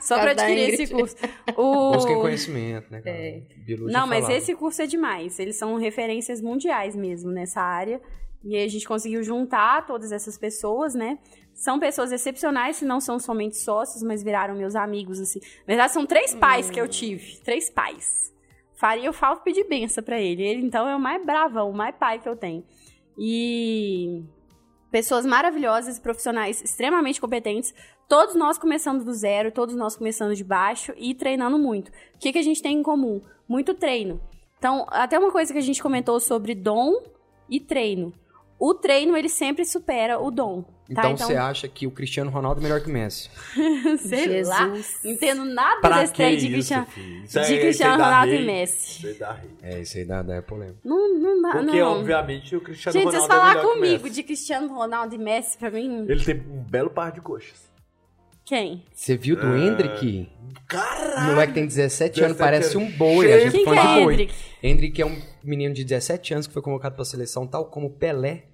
[SPEAKER 2] Só pra adquirir esse curso. O...
[SPEAKER 1] Busquem conhecimento, né? cara?
[SPEAKER 5] É.
[SPEAKER 1] Bilu já
[SPEAKER 2] Não, mas
[SPEAKER 1] falava.
[SPEAKER 2] esse curso é demais. Eles são referências mundiais mesmo nessa área. E aí a gente conseguiu juntar todas essas pessoas, né? São pessoas excepcionais, se não são somente sócios, mas viraram meus amigos, assim. Na verdade, são três pais que eu tive. Três pais. Faria o Falco pedir benção pra ele. Ele, então, é o mais bravão, o mais pai que eu tenho. E pessoas maravilhosas, profissionais extremamente competentes. Todos nós começando do zero, todos nós começando de baixo e treinando muito. O que, que a gente tem em comum? Muito treino. Então, até uma coisa que a gente comentou sobre dom e treino. O treino, ele sempre supera o dom. Tá?
[SPEAKER 1] Então,
[SPEAKER 2] <laughs>
[SPEAKER 1] você acha que o Cristiano Ronaldo é melhor que o Messi?
[SPEAKER 2] sei lá. Não
[SPEAKER 5] <laughs> Jesus.
[SPEAKER 2] entendo nada
[SPEAKER 3] Pra
[SPEAKER 2] desse
[SPEAKER 3] que
[SPEAKER 2] trem de
[SPEAKER 3] isso,
[SPEAKER 2] Cristiano,
[SPEAKER 3] filho? Isso é aí,
[SPEAKER 2] de Cristiano
[SPEAKER 3] você dá
[SPEAKER 2] Ronaldo e
[SPEAKER 3] rei,
[SPEAKER 2] Messi.
[SPEAKER 3] você dá rei.
[SPEAKER 1] É, isso aí dá, dá polêmico.
[SPEAKER 2] Não, não dá,
[SPEAKER 3] Porque,
[SPEAKER 2] Ah, não.
[SPEAKER 3] obviamente, o Cristiano
[SPEAKER 2] Gente,
[SPEAKER 3] Ronaldo
[SPEAKER 2] vocês
[SPEAKER 3] é
[SPEAKER 2] falar
[SPEAKER 3] melhor que o
[SPEAKER 2] comigo
[SPEAKER 3] Messi.
[SPEAKER 2] de Cristiano Ronaldo e Messi, pra mim,
[SPEAKER 3] Ele tem um belo par de coxas.
[SPEAKER 2] quem?
[SPEAKER 1] Você viu do
[SPEAKER 3] É.
[SPEAKER 1] Hendrick? O
[SPEAKER 3] Caralho!
[SPEAKER 1] moleque tem 17 anos,
[SPEAKER 3] 17
[SPEAKER 1] parece
[SPEAKER 3] anos.
[SPEAKER 1] um boi. A gente
[SPEAKER 2] Ah. Quem que
[SPEAKER 1] falando
[SPEAKER 2] é
[SPEAKER 1] de boi.
[SPEAKER 2] Hendrick?
[SPEAKER 1] Hendrick é um menino de 17 anos que foi convocado para a seleção, tal como Pelé.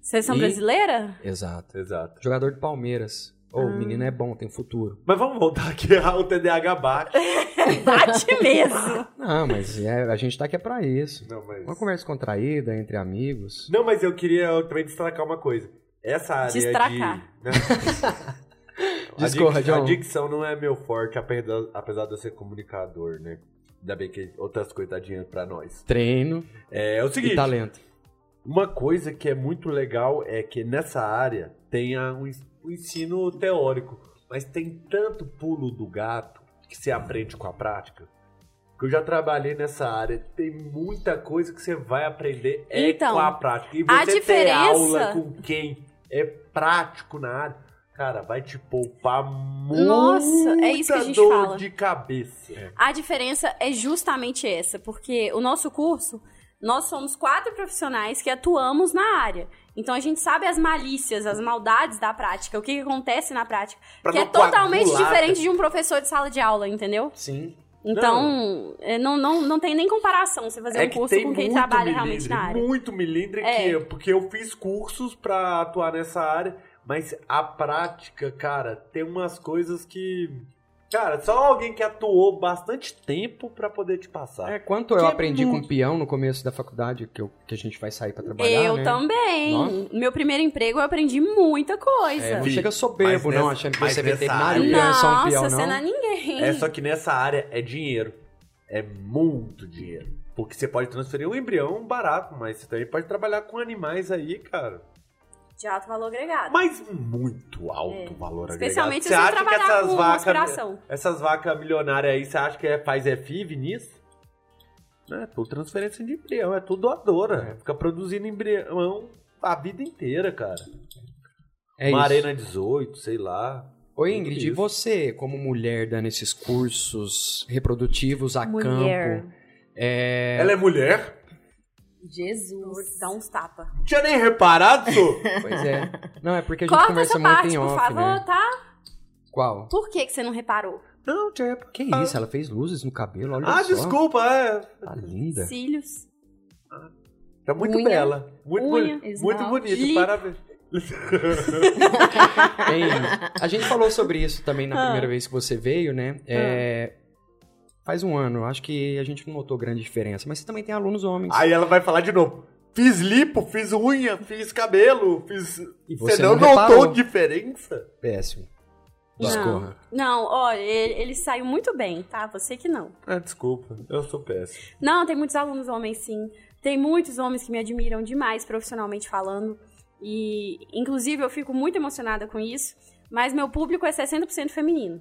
[SPEAKER 2] Seleção
[SPEAKER 1] E-
[SPEAKER 2] brasileira?
[SPEAKER 1] Exato.
[SPEAKER 3] Exato.
[SPEAKER 1] Jogador de Palmeiras. Ô,
[SPEAKER 2] Ah.
[SPEAKER 1] o menino é bom, tem futuro.
[SPEAKER 3] Mas vamos voltar aqui <laughs> ao TDAH bate.
[SPEAKER 2] <laughs> Bate mesmo.
[SPEAKER 1] Não, mas é, a gente tá aqui é pra isso.
[SPEAKER 3] Não, mas...
[SPEAKER 1] Uma conversa contraída entre amigos.
[SPEAKER 3] Não, mas eu queria também destacar uma coisa. Essa área
[SPEAKER 2] Destracar.
[SPEAKER 3] de... Né?
[SPEAKER 1] <laughs> Discorra,
[SPEAKER 3] a, dic- a
[SPEAKER 1] John.
[SPEAKER 3] dicção não é meu forte, apesar, apesar de eu ser comunicador, né? Ainda bem que outras coisas dá dinheiro pra nós.
[SPEAKER 1] Treino
[SPEAKER 3] É, é o
[SPEAKER 1] e
[SPEAKER 3] seguinte,
[SPEAKER 1] talento.
[SPEAKER 3] uma coisa que é muito legal é que nessa área tem a- um ens- um ensino teórico, mas tem tanto pulo do gato que você aprende com a prática. Que eu já trabalhei nessa área, tem muita coisa que você vai aprender é
[SPEAKER 2] Então,
[SPEAKER 3] com a prática. E
[SPEAKER 2] a
[SPEAKER 3] você ter
[SPEAKER 2] diferença-
[SPEAKER 3] aula com quem é prático na área, cara, vai te poupar muita
[SPEAKER 2] Nossa, é isso que a gente
[SPEAKER 3] dor
[SPEAKER 2] fala.
[SPEAKER 3] de cabeça.
[SPEAKER 2] A diferença é justamente essa, porque o nosso curso, nós somos quatro profissionais que atuamos na área. Então a gente sabe as malícias, as maldades da prática, o que, que acontece na prática,
[SPEAKER 3] Pra
[SPEAKER 2] que
[SPEAKER 3] não
[SPEAKER 2] é totalmente
[SPEAKER 3] coagular,
[SPEAKER 2] diferente de um professor de sala de aula, entendeu?
[SPEAKER 1] Sim.
[SPEAKER 2] Então, é, não, não, não tem nem comparação você
[SPEAKER 1] É
[SPEAKER 2] fazer um curso com quem
[SPEAKER 3] É muito
[SPEAKER 2] trabalha
[SPEAKER 3] milindre,
[SPEAKER 2] realmente na área.
[SPEAKER 3] Muito milindre
[SPEAKER 2] É.
[SPEAKER 3] que eu- porque eu fiz cursos pra atuar nessa área, mas a prática, cara, tem umas coisas que cara, só alguém que atuou bastante tempo pra poder te passar.
[SPEAKER 1] É, quanto
[SPEAKER 3] Que
[SPEAKER 1] eu
[SPEAKER 3] é
[SPEAKER 1] aprendi
[SPEAKER 3] muito.
[SPEAKER 1] com peão no começo da faculdade, que, eu- que a gente vai sair pra trabalhar,
[SPEAKER 2] Eu
[SPEAKER 1] né?
[SPEAKER 2] também.
[SPEAKER 1] Nossa.
[SPEAKER 2] Meu primeiro emprego eu aprendi muita coisa.
[SPEAKER 1] É, não
[SPEAKER 3] Vi.
[SPEAKER 1] chega soberbo,
[SPEAKER 3] Mas
[SPEAKER 1] não,
[SPEAKER 3] nessa-
[SPEAKER 1] achando que
[SPEAKER 3] mas
[SPEAKER 1] você é
[SPEAKER 3] nessa
[SPEAKER 1] veterinário,
[SPEAKER 3] área-
[SPEAKER 1] peão, só um
[SPEAKER 2] Nossa,
[SPEAKER 1] peão,
[SPEAKER 2] você não
[SPEAKER 1] não.
[SPEAKER 2] é ninguém.
[SPEAKER 3] É, só que nessa área é dinheiro. É muito dinheiro. Porque você pode transferir um embrião barato, mas você também pode trabalhar com animais aí, cara.
[SPEAKER 2] De alto valor agregado.
[SPEAKER 3] Mas muito alto
[SPEAKER 2] É.
[SPEAKER 3] valor
[SPEAKER 2] Especialmente se
[SPEAKER 3] agregado.
[SPEAKER 2] você
[SPEAKER 3] acha que
[SPEAKER 2] trabalhar
[SPEAKER 3] essas
[SPEAKER 2] com
[SPEAKER 3] vacas-
[SPEAKER 2] aspiração.
[SPEAKER 3] Essas vacas milionárias aí, você acha que é, faz é FIV nisso? Não, é por transferência de embrião, é tudo doadora. Fica produzindo embrião a vida inteira, cara.
[SPEAKER 1] É
[SPEAKER 3] Uma
[SPEAKER 1] isso.
[SPEAKER 3] arena 18, sei lá.
[SPEAKER 1] Oi, Ingrid,
[SPEAKER 3] Tudo
[SPEAKER 1] e você, como mulher, dando esses cursos reprodutivos a
[SPEAKER 2] Mulher.
[SPEAKER 1] Tá campo? É...
[SPEAKER 3] Ela é mulher?
[SPEAKER 2] Eu vou te
[SPEAKER 5] Jesus.
[SPEAKER 2] dar uns tapas.
[SPEAKER 3] Não tinha nem reparado, <laughs> sô?
[SPEAKER 1] Pois
[SPEAKER 2] <laughs>
[SPEAKER 1] é. Não, é porque a gente
[SPEAKER 2] Corta
[SPEAKER 1] conversa
[SPEAKER 2] essa
[SPEAKER 1] muito
[SPEAKER 2] parte,
[SPEAKER 1] em
[SPEAKER 2] por
[SPEAKER 1] off,
[SPEAKER 2] favor,
[SPEAKER 1] né?
[SPEAKER 2] tá?
[SPEAKER 1] Qual?
[SPEAKER 2] Por que, que você não reparou?
[SPEAKER 3] Não, tinha reparado.
[SPEAKER 1] Que é, isso, ela fez luzes no cabelo, olha
[SPEAKER 3] Ah,
[SPEAKER 1] só.
[SPEAKER 3] desculpa, é.
[SPEAKER 1] Tá linda.
[SPEAKER 2] Cílios.
[SPEAKER 3] Tá muito
[SPEAKER 5] Unha,
[SPEAKER 3] bela. Muito,
[SPEAKER 2] unha,
[SPEAKER 3] boni-
[SPEAKER 5] esmalte.
[SPEAKER 3] muito bonito,
[SPEAKER 2] Li-
[SPEAKER 3] parabéns.
[SPEAKER 1] Tem- A
[SPEAKER 2] <laughs>
[SPEAKER 1] gente falou sobre isso também na
[SPEAKER 2] Ah.
[SPEAKER 1] primeira vez que você veio, né? É, Faz um ano, acho que a gente não notou grande diferença, mas você também tem alunos homens.
[SPEAKER 3] Aí ela vai falar de novo. Fiz lipo, fiz unha, fiz cabelo, fiz.
[SPEAKER 1] e
[SPEAKER 3] Você,
[SPEAKER 1] você,
[SPEAKER 3] não,
[SPEAKER 1] não reparou.
[SPEAKER 3] notou diferença?
[SPEAKER 1] Péssimo.
[SPEAKER 2] Não.
[SPEAKER 1] Discorra.
[SPEAKER 2] Não, olha, ele, ele saiu muito bem, tá? Você que não.
[SPEAKER 3] Ah, desculpa, eu sou péssimo.
[SPEAKER 2] Não, tem muitos alunos homens, sim. Tem muitos homens que me admiram demais, profissionalmente falando. E, inclusive, eu fico muito emocionada com isso. Mas meu público é 60% feminino.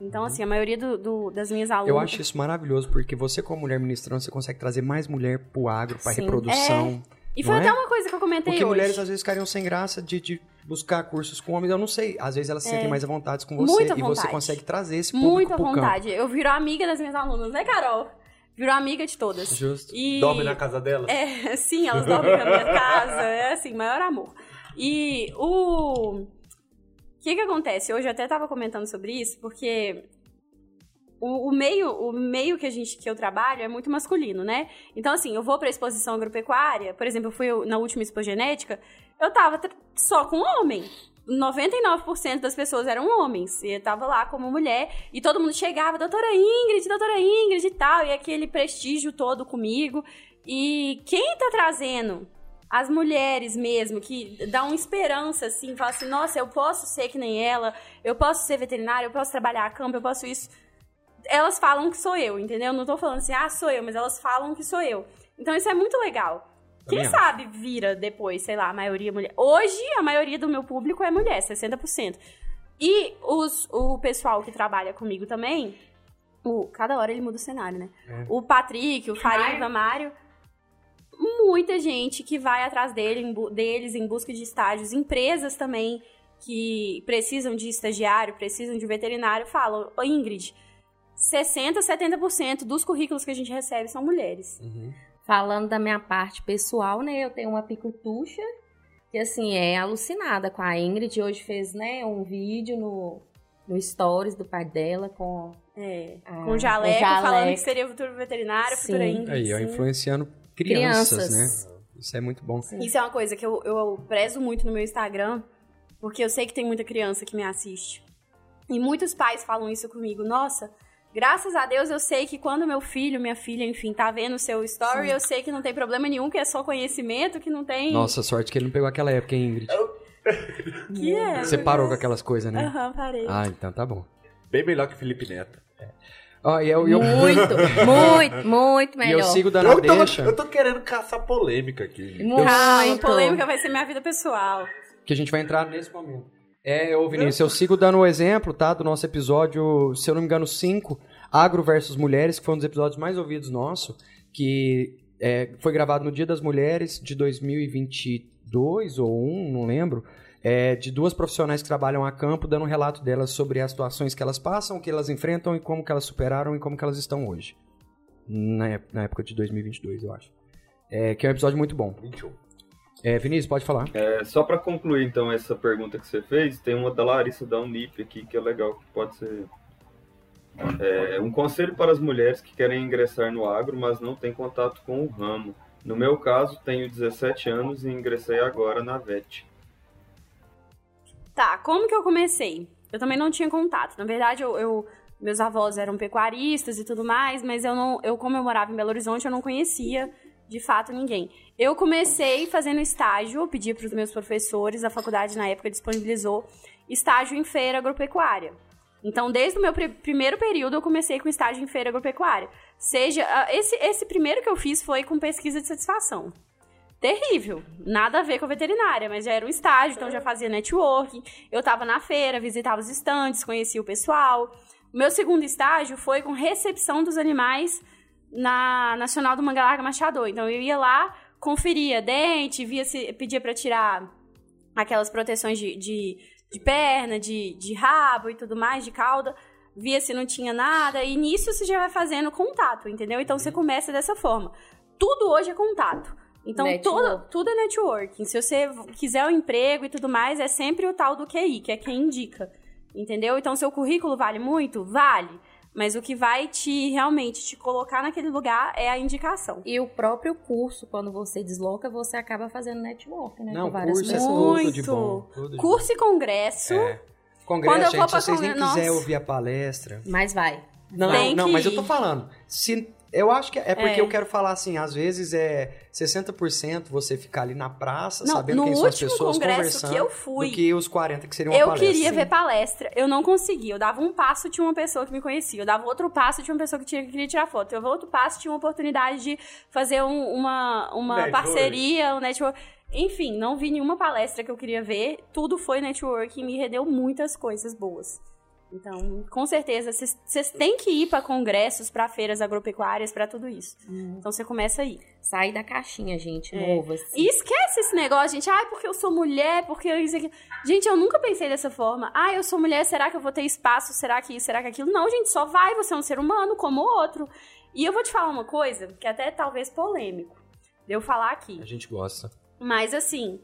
[SPEAKER 2] Então,
[SPEAKER 3] Uhum.
[SPEAKER 2] assim, a maioria do- do- das minhas alunas...
[SPEAKER 1] Eu acho isso maravilhoso, porque você, como mulher ministrando, você consegue trazer mais mulher pro agro, pra
[SPEAKER 5] Sim.
[SPEAKER 1] reprodução.
[SPEAKER 2] E foi
[SPEAKER 1] não
[SPEAKER 2] até
[SPEAKER 1] é?
[SPEAKER 2] uma coisa que eu comentei
[SPEAKER 1] Porque
[SPEAKER 2] hoje.
[SPEAKER 1] mulheres às vezes ficariam sem graça de, de buscar cursos com homens. Eu não sei. Às vezes elas se sentem mais à vontade com você.
[SPEAKER 2] Muito à
[SPEAKER 1] e você
[SPEAKER 2] É. vontade.
[SPEAKER 1] consegue trazer esse público
[SPEAKER 2] Muito à
[SPEAKER 1] pro campo.
[SPEAKER 2] vontade. Eu viro amiga das minhas alunas, né, Carol? Virou amiga de todas.
[SPEAKER 1] Justo.
[SPEAKER 2] E...
[SPEAKER 3] Dorme na casa dela?
[SPEAKER 2] É, <laughs> sim, elas dormem na minha casa. É assim, maior amor. E o. O que que acontece? Hoje eu até tava comentando sobre isso, porque o, o meio, o meio que a gente que eu trabalho é muito masculino, né? Então assim, eu vou pra exposição agropecuária, por exemplo, eu fui na última expogenética, eu tava tra- só com homem. 99% das pessoas eram homens. E eu tava lá como mulher. E todo mundo chegava, doutora Ingrid, doutora Ingrid e tal. E aquele prestígio todo comigo. E quem tá trazendo as mulheres mesmo, que dá uma esperança, assim, fala assim, nossa, eu posso ser que nem ela, eu posso ser veterinária, eu posso trabalhar a campo, eu posso isso. Elas falam que sou eu, entendeu? Não tô falando assim, ah, sou eu, mas elas falam que sou eu. Então isso é muito legal. Quem
[SPEAKER 1] Também acho.
[SPEAKER 2] sabe vira depois, sei lá, a maioria mulher. Hoje, a maioria do meu público é mulher, 60%. E os, o pessoal que trabalha comigo também, o, cada hora ele muda o cenário, né?
[SPEAKER 1] É.
[SPEAKER 2] O Patrick, o Fariva, Mário. Muita gente que vai atrás dele, em bu- deles em busca de estágios, empresas também que precisam de estagiário, precisam de veterinário, falam, "Ô, Ingrid, 60, 70% dos currículos que a gente recebe são mulheres.
[SPEAKER 1] Uhum.
[SPEAKER 5] Falando da minha parte pessoal, né? Eu tenho uma picutuxa que, assim, é alucinada com a Ingrid. Hoje fez, né, um vídeo no, no Stories do pai dela com...
[SPEAKER 2] É,
[SPEAKER 5] Ah,
[SPEAKER 2] com jaleco,
[SPEAKER 5] com jaleco.
[SPEAKER 2] falando que seria futuro veterinário, futuro
[SPEAKER 5] Sim.
[SPEAKER 2] Ingrid.
[SPEAKER 1] Aí, ó,
[SPEAKER 2] sim.
[SPEAKER 1] influenciando crianças,
[SPEAKER 5] Crianças.
[SPEAKER 1] né? Isso é muito bom.
[SPEAKER 2] Isso é uma coisa que eu, eu prezo muito no meu Instagram, porque eu sei que tem muita criança que me assiste. E muitos pais falam isso comigo. Nossa, graças a Deus eu sei que quando meu filho, minha filha, enfim, tá vendo o seu story, eu sei que não tem problema nenhum, que é só conhecimento, que não tem.
[SPEAKER 1] Nossa, sorte que ele não pegou aquela época, hein, Ingrid?
[SPEAKER 2] que é.
[SPEAKER 1] Você parou com aquelas coisas, né?
[SPEAKER 2] Aham, parei.
[SPEAKER 1] Ah, então tá bom.
[SPEAKER 3] Bem melhor que Felipe Neto.
[SPEAKER 1] Ó, e eu, <laughs> e eu,
[SPEAKER 5] Muito, muito, muito
[SPEAKER 1] e eu
[SPEAKER 5] melhor.
[SPEAKER 1] sigo dando a
[SPEAKER 3] Eu
[SPEAKER 1] deixa,
[SPEAKER 3] tô, eu tô querendo caçar polêmica aqui.
[SPEAKER 5] Muito.
[SPEAKER 2] Calma, Ah,
[SPEAKER 1] então.
[SPEAKER 2] polêmica vai ser minha vida pessoal.
[SPEAKER 1] que a gente vai entrar nesse momento. É, ô Vinícius, eu sigo dando o exemplo, tá? Do nosso episódio, se eu não me engano, 5, Agro versus Mulheres, que foi um dos episódios mais ouvidos nosso, que é, foi gravado no Dia das Mulheres de 2022 ou 1, não lembro. é, de duas profissionais que trabalham a campo, dando um relato delas sobre as situações que elas passam, que elas enfrentam e como que elas superaram e como que elas estão hoje. Na, ép- na época de 2022, eu acho. É, que é um episódio muito bom.
[SPEAKER 3] 21.
[SPEAKER 1] É, Vinícius, pode falar.
[SPEAKER 4] É, só para concluir, então, essa pergunta que você fez, tem uma da Larissa da Unip aqui que é legal, que pode ser. É, um conselho para as mulheres que querem ingressar no agro, mas não têm contato com o ramo. No meu caso, tenho 17 anos e ingressei agora na VET.
[SPEAKER 2] Tá, como que eu comecei? Eu também não tinha contato. Na verdade, eu, eu- meus avós eram pecuaristas e tudo mais, mas eu não, eu como eu morava em Belo Horizonte, eu não conhecia de fato ninguém. Eu comecei fazendo estágio, eu pedi para os meus professores, a faculdade na época disponibilizou estágio em feira agropecuária. Então, desde o meu pri- primeiro período, eu comecei com estágio em feira agropecuária. Seja, ah, esse, esse primeiro que eu fiz foi com pesquisa de satisfação. Terrível, nada a ver com a veterinária, mas já era um estágio, então já fazia networking. Eu tava na feira, visitava os estandes, conhecia o pessoal. O meu segundo estágio foi com recepção dos animais na Nacional do Manga Larga Machador. Então eu ia lá, conferia dente, via se pedia para tirar aquelas proteções de, de, de perna, de, de rabo e tudo mais, de cauda. Via se não tinha nada, e nisso você já vai fazendo contato, entendeu? Então você começa dessa forma. Tudo hoje é contato. Então
[SPEAKER 5] Network.
[SPEAKER 2] todo, tudo é networking. Se você quiser um emprego e tudo mais, é sempre o tal do QI, que é quem indica. Entendeu? Então seu currículo vale muito? Vale. Mas o que vai te realmente te colocar naquele lugar é a indicação.
[SPEAKER 5] E o próprio curso, quando você desloca, você acaba fazendo network, né?
[SPEAKER 1] Não,
[SPEAKER 5] com várias
[SPEAKER 1] curso é
[SPEAKER 5] pessoas.
[SPEAKER 1] tudo de
[SPEAKER 2] Muito.
[SPEAKER 1] bom. tudo de
[SPEAKER 2] Curso e congresso.
[SPEAKER 1] bom. É. Congresso,
[SPEAKER 2] Quando eu vou
[SPEAKER 1] gente,
[SPEAKER 2] pra
[SPEAKER 1] se vocês nem
[SPEAKER 2] congresso-
[SPEAKER 1] quiserem
[SPEAKER 2] Nossa.
[SPEAKER 1] ouvir a palestra...
[SPEAKER 5] Mas vai.
[SPEAKER 1] Não,
[SPEAKER 2] Tem
[SPEAKER 1] não,
[SPEAKER 2] que
[SPEAKER 1] mas eu tô
[SPEAKER 2] ir.
[SPEAKER 1] falando. Se, eu acho que é porque
[SPEAKER 2] É.
[SPEAKER 1] eu quero falar assim, às vezes é 60% você ficar ali na praça,
[SPEAKER 2] Não,
[SPEAKER 1] tá sabendo
[SPEAKER 2] no
[SPEAKER 1] quem são as
[SPEAKER 2] último
[SPEAKER 1] pessoas,
[SPEAKER 2] congresso
[SPEAKER 1] conversando,
[SPEAKER 2] que eu fui,
[SPEAKER 1] do que os 40 que seriam uma
[SPEAKER 2] eu
[SPEAKER 1] palestra.
[SPEAKER 2] queria ver palestra. Eu não consegui. Eu dava um passo, tinha uma pessoa que me conhecia. Eu dava outro passo, tinha uma pessoa que, tinha, que queria tirar foto. Eu dava outro passo, tinha uma oportunidade de fazer um- uma, uma
[SPEAKER 3] Network.
[SPEAKER 2] parceria, um network. Enfim, não vi nenhuma palestra que eu queria ver. Tudo foi networking e me rendeu muitas coisas boas. Então, com certeza, vocês vocês têm que ir para congressos, para feiras agropecuárias, para tudo isso. Então, você começa aí.
[SPEAKER 5] Sai da caixinha, gente.
[SPEAKER 2] É.
[SPEAKER 5] Mova-se.
[SPEAKER 2] E esquece esse negócio, gente. Ai, porque eu sou mulher, porque eu isso aqui. Gente, eu nunca pensei dessa forma. Ai, eu sou mulher, será que eu vou ter espaço? Será que isso? Será que aquilo? Não, gente, só vai, você é um ser humano como o outro. E eu vou te falar uma coisa, que até é talvez polêmico, de eu falar aqui.
[SPEAKER 1] A gente gosta.
[SPEAKER 2] Mas assim,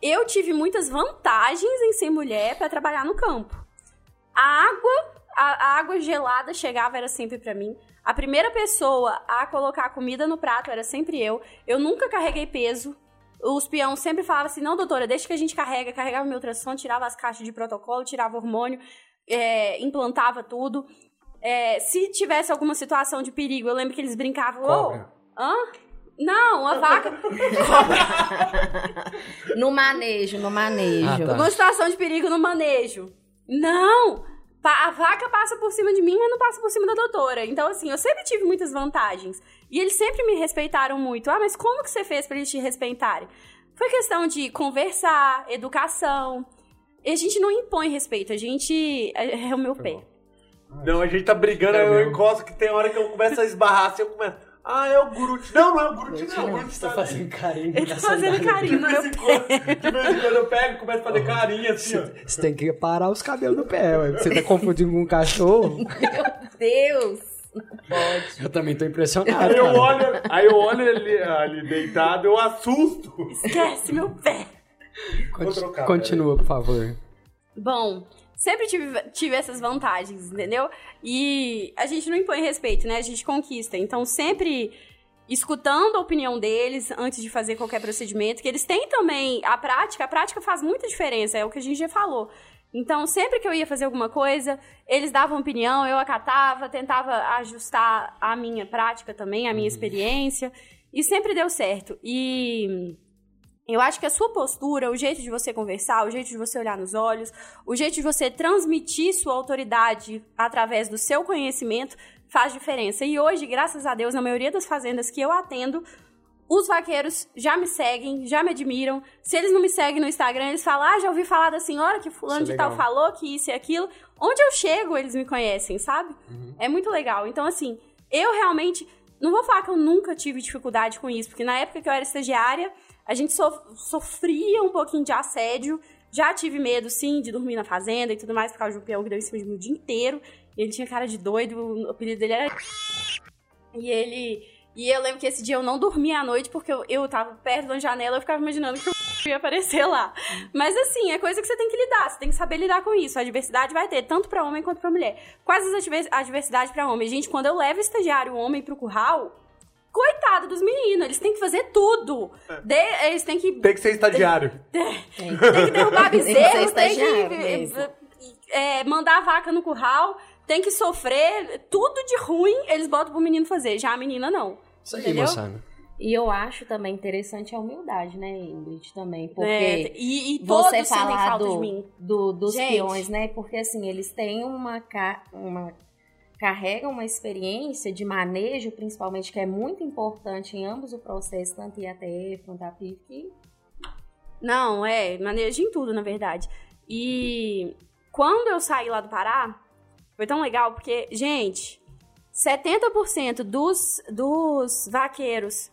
[SPEAKER 2] eu tive muitas vantagens em ser mulher para trabalhar no campo. A água, a, a água gelada chegava era sempre para mim. A primeira pessoa a colocar a comida no prato era sempre eu. Eu nunca carreguei peso. Os peão sempre falavam assim: não, doutora, deixa que a gente carrega. Carregava meu ultrassom, tirava as caixas de protocolo, tirava hormônio, é, implantava tudo. É, se tivesse alguma situação de perigo, eu lembro que eles brincavam: "Ô,
[SPEAKER 1] Cobra.
[SPEAKER 2] Hã? Não, a vaca.
[SPEAKER 5] No manejo, no manejo.
[SPEAKER 1] Ah, tá.
[SPEAKER 2] Alguma situação de perigo no manejo. Não! Pa- A vaca passa por cima de mim, mas não passa por cima da doutora. Então, assim, eu sempre tive muitas vantagens. E eles sempre me respeitaram muito. Ah, mas como que você fez pra eles te respeitarem? Foi questão de conversar, educação. E a gente não impõe respeito, a gente. É é o meu
[SPEAKER 1] Foi
[SPEAKER 2] pé.
[SPEAKER 1] Tá bom.
[SPEAKER 3] Não, a gente tá brigando,
[SPEAKER 1] É
[SPEAKER 3] aí eu
[SPEAKER 1] mesmo.
[SPEAKER 3] encosto que tem hora que eu começo a esbarrar, assim eu começo. Ah, é o Guruti. Não, não é o Guruti, não. O Guruti tá
[SPEAKER 1] Estou fazendo carinho.
[SPEAKER 2] Ele tá fazendo
[SPEAKER 3] ali. De
[SPEAKER 2] carinho no
[SPEAKER 3] vez
[SPEAKER 2] meu
[SPEAKER 1] é
[SPEAKER 3] em quando- de vez em quando eu pego e começo a fazer carinha assim, ó.
[SPEAKER 1] Você tem que parar os cabelos do pé, ué. Você tá confundindo com um cachorro?
[SPEAKER 5] Meu Deus! Não pode.
[SPEAKER 1] Eu também tô impressionado.
[SPEAKER 3] Aí eu
[SPEAKER 1] cara.
[SPEAKER 3] olho, aí eu olho ele ali deitado, eu assusto.
[SPEAKER 2] Esquece meu pé.
[SPEAKER 1] Conti-
[SPEAKER 3] Vou trocar,
[SPEAKER 1] Continua, por favor.
[SPEAKER 2] Bom, sempre tive, tive essas vantagens, entendeu? E a gente não impõe respeito, né? A gente conquista. Então, sempre escutando a opinião deles antes de fazer qualquer procedimento, que eles têm também a prática, a prática faz muita diferença, é o que a gente já falou. Então, sempre que eu ia fazer alguma coisa, eles davam opinião, eu acatava, tentava ajustar a minha prática também, a minha experiência, e sempre deu certo. E eu acho que a sua postura, o jeito de você conversar, o jeito de você olhar nos olhos, o jeito de você transmitir sua autoridade através do seu conhecimento faz diferença. E hoje, graças a Deus, na maioria das fazendas que eu atendo, os vaqueiros já me seguem, já me admiram. Se eles não me seguem no Instagram, eles falam: Ah, já ouvi falar da senhora que Fulano
[SPEAKER 1] Isso é
[SPEAKER 2] de Tal
[SPEAKER 1] legal.
[SPEAKER 2] falou que isso e aquilo. Onde eu chego, eles me conhecem, sabe?
[SPEAKER 1] Uhum.
[SPEAKER 2] É muito legal. Então, assim, eu realmente. Não vou falar que eu nunca tive dificuldade com isso, porque na época que eu era estagiária, a gente so- sofria um pouquinho de assédio. Já tive medo, sim, de dormir na fazenda e tudo mais, por causa do peão que deu em cima de mim o dia inteiro. E ele tinha cara de doido, o apelido dele era. E ele. E eu lembro que esse dia eu não dormia à noite porque eu, eu tava perto da janela, eu ficava imaginando que eu <laughs> ia aparecer lá. Mas assim, é coisa que você tem que lidar, você tem que saber lidar com isso. A adversidade vai ter, tanto pra homem quanto pra mulher. Quais as adver- adversidades pra homem? Gente, quando eu levo o estagiário homem pro curral, coitado dos meninos, eles têm que fazer tudo. De- eles têm que
[SPEAKER 3] Tem que ser estagiário.
[SPEAKER 5] Tem.
[SPEAKER 2] tem que derrubar
[SPEAKER 5] Tem que ser
[SPEAKER 2] bezerro, tem que,
[SPEAKER 5] estagiário
[SPEAKER 2] eh,
[SPEAKER 5] mesmo.
[SPEAKER 2] eh, eh, mandar a vaca no curral, tem que sofrer, tudo de ruim eles botam pro menino fazer, já a menina não.
[SPEAKER 1] Isso aí,
[SPEAKER 2] Entendeu?
[SPEAKER 1] moçada.
[SPEAKER 5] E eu acho também interessante a humildade, né, Ingrid, também, porque...
[SPEAKER 2] É, e, e todos
[SPEAKER 5] você
[SPEAKER 2] sentem
[SPEAKER 5] falar
[SPEAKER 2] falta de
[SPEAKER 5] do-
[SPEAKER 2] mim.
[SPEAKER 5] do- dos
[SPEAKER 2] Gente.
[SPEAKER 5] peões, né? Porque assim, eles têm uma, ca- uma carregam uma experiência de manejo, principalmente, que é muito importante em ambos o processo, tanto IATF quanto a PIF, que
[SPEAKER 2] Não, é, manejo em tudo, na verdade. E quando eu saí lá do Pará, foi tão legal, porque, gente, 70% dos, dos vaqueiros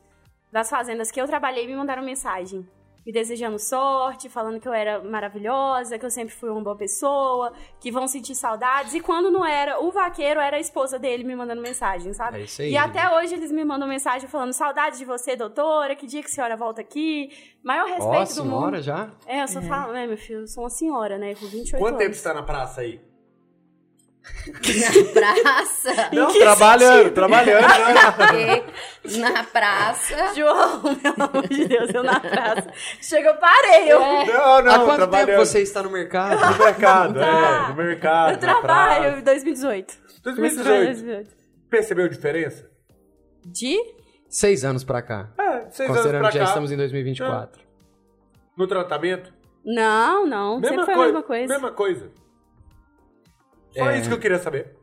[SPEAKER 2] das fazendas que eu trabalhei me mandaram mensagem. Me desejando sorte, falando que eu era maravilhosa, que eu sempre fui uma boa pessoa, que vão sentir saudades. E quando não era, o vaqueiro era a esposa dele me mandando mensagem, sabe?
[SPEAKER 1] É isso aí.
[SPEAKER 2] E até hoje eles me mandam mensagem falando saudade de você, doutora, que dia que a senhora volta aqui. Maior respeito
[SPEAKER 1] Ó,
[SPEAKER 2] do mundo.
[SPEAKER 1] senhora já?
[SPEAKER 2] É, eu só falo, né, meu filho, eu sou uma senhora, né, com 28
[SPEAKER 3] Quanto tempo
[SPEAKER 2] anos.
[SPEAKER 3] você tá na praça aí?
[SPEAKER 2] <laughs>
[SPEAKER 5] na praça,
[SPEAKER 3] Não, trabalhando, trabalhando. né?
[SPEAKER 1] <laughs>
[SPEAKER 5] porque na praça...
[SPEAKER 2] <laughs> João, meu amor de Deus, eu na praça. Chega, eu parei, eu...
[SPEAKER 5] É,
[SPEAKER 3] Não, não,
[SPEAKER 1] Há quanto
[SPEAKER 3] trabalhando.
[SPEAKER 1] tempo você está no
[SPEAKER 3] <laughs>
[SPEAKER 1] mercado?
[SPEAKER 3] No mercado,
[SPEAKER 2] Tá.
[SPEAKER 3] é, no mercado.
[SPEAKER 2] <laughs> Eu
[SPEAKER 3] na
[SPEAKER 2] trabalho
[SPEAKER 3] praça.
[SPEAKER 2] em 2018.
[SPEAKER 3] 2018. Percebeu a diferença?
[SPEAKER 2] De?
[SPEAKER 1] Seis anos pra cá.
[SPEAKER 3] É, seis anos
[SPEAKER 1] Considerando
[SPEAKER 3] pra
[SPEAKER 1] que já
[SPEAKER 3] cá.
[SPEAKER 1] estamos em 2024.
[SPEAKER 3] No tratamento?
[SPEAKER 2] Não, não. Sempre foi a mesma coisa.
[SPEAKER 3] Mesma coisa. Só
[SPEAKER 1] É.
[SPEAKER 3] isso que eu queria saber.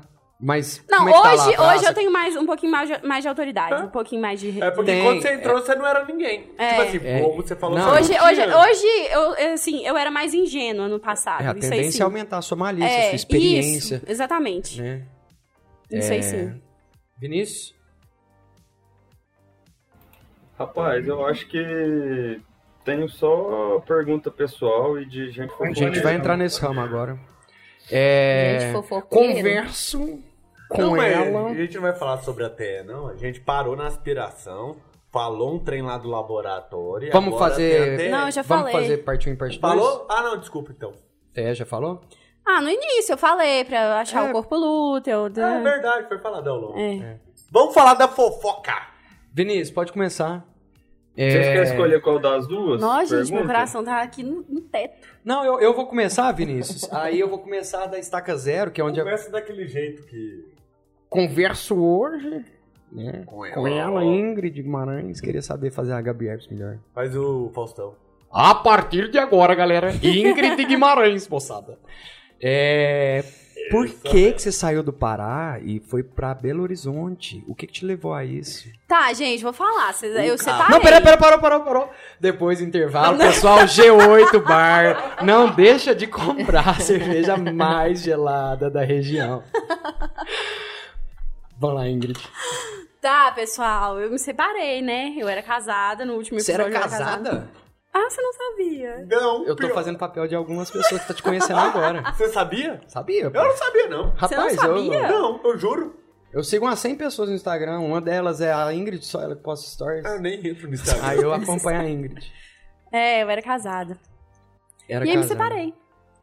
[SPEAKER 1] Tá? Mas.
[SPEAKER 2] Não,
[SPEAKER 1] como é que tá lá a
[SPEAKER 2] hoje,
[SPEAKER 1] praça?
[SPEAKER 2] hoje eu tenho mais um pouquinho mais, de- mais de autoridade,
[SPEAKER 3] Hã?
[SPEAKER 2] um pouquinho mais de...
[SPEAKER 3] É porque
[SPEAKER 1] Tem,
[SPEAKER 3] quando você entrou, você não era ninguém.
[SPEAKER 2] É.
[SPEAKER 3] Tipo assim,
[SPEAKER 1] É.
[SPEAKER 3] como você falou...
[SPEAKER 1] Não.
[SPEAKER 2] Hoje,
[SPEAKER 3] você não
[SPEAKER 2] hoje,
[SPEAKER 3] tinha.
[SPEAKER 2] hoje eu, assim, eu era mais ingênua no passado.
[SPEAKER 1] É, a
[SPEAKER 2] isso aí
[SPEAKER 1] tendência
[SPEAKER 2] sim.
[SPEAKER 1] é aumentar a sua malícia, a sua
[SPEAKER 2] isso,
[SPEAKER 1] experiência.
[SPEAKER 2] exatamente.
[SPEAKER 1] Né?
[SPEAKER 2] Isso aí sim.
[SPEAKER 1] Vinícius?
[SPEAKER 4] Rapaz, eu acho que tenho só pergunta pessoal e de gente
[SPEAKER 1] A gente vai
[SPEAKER 4] então.
[SPEAKER 1] entrar nesse ramo agora. É,
[SPEAKER 5] Gente
[SPEAKER 2] né?
[SPEAKER 5] fofoqueira.
[SPEAKER 1] converso com
[SPEAKER 3] Não, mas
[SPEAKER 1] ela.
[SPEAKER 3] A gente não vai falar sobre a TE, não. A gente parou na aspiração, falou um trem lá do laboratório. e
[SPEAKER 1] Vamos
[SPEAKER 3] agora
[SPEAKER 1] fazer-
[SPEAKER 3] tem a TE.
[SPEAKER 2] Não, eu já
[SPEAKER 1] Vamos
[SPEAKER 2] falei.
[SPEAKER 1] fazer parte 1 e parte 2?
[SPEAKER 3] Falou? Ah, não, desculpa então.
[SPEAKER 1] É, já falou?
[SPEAKER 2] Ah, no início eu falei pra achar
[SPEAKER 1] É. Ah,
[SPEAKER 2] o corpo lúteo.
[SPEAKER 3] É,
[SPEAKER 2] da-
[SPEAKER 3] verdade, foi falado ao longo.
[SPEAKER 2] É.
[SPEAKER 3] Vamos falar da fofoca.
[SPEAKER 1] Vinícius, pode começar.
[SPEAKER 4] Vocês
[SPEAKER 1] É,
[SPEAKER 4] querem escolher qual das duas?
[SPEAKER 2] Nossa, gente, meu
[SPEAKER 4] Pergunta?
[SPEAKER 2] coração tá aqui no, no teto.
[SPEAKER 1] Não, eu, eu vou começar, Vinícius. Aí eu vou começar da estaca zero, que é onde eu
[SPEAKER 3] Começa daquele jeito que.
[SPEAKER 1] converso hoje né?
[SPEAKER 3] Com ela.
[SPEAKER 1] Com ela, Ingrid Guimarães, queria saber fazer a Gabi Herpes melhor.
[SPEAKER 3] Faz o Faustão.
[SPEAKER 1] A partir de agora, galera, Ingrid <laughs> Guimarães, moçada. É, Por que, que você saiu do Pará e foi pra Belo Horizonte? O que, que te levou a isso?
[SPEAKER 2] Tá, gente, vou falar. Cês- eu separei.
[SPEAKER 1] Não, pera, pera, parou, parou, parou. Depois do intervalo, pessoal, G8 Bar. Não deixa de comprar <laughs> a cerveja mais gelada da <laughs> região. Vamos lá, Ingrid.
[SPEAKER 2] Tá, pessoal, eu me separei, né? Eu era casada no último
[SPEAKER 1] Você
[SPEAKER 2] episódio.
[SPEAKER 1] era
[SPEAKER 2] eu
[SPEAKER 1] casada?
[SPEAKER 2] Ah, você não sabia.
[SPEAKER 3] Não,
[SPEAKER 1] Eu tô
[SPEAKER 3] pior.
[SPEAKER 1] fazendo papel de algumas pessoas que tá te conhecendo agora.
[SPEAKER 3] Então, Você sabia?
[SPEAKER 1] <laughs> Sabia? pô.
[SPEAKER 3] Eu não sabia, não.
[SPEAKER 2] Você não
[SPEAKER 1] Rapaz,
[SPEAKER 2] sabia?
[SPEAKER 1] eu,
[SPEAKER 3] Não, eu juro.
[SPEAKER 1] eu sigo umas 100 pessoas no Instagram. Uma delas é a Ingrid, só ela que posta stories.
[SPEAKER 3] Eu nem entro no Instagram.
[SPEAKER 1] Aí eu acompanho a Ingrid.
[SPEAKER 2] É, eu era casada.
[SPEAKER 1] Era
[SPEAKER 2] e aí me
[SPEAKER 1] casada.
[SPEAKER 2] separei.
[SPEAKER 1] E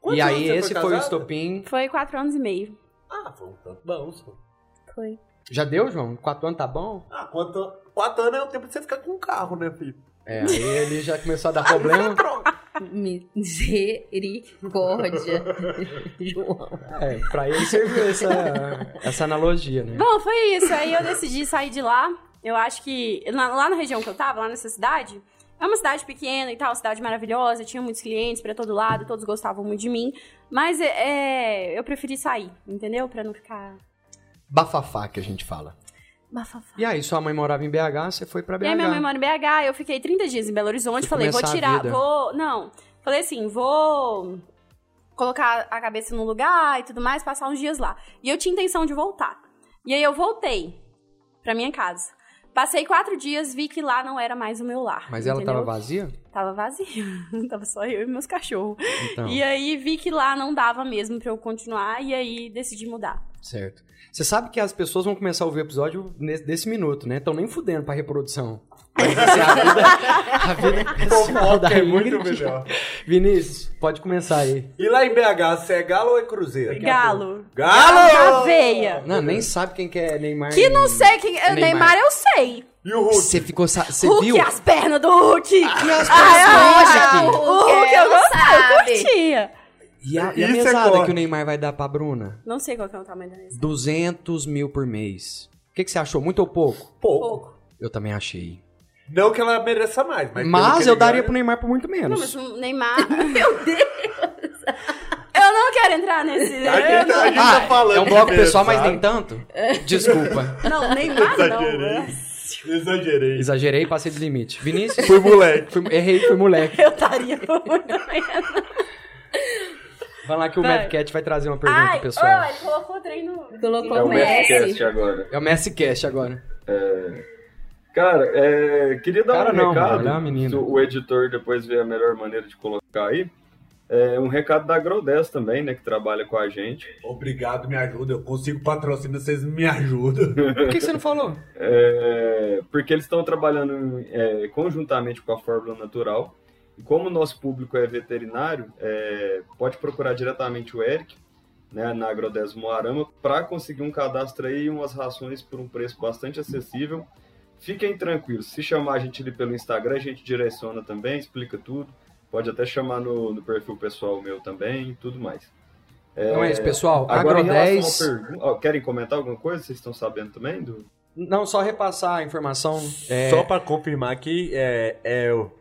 [SPEAKER 3] Quantos anos
[SPEAKER 1] aí
[SPEAKER 3] você
[SPEAKER 1] esse foi, o
[SPEAKER 3] casada?
[SPEAKER 1] estopim.
[SPEAKER 2] Foi quatro anos e meio.
[SPEAKER 3] Ah, foi um tanto bom. só.
[SPEAKER 2] Foi.
[SPEAKER 1] Já deu, João? Quatro anos tá bom?
[SPEAKER 3] Ah, quanto... quatro anos é o tempo de você ficar com um carro, né,
[SPEAKER 1] <laughs>
[SPEAKER 3] filho?
[SPEAKER 1] É, aí ele já começou a dar <laughs> problema.
[SPEAKER 5] Misericórdia. <laughs> João.
[SPEAKER 1] É, pra ele serviu essa, essa analogia, né?
[SPEAKER 2] Bom, foi isso. Aí eu decidi sair de lá. Eu acho que lá, lá na região que eu tava, lá nessa cidade, é uma cidade pequena e tal, cidade maravilhosa, tinha muitos clientes pra todo lado, todos gostavam muito de mim. Mas é, é, eu preferi sair, entendeu? Pra não ficar
[SPEAKER 1] Bafafá que a gente fala.
[SPEAKER 2] bafafá.
[SPEAKER 1] E aí, sua mãe morava em BH, você foi pra BH.
[SPEAKER 2] E aí minha mãe mora em BH, eu fiquei 30 dias em Belo Horizonte,
[SPEAKER 1] Fui
[SPEAKER 2] falei, vou
[SPEAKER 1] começar a
[SPEAKER 2] tirar,
[SPEAKER 1] vida.
[SPEAKER 2] vou. Não. Falei assim, vou colocar a cabeça no lugar e tudo mais, passar uns dias lá. E eu tinha intenção de voltar. E aí eu voltei pra minha casa. Passei quatro dias, vi que lá não era mais o meu lar.
[SPEAKER 1] Mas ela
[SPEAKER 2] entendeu?
[SPEAKER 1] tava vazia?
[SPEAKER 2] Tava vazia. <laughs> tava só eu e meus cachorros.
[SPEAKER 1] Então,
[SPEAKER 2] E aí vi que lá não dava mesmo pra eu continuar, e aí decidi mudar.
[SPEAKER 1] certo. Você sabe que as pessoas vão começar a ouvir o episódio nesse, desse minuto, né? Estão nem fudendo pra
[SPEAKER 2] <laughs>
[SPEAKER 1] reprodução. Mas assim, a vida, a vida pessoal da
[SPEAKER 3] é muito
[SPEAKER 1] Ingrid-
[SPEAKER 3] melhor.
[SPEAKER 1] Vinícius, pode começar aí.
[SPEAKER 3] E lá em BH, você é galo ou é cruzeiro?
[SPEAKER 2] Galo.
[SPEAKER 3] Galo!
[SPEAKER 2] Na veia.
[SPEAKER 1] Não, nem sabe quem que é Neymar.
[SPEAKER 2] Que não sei quem. Neymar,
[SPEAKER 1] Neymar
[SPEAKER 2] eu sei.
[SPEAKER 3] E o Hulk?
[SPEAKER 1] Você ficou... sa- Você
[SPEAKER 2] Hulk, é
[SPEAKER 1] viu?
[SPEAKER 2] as pernas
[SPEAKER 1] <laughs>
[SPEAKER 2] do Hulk.
[SPEAKER 1] Que as
[SPEAKER 2] Ai,
[SPEAKER 1] pessoas,
[SPEAKER 2] ai,
[SPEAKER 1] gente.
[SPEAKER 2] Ah, é? O Hulk é eu
[SPEAKER 5] não sabe.
[SPEAKER 2] curtia.
[SPEAKER 1] E a, e a
[SPEAKER 3] Isso é
[SPEAKER 1] mesada
[SPEAKER 3] corte.
[SPEAKER 1] que o Neymar vai dar pra Bruna?
[SPEAKER 2] Não sei qual que é o tamanho da mesa.
[SPEAKER 1] 200 mil por mês. O que, que você achou? Muito ou pouco?
[SPEAKER 3] Pouco.
[SPEAKER 2] Pouco.
[SPEAKER 1] Eu também achei.
[SPEAKER 3] Não que ela mereça mais, mas.
[SPEAKER 1] Mas,
[SPEAKER 3] pelo que
[SPEAKER 1] eu
[SPEAKER 3] ele
[SPEAKER 1] daria
[SPEAKER 3] ganha-
[SPEAKER 1] pro Neymar por muito menos.
[SPEAKER 2] Não, mas o Neymar... <laughs> Meu Deus. Eu não quero entrar nesse...
[SPEAKER 3] A gente, a gente
[SPEAKER 1] Ah,
[SPEAKER 3] tá falando.
[SPEAKER 1] é um bloco
[SPEAKER 3] de
[SPEAKER 1] pessoal, mas
[SPEAKER 3] mesada.
[SPEAKER 1] nem tanto.
[SPEAKER 2] É.
[SPEAKER 1] Desculpa.
[SPEAKER 2] Não, Neymar
[SPEAKER 3] Tá
[SPEAKER 2] não. né?
[SPEAKER 3] Exagerei. Exagerei.
[SPEAKER 1] Exagerei, passei do limite. Vinícius,
[SPEAKER 3] Fui moleque.
[SPEAKER 1] fui- errei, fui moleque.
[SPEAKER 2] Eu estaria por muito menos.
[SPEAKER 1] Vai lá que o
[SPEAKER 2] Vai.
[SPEAKER 1] Madcat vai trazer uma pergunta
[SPEAKER 2] Tá. Ai,
[SPEAKER 1] pro pessoal.
[SPEAKER 2] oh, ele colocou o trem no...
[SPEAKER 5] Colocou
[SPEAKER 4] É o
[SPEAKER 5] S.
[SPEAKER 4] Mathcast agora.
[SPEAKER 1] É o Messi Cash agora.
[SPEAKER 4] Cara, é, queria dar
[SPEAKER 1] Cara,
[SPEAKER 4] um
[SPEAKER 1] não,
[SPEAKER 4] recado.
[SPEAKER 1] mano, é uma menina.
[SPEAKER 4] se o editor depois vê a melhor maneira de colocar aí. É, um recado da Agrodez também, né? Que trabalha com a gente.
[SPEAKER 3] Obrigado, me ajuda. Eu consigo patrocínio, vocês me ajudam.
[SPEAKER 1] Por que que você não falou?
[SPEAKER 4] É, porque eles estão trabalhando é, conjuntamente com a Fórmula Natural. E como o nosso público é veterinário, é, pode procurar diretamente o Eric, né, na Agrodez Moarama, para conseguir um cadastro aí e umas rações por um preço bastante acessível. Fiquem tranquilos, se chamar a gente ali pelo Instagram, a gente direciona também, explica tudo. Pode até chamar no, no perfil pessoal meu também e tudo mais.
[SPEAKER 1] Então é isso, pessoal.
[SPEAKER 4] Agora,
[SPEAKER 1] Agro
[SPEAKER 4] em relação
[SPEAKER 1] 10.
[SPEAKER 4] à pergunta, ó, querem comentar alguma coisa? Vocês estão sabendo também? Do...
[SPEAKER 1] Não, só repassar a informação. É,
[SPEAKER 3] Só pra confirmar que é, é o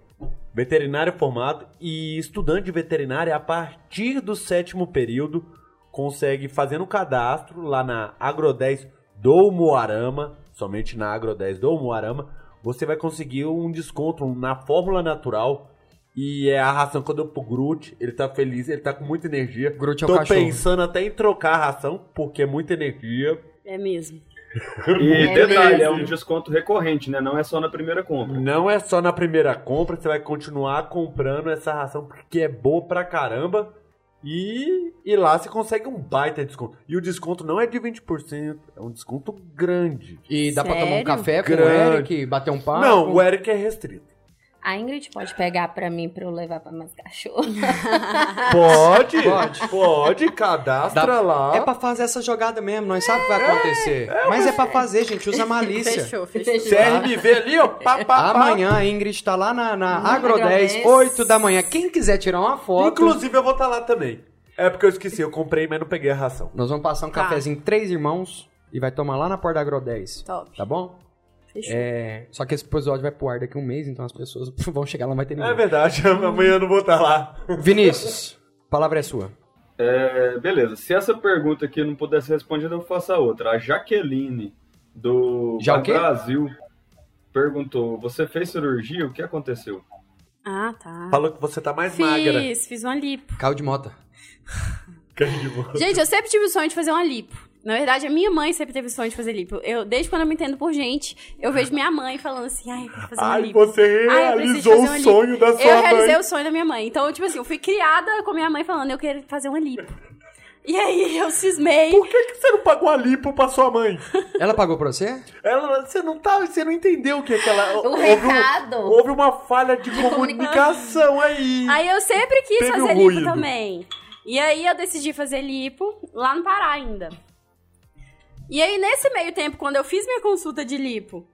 [SPEAKER 3] veterinário formado e estudante de veterinária a partir do sétimo período consegue fazendo o cadastro lá na Agro 10 do Moarama, somente na Agro 10 do Moarama, você vai conseguir um desconto na fórmula natural e é a ração que eu dou pro Groot, ele tá feliz, ele tá com muita energia.
[SPEAKER 1] Groot é o
[SPEAKER 3] Tô
[SPEAKER 1] cachorro.
[SPEAKER 3] pensando até em trocar a ração, porque é muita energia.
[SPEAKER 2] É mesmo.
[SPEAKER 4] E
[SPEAKER 5] É
[SPEAKER 4] detalhe,
[SPEAKER 5] mesmo.
[SPEAKER 4] é um desconto recorrente, né? Não é só na primeira compra.
[SPEAKER 3] Não é só na primeira compra, você vai continuar comprando essa ração porque é boa pra caramba. E, e lá você consegue um baita desconto. E o desconto não é de 20%, é um desconto grande.
[SPEAKER 1] E dá pra tomar um
[SPEAKER 2] Sério?
[SPEAKER 1] café com o
[SPEAKER 3] Grande.
[SPEAKER 1] Eric, bater um papo.
[SPEAKER 3] não, o Eric é restrito.
[SPEAKER 5] A Ingrid pode pegar pra mim pra eu levar pra meus cachorros.
[SPEAKER 1] <laughs>
[SPEAKER 3] Pode,
[SPEAKER 1] Pode.
[SPEAKER 3] pode, cadastra
[SPEAKER 1] Dá-
[SPEAKER 3] lá.
[SPEAKER 1] É pra fazer essa jogada mesmo, nós sabe o que vai acontecer. mas é pra fazer, gente, usa malícia.
[SPEAKER 2] Fechou, fechou.
[SPEAKER 5] <laughs>
[SPEAKER 3] CRMV é ali, ó. Pá, pá, pá.
[SPEAKER 1] Amanhã a Ingrid tá lá na, na
[SPEAKER 5] Na
[SPEAKER 1] Agro
[SPEAKER 5] Agro
[SPEAKER 1] 10,
[SPEAKER 5] 10.
[SPEAKER 1] 8 da manhã. Quem quiser tirar uma foto,
[SPEAKER 3] Inclusive eu vou tá estar lá também. É porque eu esqueci, eu comprei, mas não peguei a ração.
[SPEAKER 2] Tá.
[SPEAKER 1] nós vamos passar um cafezinho Três Irmãos. e vai tomar lá na porta da Agro 10.
[SPEAKER 2] Top.
[SPEAKER 1] Tá bom?
[SPEAKER 2] Fechou.
[SPEAKER 1] É, só que esse episódio vai pro ar daqui a um mês, então as pessoas <laughs> vão chegar lá, não vai ter
[SPEAKER 3] É
[SPEAKER 1] ninguém.
[SPEAKER 3] verdade, <laughs> amanhã eu não vou estar lá.
[SPEAKER 1] Vinícius, a palavra é sua.
[SPEAKER 4] É, beleza, se essa pergunta aqui não puder ser respondida, eu faço a outra. A Jaqueline, do
[SPEAKER 1] Já o
[SPEAKER 4] Bar
[SPEAKER 1] quê?
[SPEAKER 4] Brasil, perguntou: Você fez cirurgia? O que aconteceu?
[SPEAKER 2] Ah, tá.
[SPEAKER 3] Falou que você tá mais
[SPEAKER 2] Fiz,
[SPEAKER 3] magra.
[SPEAKER 2] fiz uma lipo.
[SPEAKER 1] Caio de Mota.
[SPEAKER 2] Gente, eu sempre tive o sonho de fazer uma lipo. Na verdade, a minha mãe sempre teve o sonho de fazer lipo. Eu, desde quando eu me entendo por gente, eu vejo minha mãe falando assim, ai, eu quero fazer uma
[SPEAKER 3] Ai,
[SPEAKER 2] lipo.
[SPEAKER 3] você
[SPEAKER 2] Ai, Ah, eu preciso
[SPEAKER 3] realizou
[SPEAKER 2] fazer uma
[SPEAKER 3] o
[SPEAKER 2] lipo.
[SPEAKER 3] sonho da sua
[SPEAKER 2] Eu realizei
[SPEAKER 3] mãe.
[SPEAKER 2] o sonho da minha mãe. Então, tipo assim, eu fui criada com minha mãe falando, eu quero fazer uma lipo. E aí, eu cismei.
[SPEAKER 3] Por que, que você não pagou a lipo pra sua mãe?
[SPEAKER 1] Ela pagou pra você?
[SPEAKER 3] Ela, você não tá, você não entendeu o que é
[SPEAKER 2] <laughs>
[SPEAKER 3] que ela...
[SPEAKER 5] O
[SPEAKER 3] houve um-
[SPEAKER 5] recado.
[SPEAKER 3] Houve uma falha de, comunicação aí.
[SPEAKER 2] Aí eu sempre quis
[SPEAKER 3] Teve
[SPEAKER 2] fazer
[SPEAKER 3] um
[SPEAKER 2] lipo
[SPEAKER 3] ruído.
[SPEAKER 2] também. E aí eu decidi fazer lipo lá no Pará ainda. E aí, nesse meio tempo, quando eu fiz minha consulta de lipo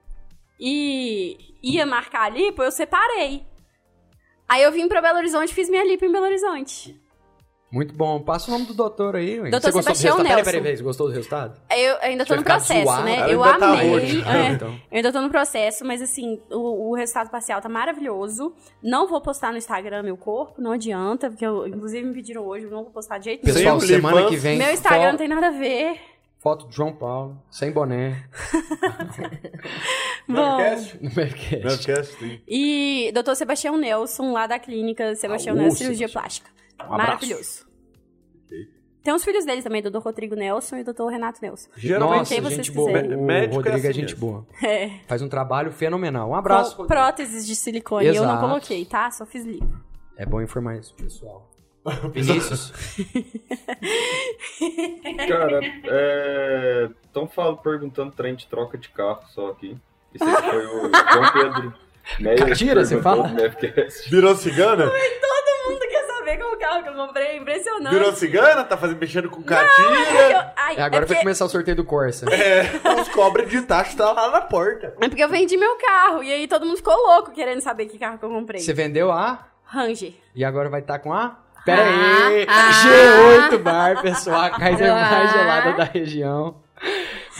[SPEAKER 2] e ia marcar a lipo, eu separei. Aí eu vim pra Belo Horizonte e fiz minha lipo em Belo Horizonte.
[SPEAKER 1] Muito bom. Passa o nome do doutor aí. ué.
[SPEAKER 2] Doutor
[SPEAKER 1] você gostou
[SPEAKER 2] Sebastião
[SPEAKER 1] do resultado? Peraí,
[SPEAKER 2] Nelson.
[SPEAKER 1] peraí, peraí. Você gostou do resultado?
[SPEAKER 2] Eu ainda tô
[SPEAKER 1] Você
[SPEAKER 2] no
[SPEAKER 1] vai ficar
[SPEAKER 2] processo,
[SPEAKER 1] zoado.
[SPEAKER 2] né?
[SPEAKER 3] Ela
[SPEAKER 2] Eu
[SPEAKER 3] ainda tá
[SPEAKER 2] amei.
[SPEAKER 3] hoje.
[SPEAKER 1] Ah,
[SPEAKER 2] é.
[SPEAKER 1] então.
[SPEAKER 2] Eu ainda tô no processo, mas assim, o, o resultado parcial tá maravilhoso. Não vou postar no Instagram meu corpo, não adianta, porque eu, inclusive me pediram hoje, eu não vou postar de jeito nenhum.
[SPEAKER 1] Pessoal,
[SPEAKER 3] Sem
[SPEAKER 1] semana
[SPEAKER 3] OnlyFans.
[SPEAKER 1] que vem.
[SPEAKER 2] Meu Instagram não
[SPEAKER 1] fo-
[SPEAKER 2] tem nada a ver.
[SPEAKER 1] Foto de João Paulo, sem boné, <laughs>
[SPEAKER 2] Bom,
[SPEAKER 1] no mercado.
[SPEAKER 3] Não, esquece, sim.
[SPEAKER 2] e doutor Sebastião Nelson, lá da clínica Sebastião
[SPEAKER 1] Ah, ô,
[SPEAKER 2] Nelson, cirurgia plástica.
[SPEAKER 1] Um abraço.
[SPEAKER 2] Maravilhoso. Tem os filhos dele também, doutor Rodrigo Nelson e doutor Renato Nelson.
[SPEAKER 3] Geralmente-
[SPEAKER 1] Nossa,
[SPEAKER 2] Quem vocês
[SPEAKER 1] gente boa.
[SPEAKER 2] quiserem.
[SPEAKER 1] O
[SPEAKER 3] Médico é
[SPEAKER 1] Rodrigo é,
[SPEAKER 3] assim
[SPEAKER 1] gente
[SPEAKER 3] mesmo.
[SPEAKER 1] boa.
[SPEAKER 2] É.
[SPEAKER 1] Faz um trabalho fenomenal. Um abraço.
[SPEAKER 2] Com
[SPEAKER 1] Rodrigo.
[SPEAKER 2] próteses de silicone, eu não
[SPEAKER 1] Exato.
[SPEAKER 2] coloquei, tá? Só fiz livro.
[SPEAKER 1] É bom informar isso,
[SPEAKER 3] <laughs>
[SPEAKER 1] pessoal. Vinícius,
[SPEAKER 4] Cara, estão perguntando trem de troca de carro só aqui. Isso aqui foi o João
[SPEAKER 1] <laughs>
[SPEAKER 4] Pedro. Meia que
[SPEAKER 1] Catira, você
[SPEAKER 4] perguntou né?
[SPEAKER 1] fala?
[SPEAKER 4] no Mavcast.
[SPEAKER 3] Virou cigana?
[SPEAKER 2] Todo mundo quer saber qual carro que eu comprei, impressionante.
[SPEAKER 3] Virou cigana? Tá fazendo, mexendo com catinha?
[SPEAKER 2] Ai,
[SPEAKER 1] é, agora
[SPEAKER 2] é, porque,
[SPEAKER 1] vai começar o sorteio do Corsa.
[SPEAKER 3] É, os cobras de tacho tá lá na porta.
[SPEAKER 2] é porque eu vendi meu carro, e aí todo mundo ficou louco querendo saber que carro que eu comprei.
[SPEAKER 1] Você vendeu a
[SPEAKER 2] Ranger.
[SPEAKER 1] e agora vai estar com a... Pera aí!
[SPEAKER 5] Ah,
[SPEAKER 1] G8 Bar, pessoal, a Kaiser
[SPEAKER 5] Ah.
[SPEAKER 1] mais gelada da região.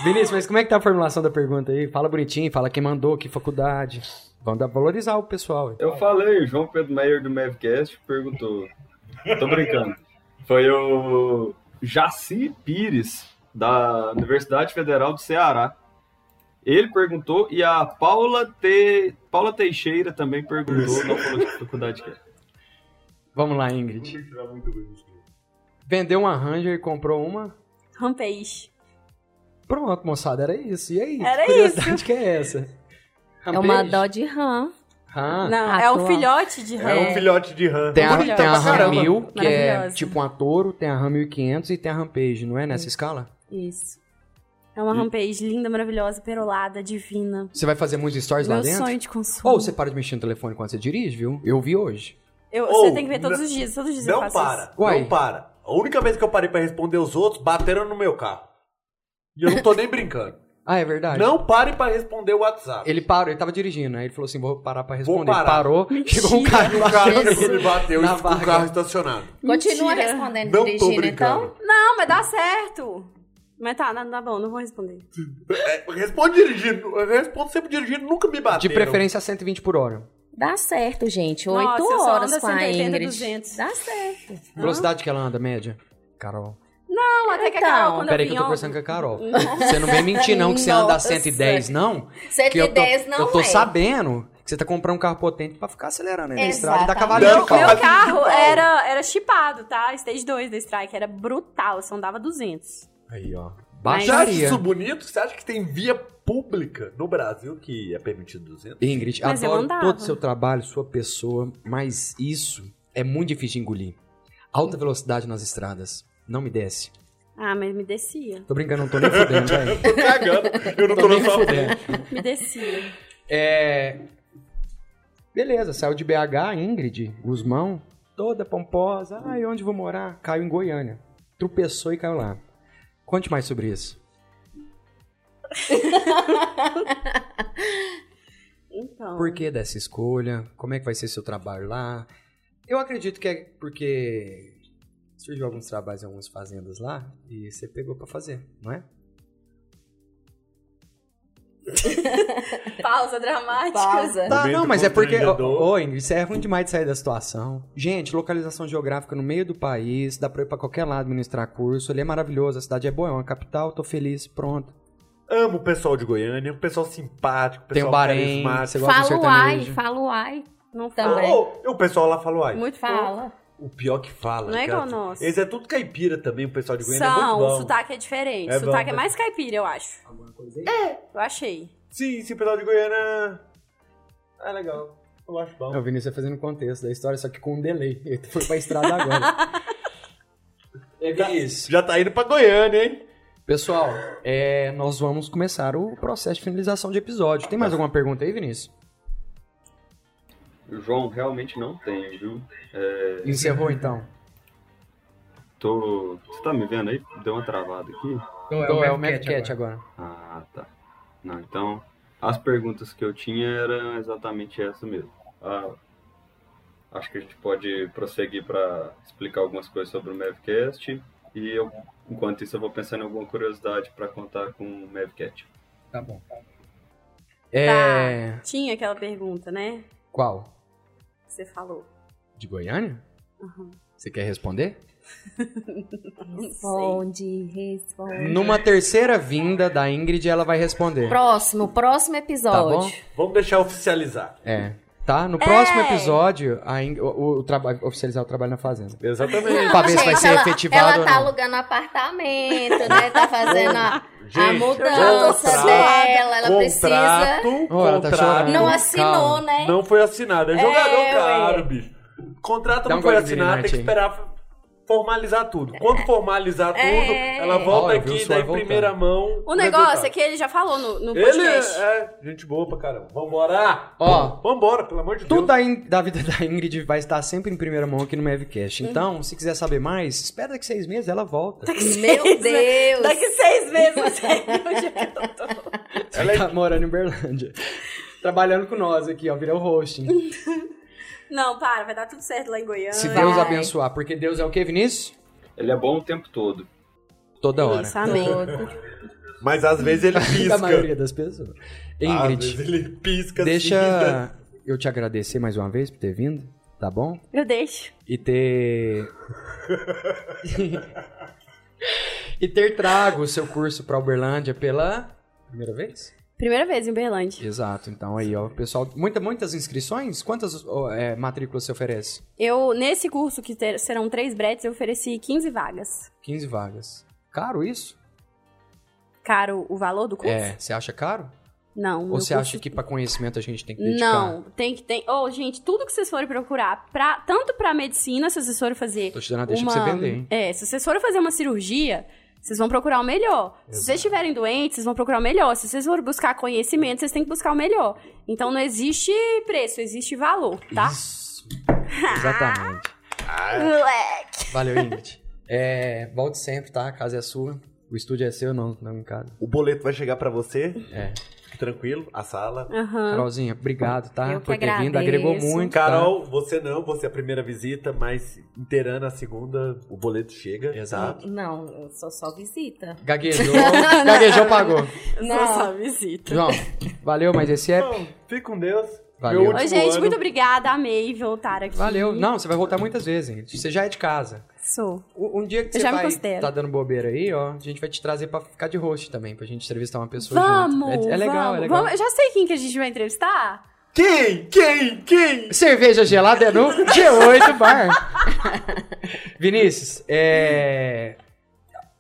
[SPEAKER 1] Vinícius, mas como é que tá a formulação da pergunta aí? Fala bonitinho, fala quem mandou, que faculdade. Vamos dar- valorizar o pessoal.
[SPEAKER 4] Eu falei, o João Pedro Meyer do Mavcast perguntou. Tô brincando. Foi o Jaci Pires, da Universidade Federal do Ceará. Ele perguntou e a Paula, Te... Paula Teixeira também perguntou, não falou que faculdade que é.
[SPEAKER 1] Vamos lá, Ingrid. Vendeu uma Ranger e comprou uma.
[SPEAKER 2] Rampage.
[SPEAKER 1] Pronto, moçada, era isso. E aí?
[SPEAKER 2] Era
[SPEAKER 1] que curiosidade que é essa?
[SPEAKER 5] É uma
[SPEAKER 1] Rampage?
[SPEAKER 5] Dodge Ram.
[SPEAKER 1] Ram.
[SPEAKER 2] Não,
[SPEAKER 5] Ah,
[SPEAKER 2] é um
[SPEAKER 5] tô-
[SPEAKER 2] filhote de
[SPEAKER 3] É, um
[SPEAKER 2] Ranger.
[SPEAKER 3] filhote de rã.
[SPEAKER 1] Tem a,
[SPEAKER 2] Bonita
[SPEAKER 1] tem a
[SPEAKER 2] pra
[SPEAKER 1] Ram
[SPEAKER 2] caramba.
[SPEAKER 1] 1000, que é
[SPEAKER 2] Maravilhosa.
[SPEAKER 1] tipo uma Toro, tem a Ram 1500 e tem a Rampage, não é nessa escala?
[SPEAKER 5] Isso.
[SPEAKER 2] É uma rampage linda, maravilhosa, perolada, divina.
[SPEAKER 1] Você vai fazer muitos stories lá
[SPEAKER 2] Meu
[SPEAKER 1] dentro?
[SPEAKER 2] sonho de consumo.
[SPEAKER 1] Ou você para de mexer no telefone quando você dirige, viu? Eu vi hoje.
[SPEAKER 2] Eu-
[SPEAKER 3] Ou,
[SPEAKER 2] você tem que ver todos
[SPEAKER 3] não-
[SPEAKER 2] os dias, todos os dias eu
[SPEAKER 3] Não
[SPEAKER 2] faço
[SPEAKER 3] para,
[SPEAKER 2] isso.
[SPEAKER 1] Uai.
[SPEAKER 3] não para. A única vez que eu parei pra responder os outros, bateram no meu carro. E eu não tô nem brincando.
[SPEAKER 1] Ah, é verdade?
[SPEAKER 3] Não pare pra responder o WhatsApp.
[SPEAKER 1] Ele parou, ele tava dirigindo, aí ele falou assim: vou parar pra
[SPEAKER 3] Vou
[SPEAKER 1] responder.
[SPEAKER 3] parar.
[SPEAKER 2] <laughs>
[SPEAKER 1] Parou, chegou um carro
[SPEAKER 3] O
[SPEAKER 1] lá.
[SPEAKER 3] carro
[SPEAKER 1] atrás
[SPEAKER 3] me
[SPEAKER 1] dele.
[SPEAKER 3] bateu
[SPEAKER 1] Na
[SPEAKER 3] e ficou
[SPEAKER 1] vaga.
[SPEAKER 3] o carro estacionado.
[SPEAKER 5] Continua
[SPEAKER 2] Mentira.
[SPEAKER 5] respondendo
[SPEAKER 3] Não tô
[SPEAKER 5] dirigindo, então.
[SPEAKER 3] brincando.
[SPEAKER 2] Não, mas dá certo. Mas tá, não, tá bom, não vou responder.
[SPEAKER 3] É, responde dirigindo. Eu respondo sempre dirigindo, nunca me
[SPEAKER 1] De
[SPEAKER 3] bateram.
[SPEAKER 1] preferência a 120 por hora.
[SPEAKER 5] Dá certo, gente.
[SPEAKER 2] Nossa,
[SPEAKER 5] Oito
[SPEAKER 2] eu só
[SPEAKER 5] horas
[SPEAKER 2] ando
[SPEAKER 5] com a
[SPEAKER 2] 180,
[SPEAKER 5] Ingrid.
[SPEAKER 2] 200.
[SPEAKER 5] Dá certo.
[SPEAKER 1] Velocidade que ela anda, média? Carol.
[SPEAKER 2] Não, até que a
[SPEAKER 5] Então,
[SPEAKER 2] Carol, quando
[SPEAKER 1] Peraí
[SPEAKER 2] eu
[SPEAKER 1] que
[SPEAKER 2] vim
[SPEAKER 1] eu tô
[SPEAKER 2] ontem-
[SPEAKER 1] conversando com a Carol. Você não vem mentir, não, que você anda a 110, não? Que eu tô,
[SPEAKER 5] 110 não
[SPEAKER 1] Eu tô
[SPEAKER 5] é.
[SPEAKER 1] sabendo que você tá comprando um carro potente pra ficar acelerando aí na estrada e
[SPEAKER 5] Exatamente.
[SPEAKER 1] dar cavalinho
[SPEAKER 3] Não,
[SPEAKER 1] no carro.
[SPEAKER 2] Meu
[SPEAKER 3] Cavalinho de
[SPEAKER 2] carro
[SPEAKER 3] pau.
[SPEAKER 2] era, era chipado, tá? Stage 2 da Strike, era brutal, só andava 200.
[SPEAKER 1] Aí, ó.
[SPEAKER 2] Mas-
[SPEAKER 3] Já acha
[SPEAKER 1] Baixaria.
[SPEAKER 3] isso bonito? Você acha que tem via pública no Brasil que é permitido 200?
[SPEAKER 1] Ingrid,
[SPEAKER 2] Mas eu
[SPEAKER 1] adoro
[SPEAKER 2] andava.
[SPEAKER 1] todo o seu trabalho, sua pessoa, mas isso é muito difícil de engolir. Alta velocidade nas estradas. Não me desce.
[SPEAKER 2] Ah, mas me descia.
[SPEAKER 1] Tô brincando, não tô nem fudendo,
[SPEAKER 2] <laughs>
[SPEAKER 1] velho.
[SPEAKER 3] Tô cagando. Eu não
[SPEAKER 1] Tô
[SPEAKER 3] tô
[SPEAKER 1] nem
[SPEAKER 3] na sua
[SPEAKER 1] fudendo.
[SPEAKER 2] Me descia.
[SPEAKER 1] É. Beleza, saiu de BH, Ingrid, Guzmão, toda pomposa. Ai, onde vou morar? Caiu em Goiânia. Tropeçou e caiu lá. Conte mais sobre isso.
[SPEAKER 2] Então.
[SPEAKER 1] Por que dessa escolha? Como é que vai ser seu trabalho lá? Eu acredito que é porque surgiu alguns trabalhos em algumas fazendas lá e você pegou pra fazer, não é?
[SPEAKER 2] Pausa dramática.
[SPEAKER 5] Pausa.
[SPEAKER 1] Tá,
[SPEAKER 3] Momento
[SPEAKER 1] não, mas é porque. Ô,
[SPEAKER 3] constrangedor.
[SPEAKER 1] ô, Ingrid, isso é ruim demais de sair da situação. Gente, localização geográfica no meio do país, dá pra ir pra qualquer lado administrar curso. Ali é maravilhoso, a cidade é boa, é uma capital, tô feliz, pronto.
[SPEAKER 3] Amo o pessoal de Goiânia, o pessoal simpático, o
[SPEAKER 1] Tem o
[SPEAKER 3] pessoal é
[SPEAKER 1] Bahrein, você
[SPEAKER 3] carismático.
[SPEAKER 1] gosta de
[SPEAKER 5] Falo ai,
[SPEAKER 1] sertanejo.
[SPEAKER 5] falo ai.
[SPEAKER 2] Não
[SPEAKER 5] Também.
[SPEAKER 3] Oh, e o pessoal lá falou, ai,
[SPEAKER 2] Muito fala.
[SPEAKER 5] Fala.
[SPEAKER 3] o pior que fala.
[SPEAKER 2] Não é igual
[SPEAKER 3] cara,
[SPEAKER 2] nosso.
[SPEAKER 3] Eles é tudo caipira também, o pessoal de Goiânia é
[SPEAKER 2] São,
[SPEAKER 3] muito bom.
[SPEAKER 2] o sotaque é diferente.
[SPEAKER 3] É
[SPEAKER 2] o sotaque
[SPEAKER 3] bom,
[SPEAKER 2] é
[SPEAKER 3] né?
[SPEAKER 2] mais caipira, eu acho. Eu achei.
[SPEAKER 3] Sim, sim, o pessoal de Goiânia é legal. Eu acho bom.
[SPEAKER 1] É, O Vinícius tá fazendo contexto da história, só que com um delay. <laughs> Ele foi pra estrada agora. É, Vinícius.
[SPEAKER 3] Já tá indo pra Goiânia, hein?
[SPEAKER 1] Pessoal, é, nós vamos começar o processo de finalização de episódio. Tem mais alguma pergunta aí, Vinícius?
[SPEAKER 4] João, realmente não tem, viu?
[SPEAKER 1] Encerrou então.
[SPEAKER 4] Tô. Você tá me vendo aí? Deu uma travada aqui?
[SPEAKER 1] Então, é o Mevcat agora.
[SPEAKER 4] Ah, tá. Não, então, as perguntas que eu tinha eram exatamente essa mesmo. Ah, acho que a gente pode prosseguir para explicar algumas coisas sobre o Mavcast e eu, enquanto isso, eu vou pensando em alguma curiosidade para contar com o Mavcat.
[SPEAKER 1] Tá bom.
[SPEAKER 5] Tá.
[SPEAKER 1] É.
[SPEAKER 2] Tinha aquela pergunta, né?
[SPEAKER 1] Qual?
[SPEAKER 2] que Você falou.
[SPEAKER 1] De Goiânia? Você quer responder?
[SPEAKER 5] Responde, responde.
[SPEAKER 1] Numa terceira vinda da Ingrid, ela vai responder.
[SPEAKER 5] Próximo,
[SPEAKER 1] Tá
[SPEAKER 5] próximo episódio.
[SPEAKER 3] Vamos deixar oficializar.
[SPEAKER 1] É. Tá? No próximo
[SPEAKER 2] É.
[SPEAKER 1] episódio, a Ingrid, o, o, traba- oficializar o trabalho na fazenda.
[SPEAKER 3] Exatamente.
[SPEAKER 1] pra ver se vai
[SPEAKER 5] Gente,
[SPEAKER 1] ser
[SPEAKER 5] ela,
[SPEAKER 1] efetivado
[SPEAKER 5] ela
[SPEAKER 1] ou
[SPEAKER 5] tá
[SPEAKER 1] não.
[SPEAKER 5] alugando apartamento, né? Tá fazendo a, a
[SPEAKER 3] Gente,
[SPEAKER 5] mudança
[SPEAKER 3] contrato,
[SPEAKER 5] dela. Ela precisa.
[SPEAKER 3] contrato,
[SPEAKER 1] Oh, ela tá
[SPEAKER 3] contrato.
[SPEAKER 1] chorando.
[SPEAKER 5] Não assinou,
[SPEAKER 1] Calma.
[SPEAKER 5] né?
[SPEAKER 3] Não foi assinado. É jogador
[SPEAKER 5] ué.
[SPEAKER 3] caro, bicho. Contrato
[SPEAKER 1] Dá
[SPEAKER 3] não
[SPEAKER 1] um
[SPEAKER 3] foi
[SPEAKER 1] gole de
[SPEAKER 3] assinado, tem que
[SPEAKER 1] Virinate aí.
[SPEAKER 3] esperar formalizar tudo. Quando formalizar tudo,
[SPEAKER 5] É.
[SPEAKER 3] ela volta
[SPEAKER 1] Olha, eu vi o
[SPEAKER 3] aqui e dá
[SPEAKER 1] suor
[SPEAKER 3] em primeira mão.
[SPEAKER 2] O negócio
[SPEAKER 3] resultado.
[SPEAKER 2] é que ele já falou no,
[SPEAKER 5] um
[SPEAKER 2] no
[SPEAKER 3] então. Ele
[SPEAKER 2] podcast.
[SPEAKER 3] é gente boa pra caramba. Vambora!
[SPEAKER 1] Ó.
[SPEAKER 3] Vambora, pelo amor de
[SPEAKER 1] Tudo
[SPEAKER 3] Deus.
[SPEAKER 1] da, In- da vida da Ingrid vai estar sempre em primeira mão aqui no Mavcast. Então, se quiser saber mais, espera daqui seis meses, ela volta.
[SPEAKER 5] Meu Deus!
[SPEAKER 2] Daqui seis meses eu sei onde é que eu tô.
[SPEAKER 1] Ela tá morando em Berlândia. Trabalhando com nós aqui, ó. Virou hosting.
[SPEAKER 2] Não, para, vai dar tudo certo lá em Goiânia.
[SPEAKER 1] Se Deus
[SPEAKER 5] Vai.
[SPEAKER 1] abençoar. Porque Deus é o que, Vinícius?
[SPEAKER 4] Ele é bom o tempo todo.
[SPEAKER 1] Toda hora.
[SPEAKER 2] Isso, amém.
[SPEAKER 3] Mas às vezes ele
[SPEAKER 1] Da
[SPEAKER 3] pisca.
[SPEAKER 1] maioria das pessoas.
[SPEAKER 3] Às
[SPEAKER 1] Ingrid,
[SPEAKER 3] vezes ele pisca. assim. pisca.
[SPEAKER 1] deixa eu te agradecer mais uma vez por ter vindo, tá bom?
[SPEAKER 2] Eu deixo.
[SPEAKER 1] E ter. <laughs> e ter trago o seu curso pra Uberlândia pela. Primeira vez?
[SPEAKER 2] Primeira vez em Berlândia.
[SPEAKER 1] Exato. Então aí, ó, pessoal. Muita, muitas inscrições? Quantas ó, é, matrículas você oferece?
[SPEAKER 2] Eu, nesse curso, que ter- serão três bretes, eu ofereci 15 vagas.
[SPEAKER 1] 15 vagas. Caro isso?
[SPEAKER 2] Caro o valor do curso?
[SPEAKER 1] É. Você acha caro?
[SPEAKER 2] Não. meu
[SPEAKER 1] Ou você
[SPEAKER 2] curso-
[SPEAKER 1] acha que pra conhecimento a gente tem que dedicar?
[SPEAKER 2] Não, tem que tem. Ô, gente, tudo que vocês forem procurar, pra, tanto pra medicina, se vocês forem fazer
[SPEAKER 1] Tô te dando a deixa
[SPEAKER 2] uma...
[SPEAKER 1] pra você vender, hein?
[SPEAKER 2] É, se vocês forem fazer uma cirurgia, vocês vão procurar o melhor. Se vocês estiverem doentes, vocês vão procurar o melhor. Se vocês forem buscar conhecimento, vocês têm que buscar o melhor. Então não existe preço, existe valor, tá?
[SPEAKER 1] Isso. Exatamente.
[SPEAKER 3] Ah,
[SPEAKER 2] Moleque.
[SPEAKER 1] Valeu, Ingrid. É, volte sempre, tá? A casa é sua. O estúdio é seu, não, não em casa.
[SPEAKER 3] O boleto vai chegar pra você.
[SPEAKER 1] É.
[SPEAKER 3] Fique Tranquilo, a sala. Hum,
[SPEAKER 2] Aham.
[SPEAKER 1] Carolzinha, obrigado, tá?
[SPEAKER 5] Eu que
[SPEAKER 1] por ter vindo,
[SPEAKER 5] agradeço.
[SPEAKER 1] agregou muito. tá?
[SPEAKER 3] Carol, você não, você é a primeira visita, mas inteirando a segunda, o boleto chega.
[SPEAKER 1] Exato.
[SPEAKER 2] Tá?
[SPEAKER 5] Não, eu sou só visita.
[SPEAKER 1] Gaguejou, gaguejou, pagou.
[SPEAKER 2] Não. Só visita.
[SPEAKER 1] João, valeu, mas esse é.
[SPEAKER 3] Então, fique com Deus.
[SPEAKER 1] Valeu.
[SPEAKER 3] Meu
[SPEAKER 1] Ô,
[SPEAKER 2] Oi,
[SPEAKER 3] último
[SPEAKER 2] gente,
[SPEAKER 3] ano.
[SPEAKER 2] muito obrigada. Amei voltar aqui.
[SPEAKER 1] Valeu. Não, você vai voltar muitas vezes, Ingrid. Você já é de casa.
[SPEAKER 2] Sou.
[SPEAKER 1] Um um dia que
[SPEAKER 2] Eu
[SPEAKER 1] você
[SPEAKER 2] já me
[SPEAKER 1] vai
[SPEAKER 2] considero.
[SPEAKER 1] tá dando bobeira aí, ó, a gente vai te trazer pra ficar de host também, pra gente entrevistar uma pessoa
[SPEAKER 2] Vamos!
[SPEAKER 1] junto. É, é legal,
[SPEAKER 2] vamos,
[SPEAKER 1] é legal.
[SPEAKER 2] vamos. Eu já sei quem que a gente vai entrevistar.
[SPEAKER 3] Quem? Quem? Quem?
[SPEAKER 1] Cerveja gelada é
[SPEAKER 2] <laughs>
[SPEAKER 1] no G8 Bar. Vinícius, é...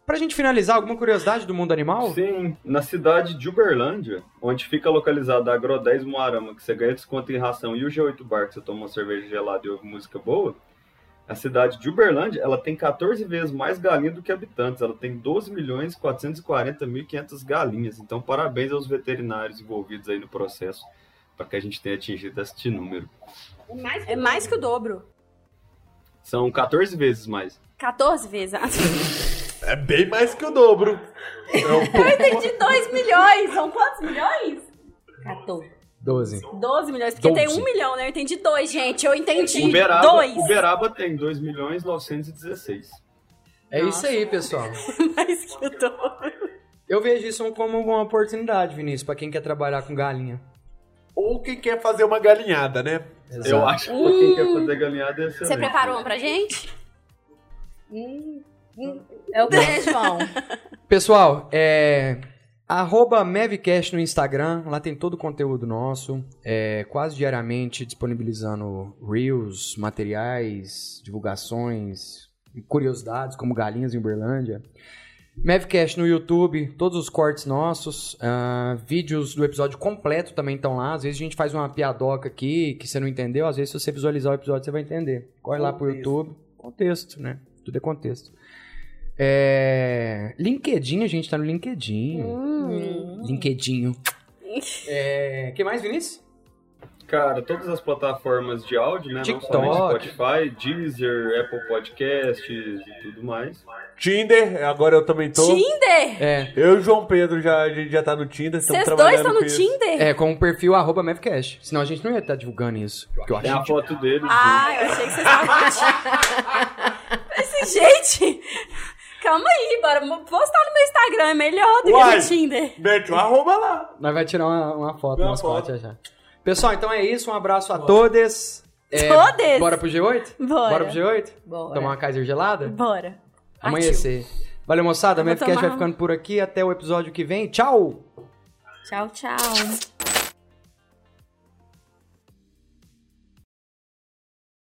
[SPEAKER 1] pra gente finalizar, alguma curiosidade do mundo animal?
[SPEAKER 4] Sim, na cidade de Uberlândia, onde fica localizada a Agro 10 Moarama, que você ganha desconto em ração, e o G8 Bar, que você toma uma cerveja gelada e ouve música boa, a cidade de Uberlândia, ela tem 14 vezes mais galinha do que habitantes. Ela tem 12 milhões galinhas. Então, parabéns aos veterinários envolvidos aí no processo, para que a gente tenha atingido este número.
[SPEAKER 2] É mais que o dobro.
[SPEAKER 4] São 14 vezes mais.
[SPEAKER 2] 14 vezes.
[SPEAKER 3] É bem mais que o dobro. É um pouco-
[SPEAKER 2] De 2 milhões. São quantos milhões?
[SPEAKER 5] 14.
[SPEAKER 1] 12.
[SPEAKER 2] 12 milhões. Porque tem 1
[SPEAKER 1] Doze.
[SPEAKER 2] um milhão, né? Eu entendi 2, gente. Eu entendi
[SPEAKER 4] Uberaba,
[SPEAKER 2] 2.
[SPEAKER 4] Uberaba tem 2 milhões 916.
[SPEAKER 1] É isso aí, pessoal.
[SPEAKER 2] Mais que o dobro.
[SPEAKER 1] Eu vejo isso como uma oportunidade, Vinícius, pra quem quer trabalhar com galinha.
[SPEAKER 3] Ou quem quer fazer uma galinhada, né?
[SPEAKER 4] Eu acho que pra quem quer fazer galinhada é excelente.
[SPEAKER 2] Uh. Você preparou um pra gente?
[SPEAKER 5] Hum, hum. É o que, João?
[SPEAKER 1] Pessoal, é. Arroba Mavcast no Instagram, lá tem todo o conteúdo nosso, é, quase diariamente disponibilizando reels, materiais, divulgações, curiosidades como galinhas em Uberlândia. Mavcast no YouTube, todos os cortes nossos, ah, vídeos do episódio completo também estão lá. Às vezes a gente faz uma piadoca aqui que você não entendeu, às vezes se você visualizar o episódio você vai entender. Corre lá pro
[SPEAKER 3] Contexto.
[SPEAKER 1] YouTube. Contexto, né? Tudo é contexto. É... LinkedIn, a gente tá no LinkedIn.
[SPEAKER 2] Hum.
[SPEAKER 1] LinkedIn. É... que mais, Vinícius?
[SPEAKER 4] Cara, todas as plataformas de áudio, né? Não
[SPEAKER 1] TikTok.
[SPEAKER 4] somente Spotify, Deezer, Apple Podcasts e tudo mais.
[SPEAKER 3] Tinder, agora eu também tô.
[SPEAKER 2] Tinder?
[SPEAKER 1] É,
[SPEAKER 3] Eu e o João Pedro já, a gente já tá no Tinder. estamos
[SPEAKER 2] Vocês dois
[SPEAKER 3] trabalhando
[SPEAKER 2] estão
[SPEAKER 3] com
[SPEAKER 2] no
[SPEAKER 3] isso.
[SPEAKER 2] Tinder?
[SPEAKER 1] é com o perfil arroba Mavcash. Senão a gente não ia estar divulgando isso. Que eu
[SPEAKER 4] Tem
[SPEAKER 1] acho
[SPEAKER 4] a foto deles. né?
[SPEAKER 2] Ah, eu achei que vocês estavam
[SPEAKER 3] <laughs>
[SPEAKER 2] Esse gente, calma aí, bora postar no meu Instagram, é melhor do que
[SPEAKER 3] Uai.
[SPEAKER 2] no Tinder.
[SPEAKER 3] Mete um arroba lá.
[SPEAKER 1] Nós vai tirar uma, uma foto,
[SPEAKER 3] Uma
[SPEAKER 1] umas
[SPEAKER 3] foto.
[SPEAKER 1] fotos já, já. Pessoal, então é isso. Um abraço a todas. É,
[SPEAKER 2] Todas?
[SPEAKER 1] Bora pro G8?
[SPEAKER 2] Bora.
[SPEAKER 1] Bora pro G8?
[SPEAKER 5] Bora.
[SPEAKER 1] Tomar uma Kaiser gelada?
[SPEAKER 2] Bora.
[SPEAKER 1] Amanhecer. Valeu, moçada. A
[SPEAKER 2] Eu vou
[SPEAKER 1] Mavcast
[SPEAKER 2] tomar
[SPEAKER 1] vai ficando por aqui. Até o episódio que vem. Tchau!
[SPEAKER 5] Tchau, tchau.